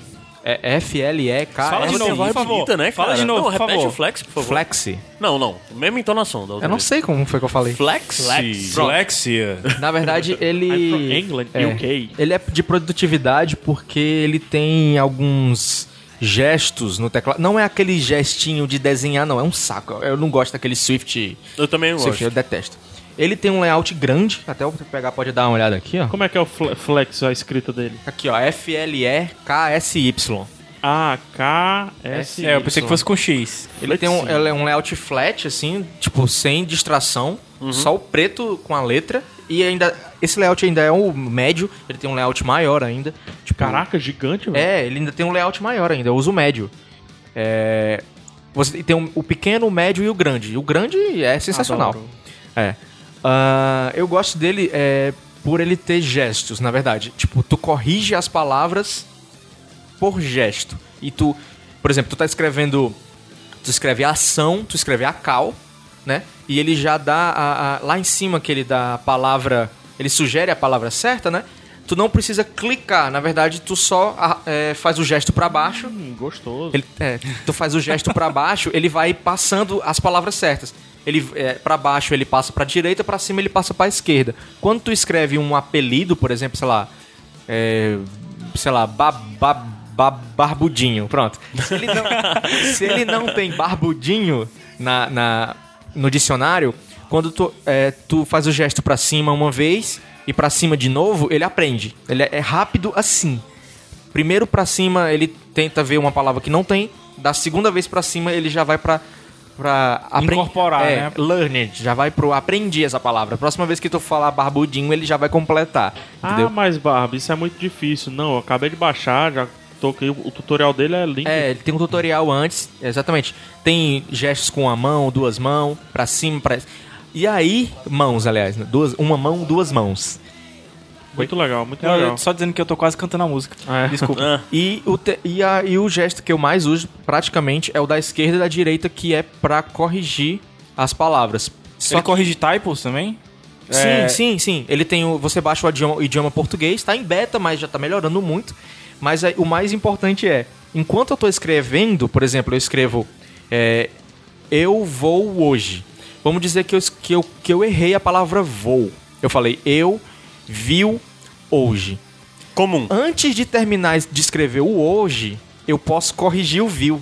Speaker 4: É F-L-E-K.
Speaker 3: Fala de
Speaker 2: Mas
Speaker 3: novo,
Speaker 2: tem voz
Speaker 3: por favor.
Speaker 2: bonita, né,
Speaker 3: Fala
Speaker 2: cara?
Speaker 3: de novo,
Speaker 2: não,
Speaker 3: por
Speaker 2: repete
Speaker 3: favor.
Speaker 2: o flex, por favor.
Speaker 4: Flexi.
Speaker 2: Não, não. Mesma entonação da outra
Speaker 4: Eu não
Speaker 2: vez.
Speaker 4: sei como foi que eu falei.
Speaker 2: Flex?
Speaker 1: Flex.
Speaker 3: Flexia.
Speaker 4: Na verdade, ele.
Speaker 1: I'm from England, UK.
Speaker 4: Ele é de produtividade porque ele tem alguns gestos no teclado. Não é aquele gestinho de desenhar, não. É um saco. Eu não gosto daquele Swift.
Speaker 2: Eu também não
Speaker 4: Swift,
Speaker 2: gosto.
Speaker 4: eu detesto. Ele tem um layout grande. Até eu pegar, pode dar uma olhada aqui, ó.
Speaker 1: Como é que é o fle- flex, a escrita dele?
Speaker 4: Aqui, ó. F-L-E-K-S-Y.
Speaker 1: A, K, S,
Speaker 3: É, eu pensei que fosse com X.
Speaker 4: Ele tem um, ela é um layout flat, assim, tipo, sem distração,
Speaker 1: Uhum.
Speaker 4: só o preto com a letra. E ainda. Esse layout ainda é o médio, ele tem um layout maior ainda. Tipo,
Speaker 1: Caraca, gigante, velho.
Speaker 4: É, ele ainda tem um layout maior ainda, eu uso o médio. É, você tem um- o pequeno, o médio e o grande. E o grande é sensacional.
Speaker 1: Adoro.
Speaker 4: É. Ah, eu gosto dele é, por ele ter gestos, na verdade. Tipo, tu corrige as palavras por gesto. E tu, por exemplo, tu tá escrevendo. Tu escreve ação, tu escreve acal, né? E ele já dá. a- a- lá em cima que ele dá a palavra. Ele sugere a palavra certa, né? Tu não precisa clicar, na verdade, tu só a- é, faz o gesto pra baixo.
Speaker 1: Hum, gostoso.
Speaker 4: Ele, é, tu faz o gesto pra baixo, ele vai passando as palavras certas. Ele é, para baixo ele passa pra direita, pra cima ele passa pra esquerda. Quando tu escreve um apelido, por exemplo, sei lá, é, sei lá, ba, ba, ba- barbudinho, pronto. Se ele não, se ele não tem barbudinho na, na- no dicionário, quando tu, é, tu faz o gesto pra cima uma vez e pra cima de novo, ele aprende. Ele é- é rápido assim. primeiro pra cima ele tenta ver uma palavra que não tem, da segunda vez pra cima ele já vai pra para
Speaker 3: Incorporar,
Speaker 4: é,
Speaker 3: né?
Speaker 4: learned, já vai pro aprendi essa palavra. Próxima vez que tu falar barbudinho, ele já vai completar, entendeu?
Speaker 1: Ah, mas Barba, isso é muito difícil. Não, eu acabei de baixar, já toquei. O tutorial dele é lindo.
Speaker 4: É, ele tem um tutorial antes, exatamente. Tem gestos com a mão, duas mãos, pra cima, pra. E aí, mãos, aliás, né? duas, uma mão, duas mãos.
Speaker 1: Muito legal, muito
Speaker 3: Não,
Speaker 1: legal.
Speaker 3: eu- só dizendo que eu tô quase cantando a música.
Speaker 4: Ah, é?
Speaker 3: Desculpa.
Speaker 2: Ah,
Speaker 4: E o, te- e, a- e o gesto que eu mais uso, praticamente, é o da esquerda e da direita, que é pra corrigir as palavras.
Speaker 3: Só
Speaker 4: Só que-
Speaker 3: corrige typos também?
Speaker 4: Sim,
Speaker 3: É.
Speaker 4: sim, sim. Ele tem o. Você baixa o idioma, o idioma português, tá em beta, mas já tá melhorando muito. Mas aí, o mais importante é, enquanto eu tô escrevendo, por exemplo, eu escrevo é, eu vou hoje. Vamos dizer que eu, es- que, eu, que eu errei a palavra vou. Eu falei eu viu hoje.
Speaker 2: comum.
Speaker 4: Antes de terminar de escrever o hoje, eu posso corrigir o viu.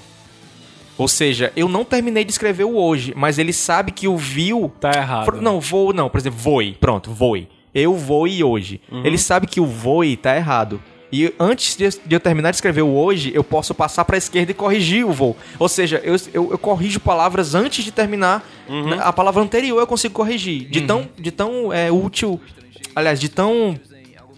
Speaker 4: Ou seja, eu não terminei de escrever o hoje, mas ele sabe que o viu
Speaker 3: Tá errado.
Speaker 4: Fro- Não, vou não. Por exemplo, voe. Pronto, voe. Eu voe hoje.
Speaker 1: Uhum.
Speaker 4: Ele sabe que o voe tá errado. E antes de eu- de eu terminar de escrever o hoje, eu posso passar pra esquerda e corrigir o voo. Ou seja, eu, eu, eu corrijo palavras antes de terminar.
Speaker 1: Uhum.
Speaker 4: Na- A palavra anterior eu consigo corrigir. De tão, de tão é, útil, aliás, de tão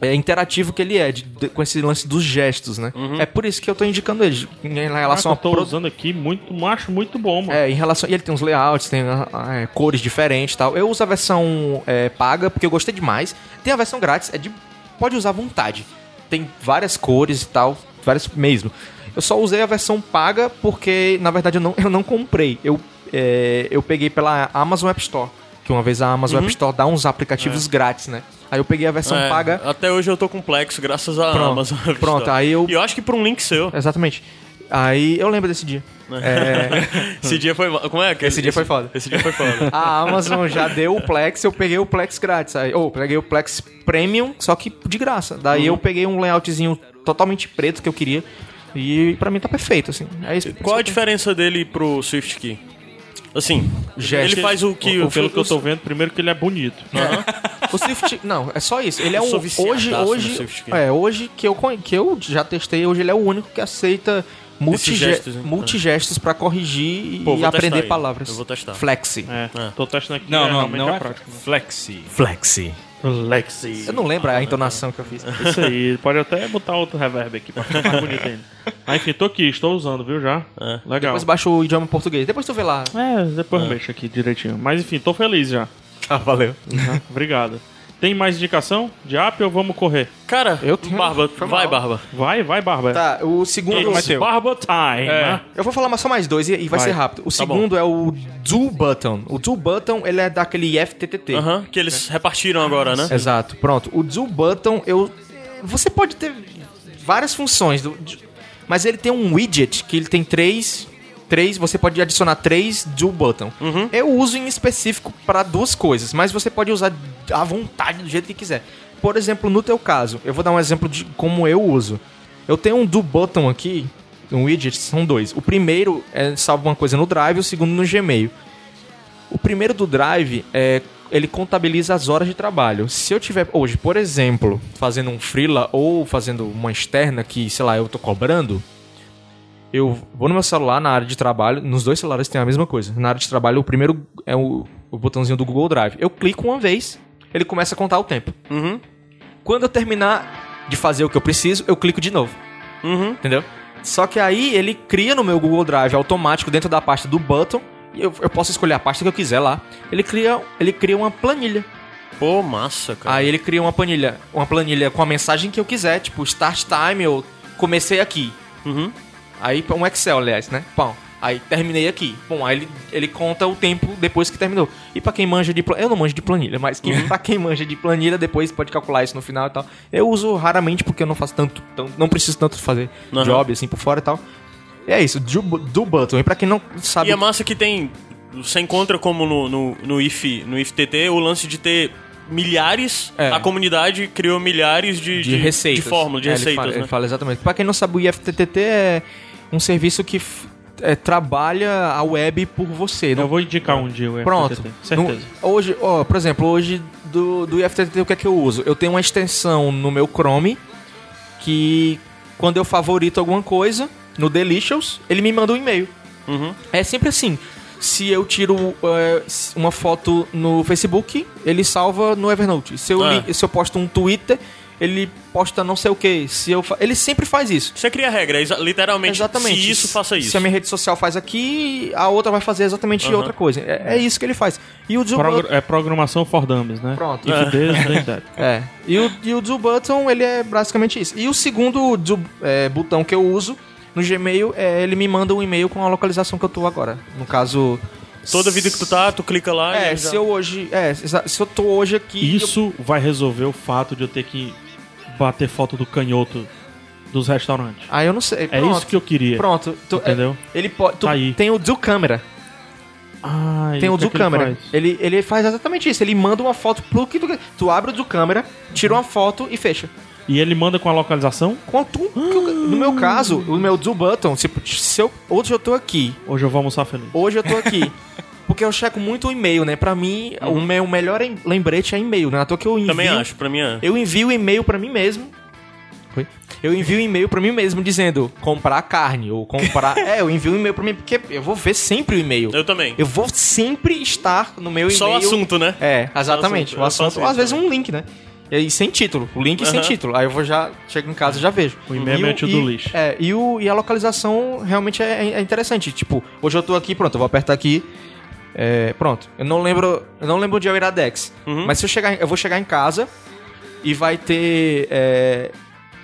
Speaker 4: é, interativo que ele é, de- de- com esse lance dos gestos, né? É por isso que eu tô indicando ele em relação
Speaker 1: Caraca, Uhum.
Speaker 4: a
Speaker 1: Ah, eu tô
Speaker 4: pro-
Speaker 1: usando aqui muito, acho muito bom, mano.
Speaker 4: é, em relação. E ele tem uns layouts, tem ah, ah, é, cores diferentes e tal. Eu uso a versão é, paga, porque eu gostei demais. Tem a versão grátis, é de. Pode usar à vontade. Tem várias cores e tal, várias mesmo. Eu só usei a versão paga porque, na verdade, eu não, eu não comprei. Eu, é, eu peguei pela Amazon App Store. Que uma vez a Amazon App Store dá uns aplicativos grátis, né? Aí eu peguei a versão
Speaker 2: É,
Speaker 4: paga.
Speaker 2: Até hoje eu tô complexo, graças a
Speaker 4: Pronto,
Speaker 2: Amazon.
Speaker 4: pronto, aí eu- É.
Speaker 2: E eu acho que por um link seu.
Speaker 4: Exatamente. Aí eu lembro desse dia. É,
Speaker 2: Esse dia foi. Como é? que-
Speaker 4: Esse dia foi foda.
Speaker 2: Esse dia foi foda.
Speaker 4: A Amazon já deu o Plex, eu peguei o Plex grátis. Aí, ou peguei o Plex Premium, só que de graça. Daí
Speaker 2: Uhum.
Speaker 4: eu peguei um layoutzinho totalmente preto que eu queria. E pra mim tá perfeito, assim. É isso,
Speaker 2: Qual a
Speaker 4: isso que eu
Speaker 2: diferença dele pro Swift Key? Assim,
Speaker 4: Gesto.
Speaker 2: ele faz o que.
Speaker 1: Que, pelo que eu tô vendo, primeiro que ele é bonito.
Speaker 4: tenho. O Swift. Não, é só isso. Ele é
Speaker 2: Eu
Speaker 4: um.
Speaker 2: sou viciadaço
Speaker 4: Hoje,
Speaker 2: no
Speaker 4: hoje.
Speaker 2: Swift, cara.
Speaker 4: É, hoje que eu, con- que eu já testei, hoje ele é o único que aceita multige-
Speaker 2: gestos, né?
Speaker 4: multigestos pra corrigir
Speaker 2: Pô,
Speaker 4: e
Speaker 2: vou testar
Speaker 4: aprender
Speaker 2: ele.
Speaker 4: palavras.
Speaker 2: Eu vou testar.
Speaker 4: Flexi.
Speaker 1: É,
Speaker 2: É.
Speaker 1: tô testando aqui.
Speaker 3: Não,
Speaker 1: é
Speaker 3: não,
Speaker 1: realmente
Speaker 3: não
Speaker 1: a
Speaker 3: é
Speaker 1: prática.
Speaker 3: flexi.
Speaker 4: Flexi.
Speaker 1: Lexi.
Speaker 4: Eu não lembro
Speaker 2: Ah,
Speaker 4: a
Speaker 2: tá.
Speaker 4: entonação que eu fiz.
Speaker 1: Isso aí, pode até botar outro reverb aqui pra ficar mais bonito ainda. Mas enfim, tô aqui, estou usando, viu já?
Speaker 2: É.
Speaker 1: Legal.
Speaker 4: Depois baixa o idioma português. Depois tu vê lá.
Speaker 1: É, depois eu mexo aqui direitinho. Mas enfim, tô feliz já.
Speaker 4: Tá, valeu.
Speaker 1: Tá? Obrigado. Tem mais indicação de app ou vamos correr?
Speaker 2: Cara,
Speaker 4: Eu tenho-
Speaker 2: Barba,
Speaker 4: foi
Speaker 2: vai,
Speaker 4: mal.
Speaker 2: Barba.
Speaker 1: Vai, vai, Barba.
Speaker 4: Tá, o segundo.
Speaker 1: It's Barba Time. né?
Speaker 4: Eu vou falar mais- só mais dois e, e vai,
Speaker 1: Vai.
Speaker 4: ser rápido. O segundo é o Do Button. O Do Button, ele é daquele FTTT.
Speaker 2: Aham, que eles
Speaker 4: É.
Speaker 2: repartiram agora, né?
Speaker 4: Exato, pronto. O Do Button, eu... Você pode ter várias funções, do- de- mas ele tem um widget que ele tem três... Três, você pode adicionar três do button. Eu uso em específico para duas coisas, mas você pode usar à vontade do jeito que quiser. Por exemplo, no teu caso, eu vou dar um exemplo de como eu uso. Eu tenho um do button aqui, um widget, são dois. O primeiro é salva uma coisa no Drive, o segundo no Gmail. O primeiro do Drive é ele contabiliza as horas de trabalho. Se eu tiver hoje, por exemplo, fazendo um freela ou fazendo uma externa que, sei lá, eu tô cobrando, eu vou no meu celular na área de trabalho, nos dois celulares tem a mesma coisa. Na área de trabalho, o primeiro é o, o botãozinho do Google Drive. Eu clico uma vez, ele começa a contar o tempo.
Speaker 2: Uhum.
Speaker 4: Quando eu terminar de fazer o que eu preciso, eu clico de novo.
Speaker 2: Uhum.
Speaker 4: Entendeu? Só que aí ele cria no meu Google Drive automático dentro da pasta do button. E eu, eu posso escolher a pasta que eu quiser lá. Ele cria, ele cria uma planilha.
Speaker 2: Pô, massa, cara.
Speaker 4: Aí ele cria uma planilha. Uma planilha com a mensagem que eu quiser, tipo start time ou comecei aqui.
Speaker 2: Uhum.
Speaker 4: Aí um Excel, aliás, né? Pão. Aí terminei aqui. Bom, aí ele, ele conta o tempo depois que terminou. E pra quem manja de planilha, eu não manjo de planilha, mas
Speaker 2: Uhum.
Speaker 4: quem, pra quem manja de planilha, depois pode calcular isso no final e tal. Eu uso raramente porque eu não faço tanto, tão- não preciso tanto fazer
Speaker 2: Aham.
Speaker 4: job assim por fora e tal. E é isso, do, do button. E pra quem não sabe.
Speaker 2: E é massa que tem. Você encontra como no, no, no IF, no IFTT, o lance de ter milhares.
Speaker 4: É.
Speaker 2: A comunidade criou milhares de,
Speaker 4: de, receitas.
Speaker 2: De fórmula, de
Speaker 4: É, ele
Speaker 2: receitas,
Speaker 4: fala,
Speaker 2: né?
Speaker 4: ele fala exatamente. Pra quem não sabe, o IFTTT é um serviço que f- é, trabalha a web por você.
Speaker 1: Eu
Speaker 4: Não,
Speaker 1: vou indicar um dia o
Speaker 4: Pronto.
Speaker 1: FTTT, Certeza.
Speaker 4: No- hoje, ó, por exemplo, hoje do, do IFTTT o que é que eu uso? Eu tenho uma extensão no meu Chrome que Quando eu favorito alguma coisa no Delicious, ele me manda um e-mail. É sempre assim. Se eu tiro é, s- uma foto no Facebook, ele salva no Evernote. Se eu,
Speaker 2: Ah.
Speaker 4: li- se eu posto um Twitter, ele posta não sei o que. Se eu fa- Ele sempre faz isso.
Speaker 2: Você cria regra, exa- literalmente.
Speaker 4: Exatamente.
Speaker 2: Se isso, faça isso.
Speaker 4: Se a minha rede social faz aqui, a outra vai fazer exatamente
Speaker 2: Aham.
Speaker 4: outra coisa. É, é isso que ele faz. E o Joe
Speaker 1: Progr-
Speaker 4: Button-
Speaker 1: é programação for dummies, né?
Speaker 4: Pronto.
Speaker 1: If this, then that.
Speaker 4: É. E o, e o Joe Button, ele é basicamente isso. E o segundo Joe- é, botão que eu uso no Gmail, é, ele me manda um e-mail com a localização que eu tô agora. No caso...
Speaker 2: Toda vida que tu tá, tu clica lá e
Speaker 4: É,
Speaker 2: ele
Speaker 4: se
Speaker 2: já-
Speaker 4: eu hoje... É, exa- se eu tô hoje aqui...
Speaker 1: Isso vai resolver o fato de eu ter que bater foto do canhoto dos restaurantes.
Speaker 4: Aí eu não sei.
Speaker 1: É
Speaker 4: Ah, Pronto.
Speaker 1: isso que eu queria.
Speaker 4: Pronto. Tu-
Speaker 1: Entendeu?
Speaker 4: é, ele pode... tu-
Speaker 1: Tá aí.
Speaker 4: Tem o Joe Câmera.
Speaker 1: Ah,
Speaker 4: Tem
Speaker 1: isso
Speaker 4: o
Speaker 1: é
Speaker 4: do
Speaker 1: que ele
Speaker 4: câmera.
Speaker 1: faz.
Speaker 4: Ele, ele faz exatamente isso. Ele manda uma foto pro que tu, tu abre o do câmera, tira uma foto e fecha.
Speaker 1: E ele manda com a localização?
Speaker 4: Com tu- no meu caso, o meu do button, se, se eu, hoje eu tô aqui,
Speaker 1: Hoje eu vou almoçar feliz.
Speaker 4: hoje eu tô aqui. Porque eu checo muito o e-mail, né? Pra mim, o meu melhor em- lembrete é e-mail, né? À toa que eu envio,
Speaker 2: Também acho, pra mim é.
Speaker 4: Eu envio e-mail pra mim mesmo. Oi? Eu envio e-mail pra mim mesmo dizendo comprar carne ou comprar. é, eu envio e-mail pra mim porque eu vou ver sempre o e-mail.
Speaker 2: Eu também.
Speaker 4: Eu vou sempre estar no meu e-mail.
Speaker 2: Só o assunto, né?
Speaker 4: É, exatamente.
Speaker 2: assunto.
Speaker 4: O
Speaker 2: Eu
Speaker 4: assunto,
Speaker 2: faço
Speaker 4: ou às
Speaker 2: isso
Speaker 4: vezes um link, né? E aí, sem título. O link sem
Speaker 2: Aham.
Speaker 4: título. Aí eu vou já, chego em casa e já vejo.
Speaker 1: O e-mail é to-do
Speaker 4: e-
Speaker 1: list.
Speaker 4: É, e, o, e a localização realmente é, é interessante. Tipo, hoje eu tô aqui, pronto, eu vou apertar aqui. É, pronto. Eu não lembro. Eu não lembro onde é o Iradex.
Speaker 2: Uhum.
Speaker 4: Mas se eu chegar, em- eu vou chegar em casa e vai ter. é,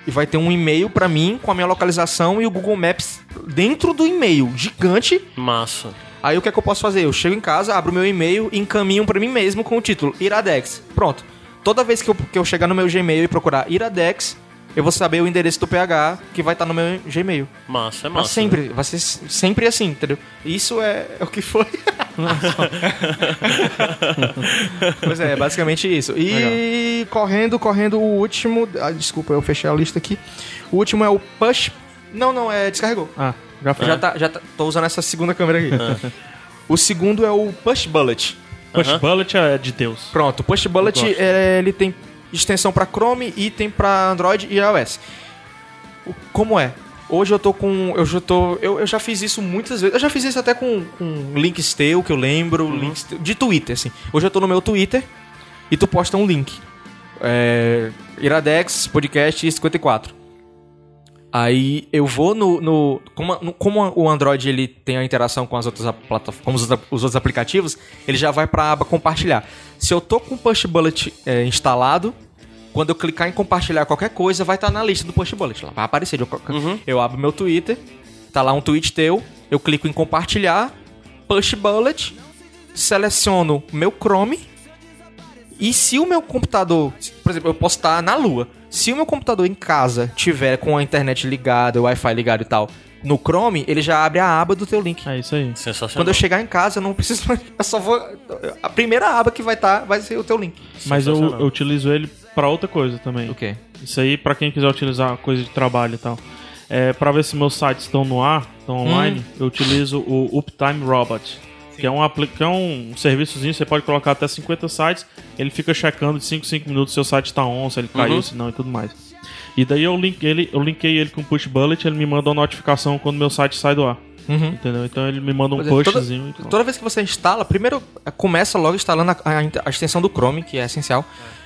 Speaker 4: e vai ter um e-mail pra mim com a minha localização e o Google Maps dentro do e-mail, gigante,
Speaker 2: É. Massa.
Speaker 4: Aí o que é que eu posso fazer? Eu chego em casa, abro meu e-mail e encaminho pra mim mesmo com o título Iradex. Pronto. Toda vez que eu, que eu chegar no meu Gmail e procurar Iradex, eu vou saber o endereço do PH que vai estar no meu Gmail.
Speaker 2: Massa, é
Speaker 4: Mas
Speaker 2: massa.
Speaker 4: sempre, vai ser s- sempre assim, entendeu? Isso é, é o que foi. pois é, basicamente isso. E correndo, correndo, o último. Ah, desculpa, eu fechei a lista aqui. O último é o Push. Não, não, é descarregou.
Speaker 1: Ah, já foi.
Speaker 4: Já tá, já tá- tô usando essa segunda câmera aqui.
Speaker 2: Ah.
Speaker 4: O segundo é o Push Bullet.
Speaker 1: Push
Speaker 2: Aham.
Speaker 1: bullet é de Deus.
Speaker 4: Pronto, o Push Bullet
Speaker 1: Eu gosto.
Speaker 4: é, ele tem extensão pra Chrome e tem pra Android e iOS. O- Como é? Hoje eu tô com. Eu já, tô, eu, eu já fiz isso muitas vezes. Eu já fiz isso até com, com links teu, que eu lembro,
Speaker 1: Uhum.
Speaker 4: links teu- de Twitter, assim. Hoje eu tô no meu Twitter e tu posta um link. É, Iradex Podcast 54. Aí eu vou no. no- como, a- no- como o Android ele tem a interação com as outras plataformas, os, os outros aplicativos, ele já vai pra aba compartilhar. Se eu tô com o Push Bullet é, instalado, quando eu clicar em compartilhar qualquer coisa, vai estar na lista do Push Bullet. Lá vai aparecer. de qualquer- Eu abro meu Twitter, tá lá um tweet teu, eu clico em compartilhar, Push Bullet, seleciono meu Chrome. E se o meu computador, por exemplo, eu posso estar na lua. Se o meu computador em casa tiver com a internet ligada, o Wi-Fi ligado e tal, no Chrome, ele já abre a aba do teu link.
Speaker 1: É isso aí.
Speaker 2: Sensacional.
Speaker 4: Quando eu chegar em casa, eu não preciso mais. Eu só vou. A primeira aba que vai estar vai ser o teu link.
Speaker 1: Mas eu,
Speaker 2: Sensacional.
Speaker 1: eu utilizo ele pra outra coisa também.
Speaker 4: quê?
Speaker 1: Isso aí, pra quem quiser utilizar coisa de trabalho e tal. É, pra ver se meus sites estão no ar, estão
Speaker 4: Hum.
Speaker 1: online, eu utilizo o Uptime Robot. Que é, um apli- que é um serviçozinho, você pode colocar até 50 sites, ele fica checando de 5 em 5 minutos se o site tá on, se ele caiu,
Speaker 2: Uhum.
Speaker 1: se não e tudo mais. E daí eu, link, ele, eu linkei ele com push bullet, ele me manda uma notificação quando meu site sai do ar. Entendeu? Então ele me manda um
Speaker 4: Pois Uhum. é, toda-
Speaker 1: pushzinho. e pronto.
Speaker 4: Toda vez que você instala, primeiro eh, começa logo instalando a, a inter- a extensão do Chrome, que é essencial.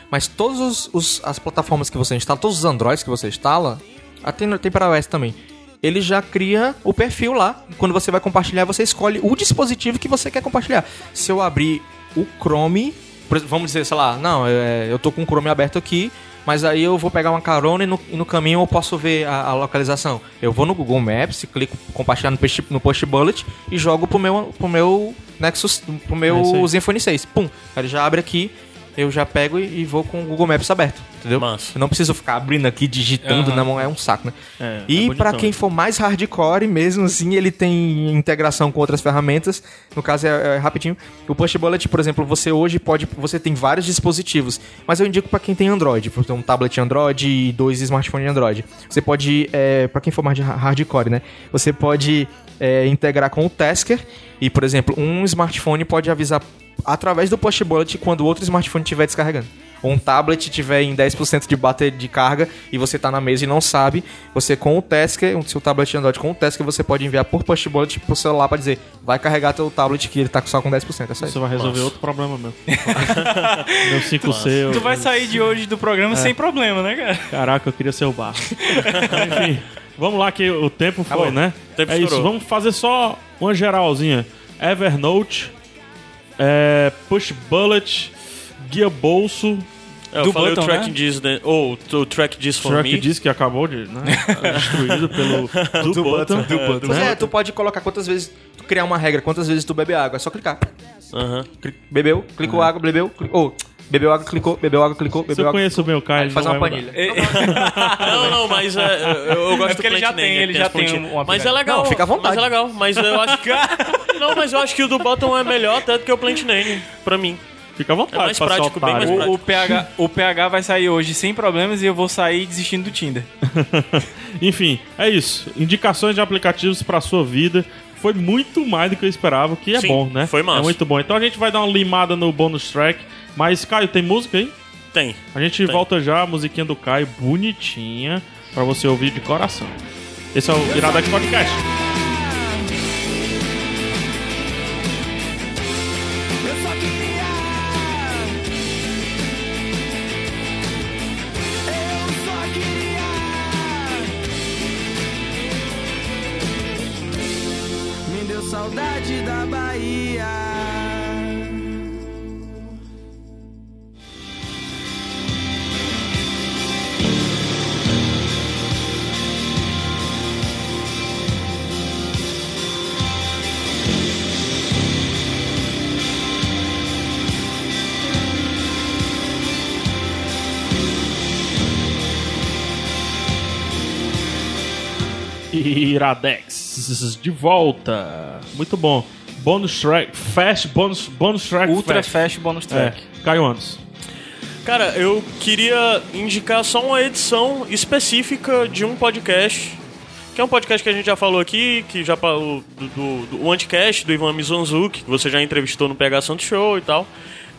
Speaker 4: Mas todas os- os- as plataformas que você instala, todos os Androids que você instala, ah, tem, tem para iOS também. Ele já cria o perfil lá. Quando você vai compartilhar, você escolhe o dispositivo que você quer compartilhar. Se eu abrir o Chrome, por exemplo, vamos dizer, sei lá, não, eh, eu tô com o Chrome aberto aqui, mas aí eu vou pegar uma carona e no, e no caminho eu posso ver a, a localização. Eu vou no Google Maps, clico compartilhar no post, no post bullet e jogo pro meu, pro meu Nexus, pro
Speaker 1: É isso
Speaker 4: meu
Speaker 1: aí.
Speaker 4: Zenfone 6. Pum, ele já abre aqui, eu já pego e, e vou com o Google Maps aberto, entendeu?
Speaker 2: Massa.
Speaker 4: Eu não preciso ficar abrindo aqui, digitando na mão, é um saco, né?
Speaker 1: É, é
Speaker 4: e
Speaker 1: bonitão,
Speaker 4: pra quem for mais hardcore, mesmo assim, ele tem integração com outras ferramentas. No caso, é, é rapidinho. O Push Bullet, por exemplo, você hoje pode. Você tem vários dispositivos, mas eu indico pra quem tem Android, por exemplo, um tablet Android e dois smartphones Android. Você pode, é, para quem for mais de ha- hardcore, né? Você pode é, integrar com o Tasker e, por exemplo, um smartphone pode avisar através do Push Bullet quando o outro smartphone estiver descarregando. ou um tablet tiver em 10% de bateria de carga e você tá na mesa e não sabe, você com o Tasker, o seu tablet Android com o Tasker, você pode enviar por push bullet pro celular pra dizer, vai carregar teu tablet que ele tá só com 10%, é
Speaker 1: Você
Speaker 4: só isso.
Speaker 1: vai resolver outro problema meu. meu 5C. eu-
Speaker 3: Tu vai sair de hoje do
Speaker 4: É.
Speaker 3: programa sem problema, né, cara?
Speaker 1: Caraca, eu queria ser o bar. Enfim, vamos lá que o tempo foi,
Speaker 4: Acabou.
Speaker 1: né?
Speaker 2: Tempo
Speaker 1: é isso,
Speaker 2: estourou.
Speaker 1: vamos fazer só uma geralzinha. Evernote, é, Push Bullet, Guia Bolso,
Speaker 2: É,
Speaker 3: Do
Speaker 2: eu falei
Speaker 3: Button,
Speaker 2: o track
Speaker 3: né?
Speaker 2: diz, né? Ou o track diz for
Speaker 1: Shrek
Speaker 2: me.
Speaker 1: diz que acabou de, né, destruído pelo do, Né? button.
Speaker 4: É, Pois é, tu pode colocar quantas vezes, tu criar uma regra, quantas vezes tu bebe água, é só clicar.
Speaker 2: Aham.
Speaker 4: Cli- Bebeu, clicou água, bebeu, clicou, bebeu água, clicou, bebeu água, clicou,
Speaker 1: Se
Speaker 4: bebeu
Speaker 1: eu
Speaker 4: água.
Speaker 1: conheço bem o cara, ele
Speaker 4: Faz
Speaker 1: não
Speaker 4: uma
Speaker 1: vai
Speaker 4: planilha.
Speaker 2: Não, não, mas é, eu, eu gosto
Speaker 3: porque
Speaker 2: do
Speaker 3: ele já
Speaker 2: Plant
Speaker 3: tem,
Speaker 2: Ninja,
Speaker 3: ele
Speaker 2: que
Speaker 3: já
Speaker 2: as
Speaker 3: tem
Speaker 2: plantinhas.
Speaker 3: um- uma
Speaker 2: Mas é legal.
Speaker 4: Não, fica à vontade.
Speaker 2: Mas é legal, mas eu acho que... não, mas eu acho que o do Button é melhor até do que o Plant Name, pra mim.
Speaker 1: mudar. Fica à vontade,
Speaker 2: É mais
Speaker 1: pra ser
Speaker 2: prático, bem
Speaker 1: otário.
Speaker 2: mais prático.
Speaker 3: O, o PH, o PH vai sair hoje sem problemas e eu vou sair desistindo do Tinder.
Speaker 1: Enfim, é isso. Indicações de aplicativos pra sua vida. Foi muito mais do que eu esperava, o que é
Speaker 2: Sim,
Speaker 1: bom, né?
Speaker 2: foi massa.
Speaker 1: É muito bom. Então a gente vai dar uma limada no bonus track. Mas, Caio, tem música aí?
Speaker 2: Tem.
Speaker 1: A gente
Speaker 2: Tem.
Speaker 1: volta já, a musiquinha do Caio, bonitinha, pra você ouvir de coração. Esse é o Iradex Podcast.
Speaker 6: Me deu saudade da Bahia.
Speaker 1: Iradex, de volta. Muito bom. Bonus track, fast, bonus, bonus track,
Speaker 3: Ultra
Speaker 1: fast.
Speaker 3: Fast Bonus Track.
Speaker 1: É, Caio Andes.
Speaker 2: Cara, eu queria indicar só uma edição específica de um podcast, que é um podcast que a gente já falou aqui, que já falou do, do, do o Anticast, do Ivan Mizanzuki, que você já entrevistou no PH Santo Show e tal.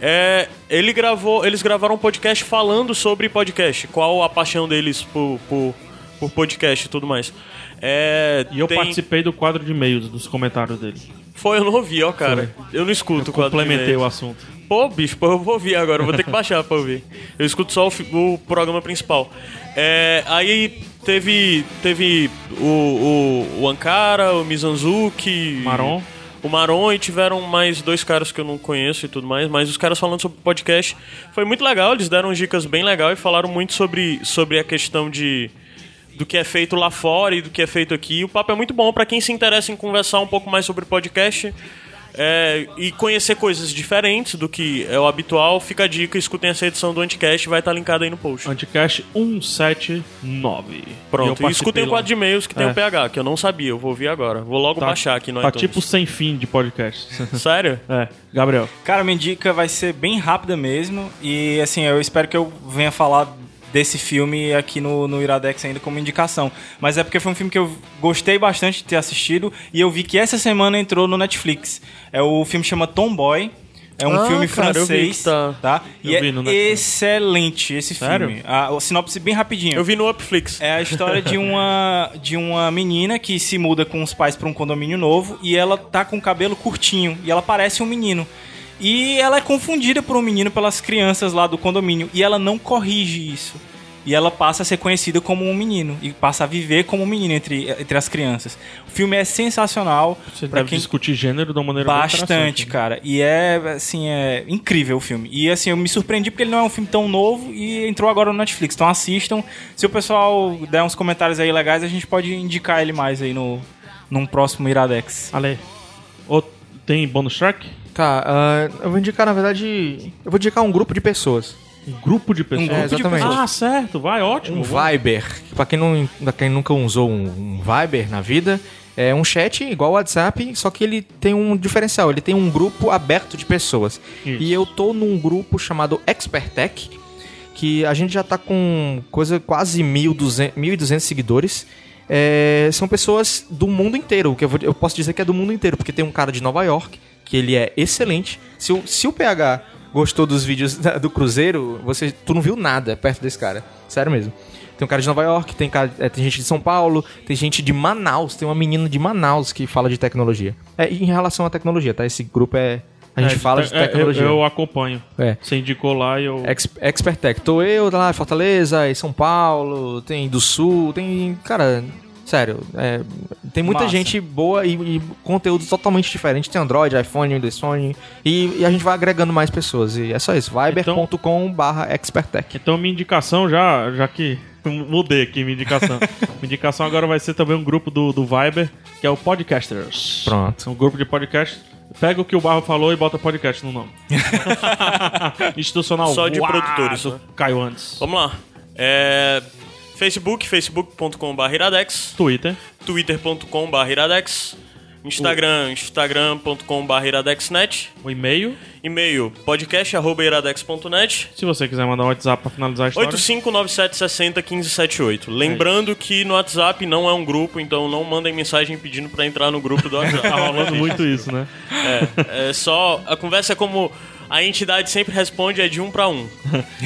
Speaker 2: É, ele gravou, eles gravaram um podcast falando sobre podcast, qual a paixão deles por, por, por podcast e tudo mais. É,
Speaker 1: E eu
Speaker 2: tem-
Speaker 1: participei do quadro de e-mails, dos comentários dele.
Speaker 2: Foi, eu não ouvi, ó, cara. Eu não escuto. o quadro de
Speaker 1: Complementei
Speaker 2: e-mails.
Speaker 1: o assunto.
Speaker 2: Pô, bicho, pô, eu vou ouvir agora, eu vou ter que baixar pra ouvir. Eu escuto só o, fi- o programa principal. É, aí teve, teve o, o, o Ankara, o Mizanzuki.
Speaker 1: Maron.
Speaker 2: O Maron e tiveram mais dois caras que eu não conheço e tudo mais, mas os caras falando sobre podcast foi muito legal, eles deram dicas bem legal e falaram muito sobre, sobre a questão de do que é feito lá fora e do que é feito aqui. O papo é muito bom pra quem se interessa em conversar um pouco mais sobre podcast é, e conhecer coisas diferentes do que é o habitual. Fica a dica, escutem essa edição do Anticast, vai estar linkada aí no post.
Speaker 1: Anticast 179.
Speaker 2: Pronto, e,
Speaker 1: eu
Speaker 2: escutem o quadro de e-mails que tem
Speaker 1: É.
Speaker 2: o PH, que eu não sabia, eu vou ouvir agora. Vou logo baixar aqui no
Speaker 1: Tá
Speaker 2: iTunes.
Speaker 1: tipo sem fim de podcast.
Speaker 2: Sério?
Speaker 1: é, Gabriel.
Speaker 3: Cara, minha dica vai ser bem rápida mesmo. E assim, eu espero que eu venha falar desse filme aqui no, no Iradex ainda como indicação. Mas é porque foi um filme que eu gostei bastante de ter assistido e eu vi que essa semana entrou no Netflix. É o filme chama Tomboy. É um
Speaker 2: Ah,
Speaker 3: filme
Speaker 2: cara, eu vi
Speaker 3: francês,
Speaker 2: que tá-
Speaker 3: tá? E
Speaker 1: eu vi no
Speaker 3: é
Speaker 1: Netflix.
Speaker 3: excelente esse
Speaker 1: Sério?
Speaker 3: filme. A, a sinopse bem rapidinho.
Speaker 2: Eu vi no Upflix.
Speaker 3: É a história de uma, de uma menina que se muda com os pais para um condomínio novo e ela tá com o cabelo curtinho e ela parece um menino. E ela é confundida por um menino pelas crianças lá do condomínio e ela não corrige isso. E ela passa a ser conhecida como um menino e passa a viver como um menino entre, entre as crianças. O filme é sensacional
Speaker 1: Você
Speaker 3: para
Speaker 1: deve
Speaker 3: quem
Speaker 1: discutir gênero de uma maneira bem
Speaker 3: Bastante,
Speaker 1: interessante, né?
Speaker 3: cara. E é, assim, é incrível o filme. E, assim, eu me surpreendi porque ele não é um filme tão novo e entrou agora no Netflix. Então assistam. Se o pessoal der uns comentários aí legais, a gente pode indicar ele mais aí no, num próximo Iradex.
Speaker 1: Ale, ô, tem bonus track?
Speaker 4: Tá, ah, eu vou indicar, na verdade, eu vou indicar um grupo de pessoas.
Speaker 1: Um grupo de pessoas.
Speaker 4: grupo É, de exatamente. pessoas.
Speaker 1: Ah, certo, vai, ótimo.
Speaker 4: Um
Speaker 1: Tipo, Vamos.
Speaker 4: Viber. que Pra quem, não, pra quem nunca usou um, um Viber na vida, é um chat igual o WhatsApp, só que ele tem um diferencial. Ele tem um grupo aberto de pessoas.
Speaker 1: Isso.
Speaker 4: E eu tô num grupo chamado Expertech, que a gente já tá com coisa quase 1.200 1.200 seguidores. É, são pessoas do mundo inteiro, que eu, vou- eu posso dizer que é do mundo inteiro, porque tem um cara de Nova York, que ele é excelente. Se o, se o PH gostou dos vídeos da- do Cruzeiro, você, tu não viu nada perto desse cara. Sério mesmo. Tem um cara de Nova York, tem, cara, é, tem gente de São Paulo, tem gente de Manaus, tem uma menina de Manaus que fala de tecnologia. É, e em relação à tecnologia, tá? Esse grupo é. A gente
Speaker 1: É,
Speaker 4: fala de
Speaker 1: é, é,
Speaker 4: tecnologia.
Speaker 1: Eu, eu acompanho.
Speaker 4: É.
Speaker 1: Você indicou lá e eu.
Speaker 4: Ex Expert Tech. Tô eu lá em Fortaleza, em São Paulo, tem do Sul, tem. Cara, sério, é, tem muita
Speaker 3: Massa.
Speaker 4: gente boa e, e conteúdo totalmente diferente. Tem Android, iPhone, Windows Phone. E, e a gente vai agregando mais pessoas. E é só isso. viber.com/barra experttech.
Speaker 1: Então, minha indicação já, já que. Mudei aqui minha indicação. minha indicação agora vai ser também um grupo do, do Viber, que é o Podcasters.
Speaker 4: Pronto.
Speaker 1: Um grupo de podcast. Pega o que o Barro falou e bota podcast no nome. Institucional.
Speaker 2: Só de
Speaker 1: Uau,
Speaker 2: produtores.
Speaker 1: Caiu antes.
Speaker 2: Vamos lá. É, Facebook, facebook.com.br iradex,
Speaker 1: Twitter.
Speaker 2: twitter.com.br iradex, Instagram, instagram.com.br iradexnet,
Speaker 1: O e-mail.
Speaker 2: e-mail podcast.iradex.net,
Speaker 1: Se você quiser mandar um WhatsApp pra finalizar a história.
Speaker 2: 8597601578. Lembrando que no WhatsApp não é um grupo, então não mandem mensagem pedindo pra entrar no grupo do WhatsApp.
Speaker 1: Tá rolando muito isso, né?
Speaker 2: É, é só. A conversa é como a entidade sempre responde, é de um pra um.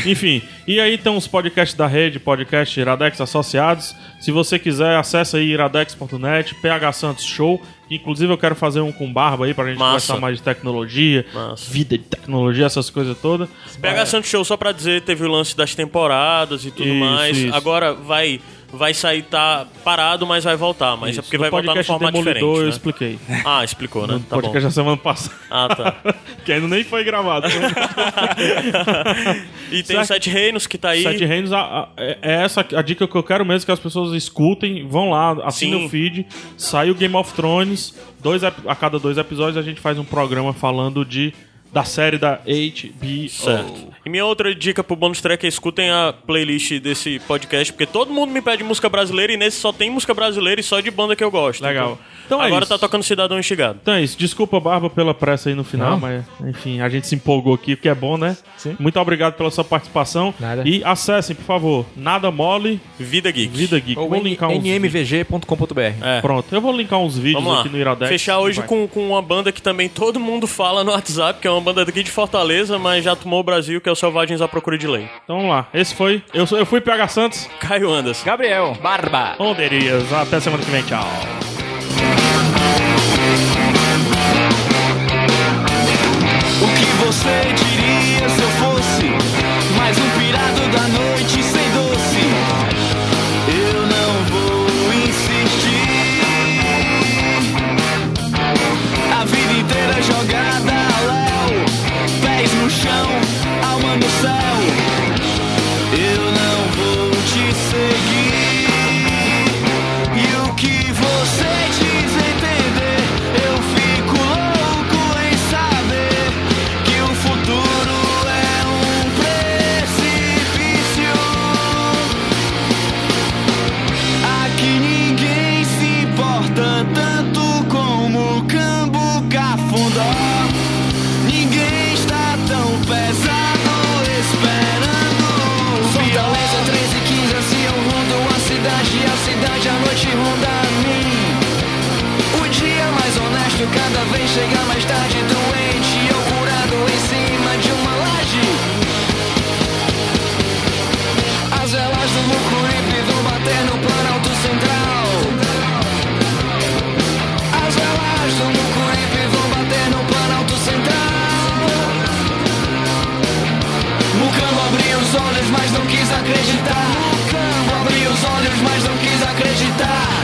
Speaker 1: Enfim, e aí tem os podcasts da rede, podcast Iradex Associados. Se você quiser, acessa aí iradex.net, PH Santos Show. Inclusive eu quero fazer um com barba aí pra gente
Speaker 2: Massa.
Speaker 1: conversar mais de tecnologia,
Speaker 2: Massa.
Speaker 1: vida de tecnologia, essas coisas todas.
Speaker 2: PH Santos Show, só pra dizer, teve o lance das temporadas e tudo
Speaker 1: É. Isso,
Speaker 2: mais.
Speaker 1: isso.
Speaker 2: Agora vai. Vai sair, tá parado, mas vai voltar. Mas é
Speaker 1: Isso,
Speaker 2: porque
Speaker 1: no
Speaker 2: vai voltar no
Speaker 1: podcast
Speaker 2: formato
Speaker 1: Demolidor eu
Speaker 2: diferente. né?
Speaker 1: expliquei.
Speaker 2: Ah, explicou, né?
Speaker 1: No
Speaker 2: Tá bom.
Speaker 1: podcast da semana passada.
Speaker 2: Ah, tá.
Speaker 1: que ainda nem foi gravado.
Speaker 2: E tem
Speaker 1: Certo.
Speaker 2: o Sete Reinos que tá aí.
Speaker 1: Sete Reinos, a- a- é é essa a dica que eu quero mesmo, que as pessoas escutem, vão lá, assinem
Speaker 2: Sim.
Speaker 1: o feed, sai o Game of Thrones, dois, ep- a cada dois episódios a gente faz um programa falando de da série da HBO.
Speaker 2: Certo. E minha outra dica pro bonus track é escutem a playlist desse podcast, porque todo mundo me pede música brasileira e nesse só tem música brasileira e só de banda que eu gosto.
Speaker 1: Legal. Então é
Speaker 2: agora
Speaker 1: isso.
Speaker 2: tá tocando Cidadão Enxigado.
Speaker 1: Então é isso, desculpa Barba pela pressa aí no final,
Speaker 4: Não.
Speaker 1: mas enfim, a gente se empolgou aqui, porque é bom, né?
Speaker 4: Sim.
Speaker 1: Muito obrigado pela sua participação.
Speaker 4: Nada.
Speaker 1: E acessem, por favor, Nada Mole,
Speaker 2: Vida Geek.
Speaker 1: Vida Geek.
Speaker 4: Ou
Speaker 1: vou linkar uns vídeos.
Speaker 4: nmvg.com.br.
Speaker 2: É.
Speaker 1: Pronto, eu vou linkar uns vídeos
Speaker 2: Vamos lá.
Speaker 1: aqui no Iradex.
Speaker 2: Fechar hoje
Speaker 1: Vai.
Speaker 2: com, com uma banda que também todo mundo fala no WhatsApp, que é uma banda daqui de Fortaleza, mas já tomou o Brasil, que é o Selvagens à Procura de Lei.
Speaker 1: Então vamos lá, esse foi. Eu, sou- eu fui PH Santos.
Speaker 2: Caio Andas.
Speaker 3: Gabriel.
Speaker 4: Barba!
Speaker 1: Onderias. Até semana que vem, tchau.
Speaker 7: O que você diria se eu fosse mais um pirado da noite sem doce? Eu não vou insistir. A vida inteira jogada a léu, pés no chão, alma no céu. Eu não vou te seguir. E o que você diz é entender, eu fico louco em saber que o futuro é um precipício. Aqui ninguém se importa tanto como o cambo cafundó. Ninguém está tão pesado esperando. Fortaleza 13, 15, assim eu rondo a cidade, a cidade, a noite ronda a mim. O dia é mais honesto cada vez chega mais tarde, doente, eu curado em cima de uma laje. As velas do lucro límpido bater no planalto central. As velas do Mucuripe vão bater no Planalto Central. Mucambo abriu os olhos, mas não quis acreditar. Mucambo abriu os olhos, mas não quis acreditar. É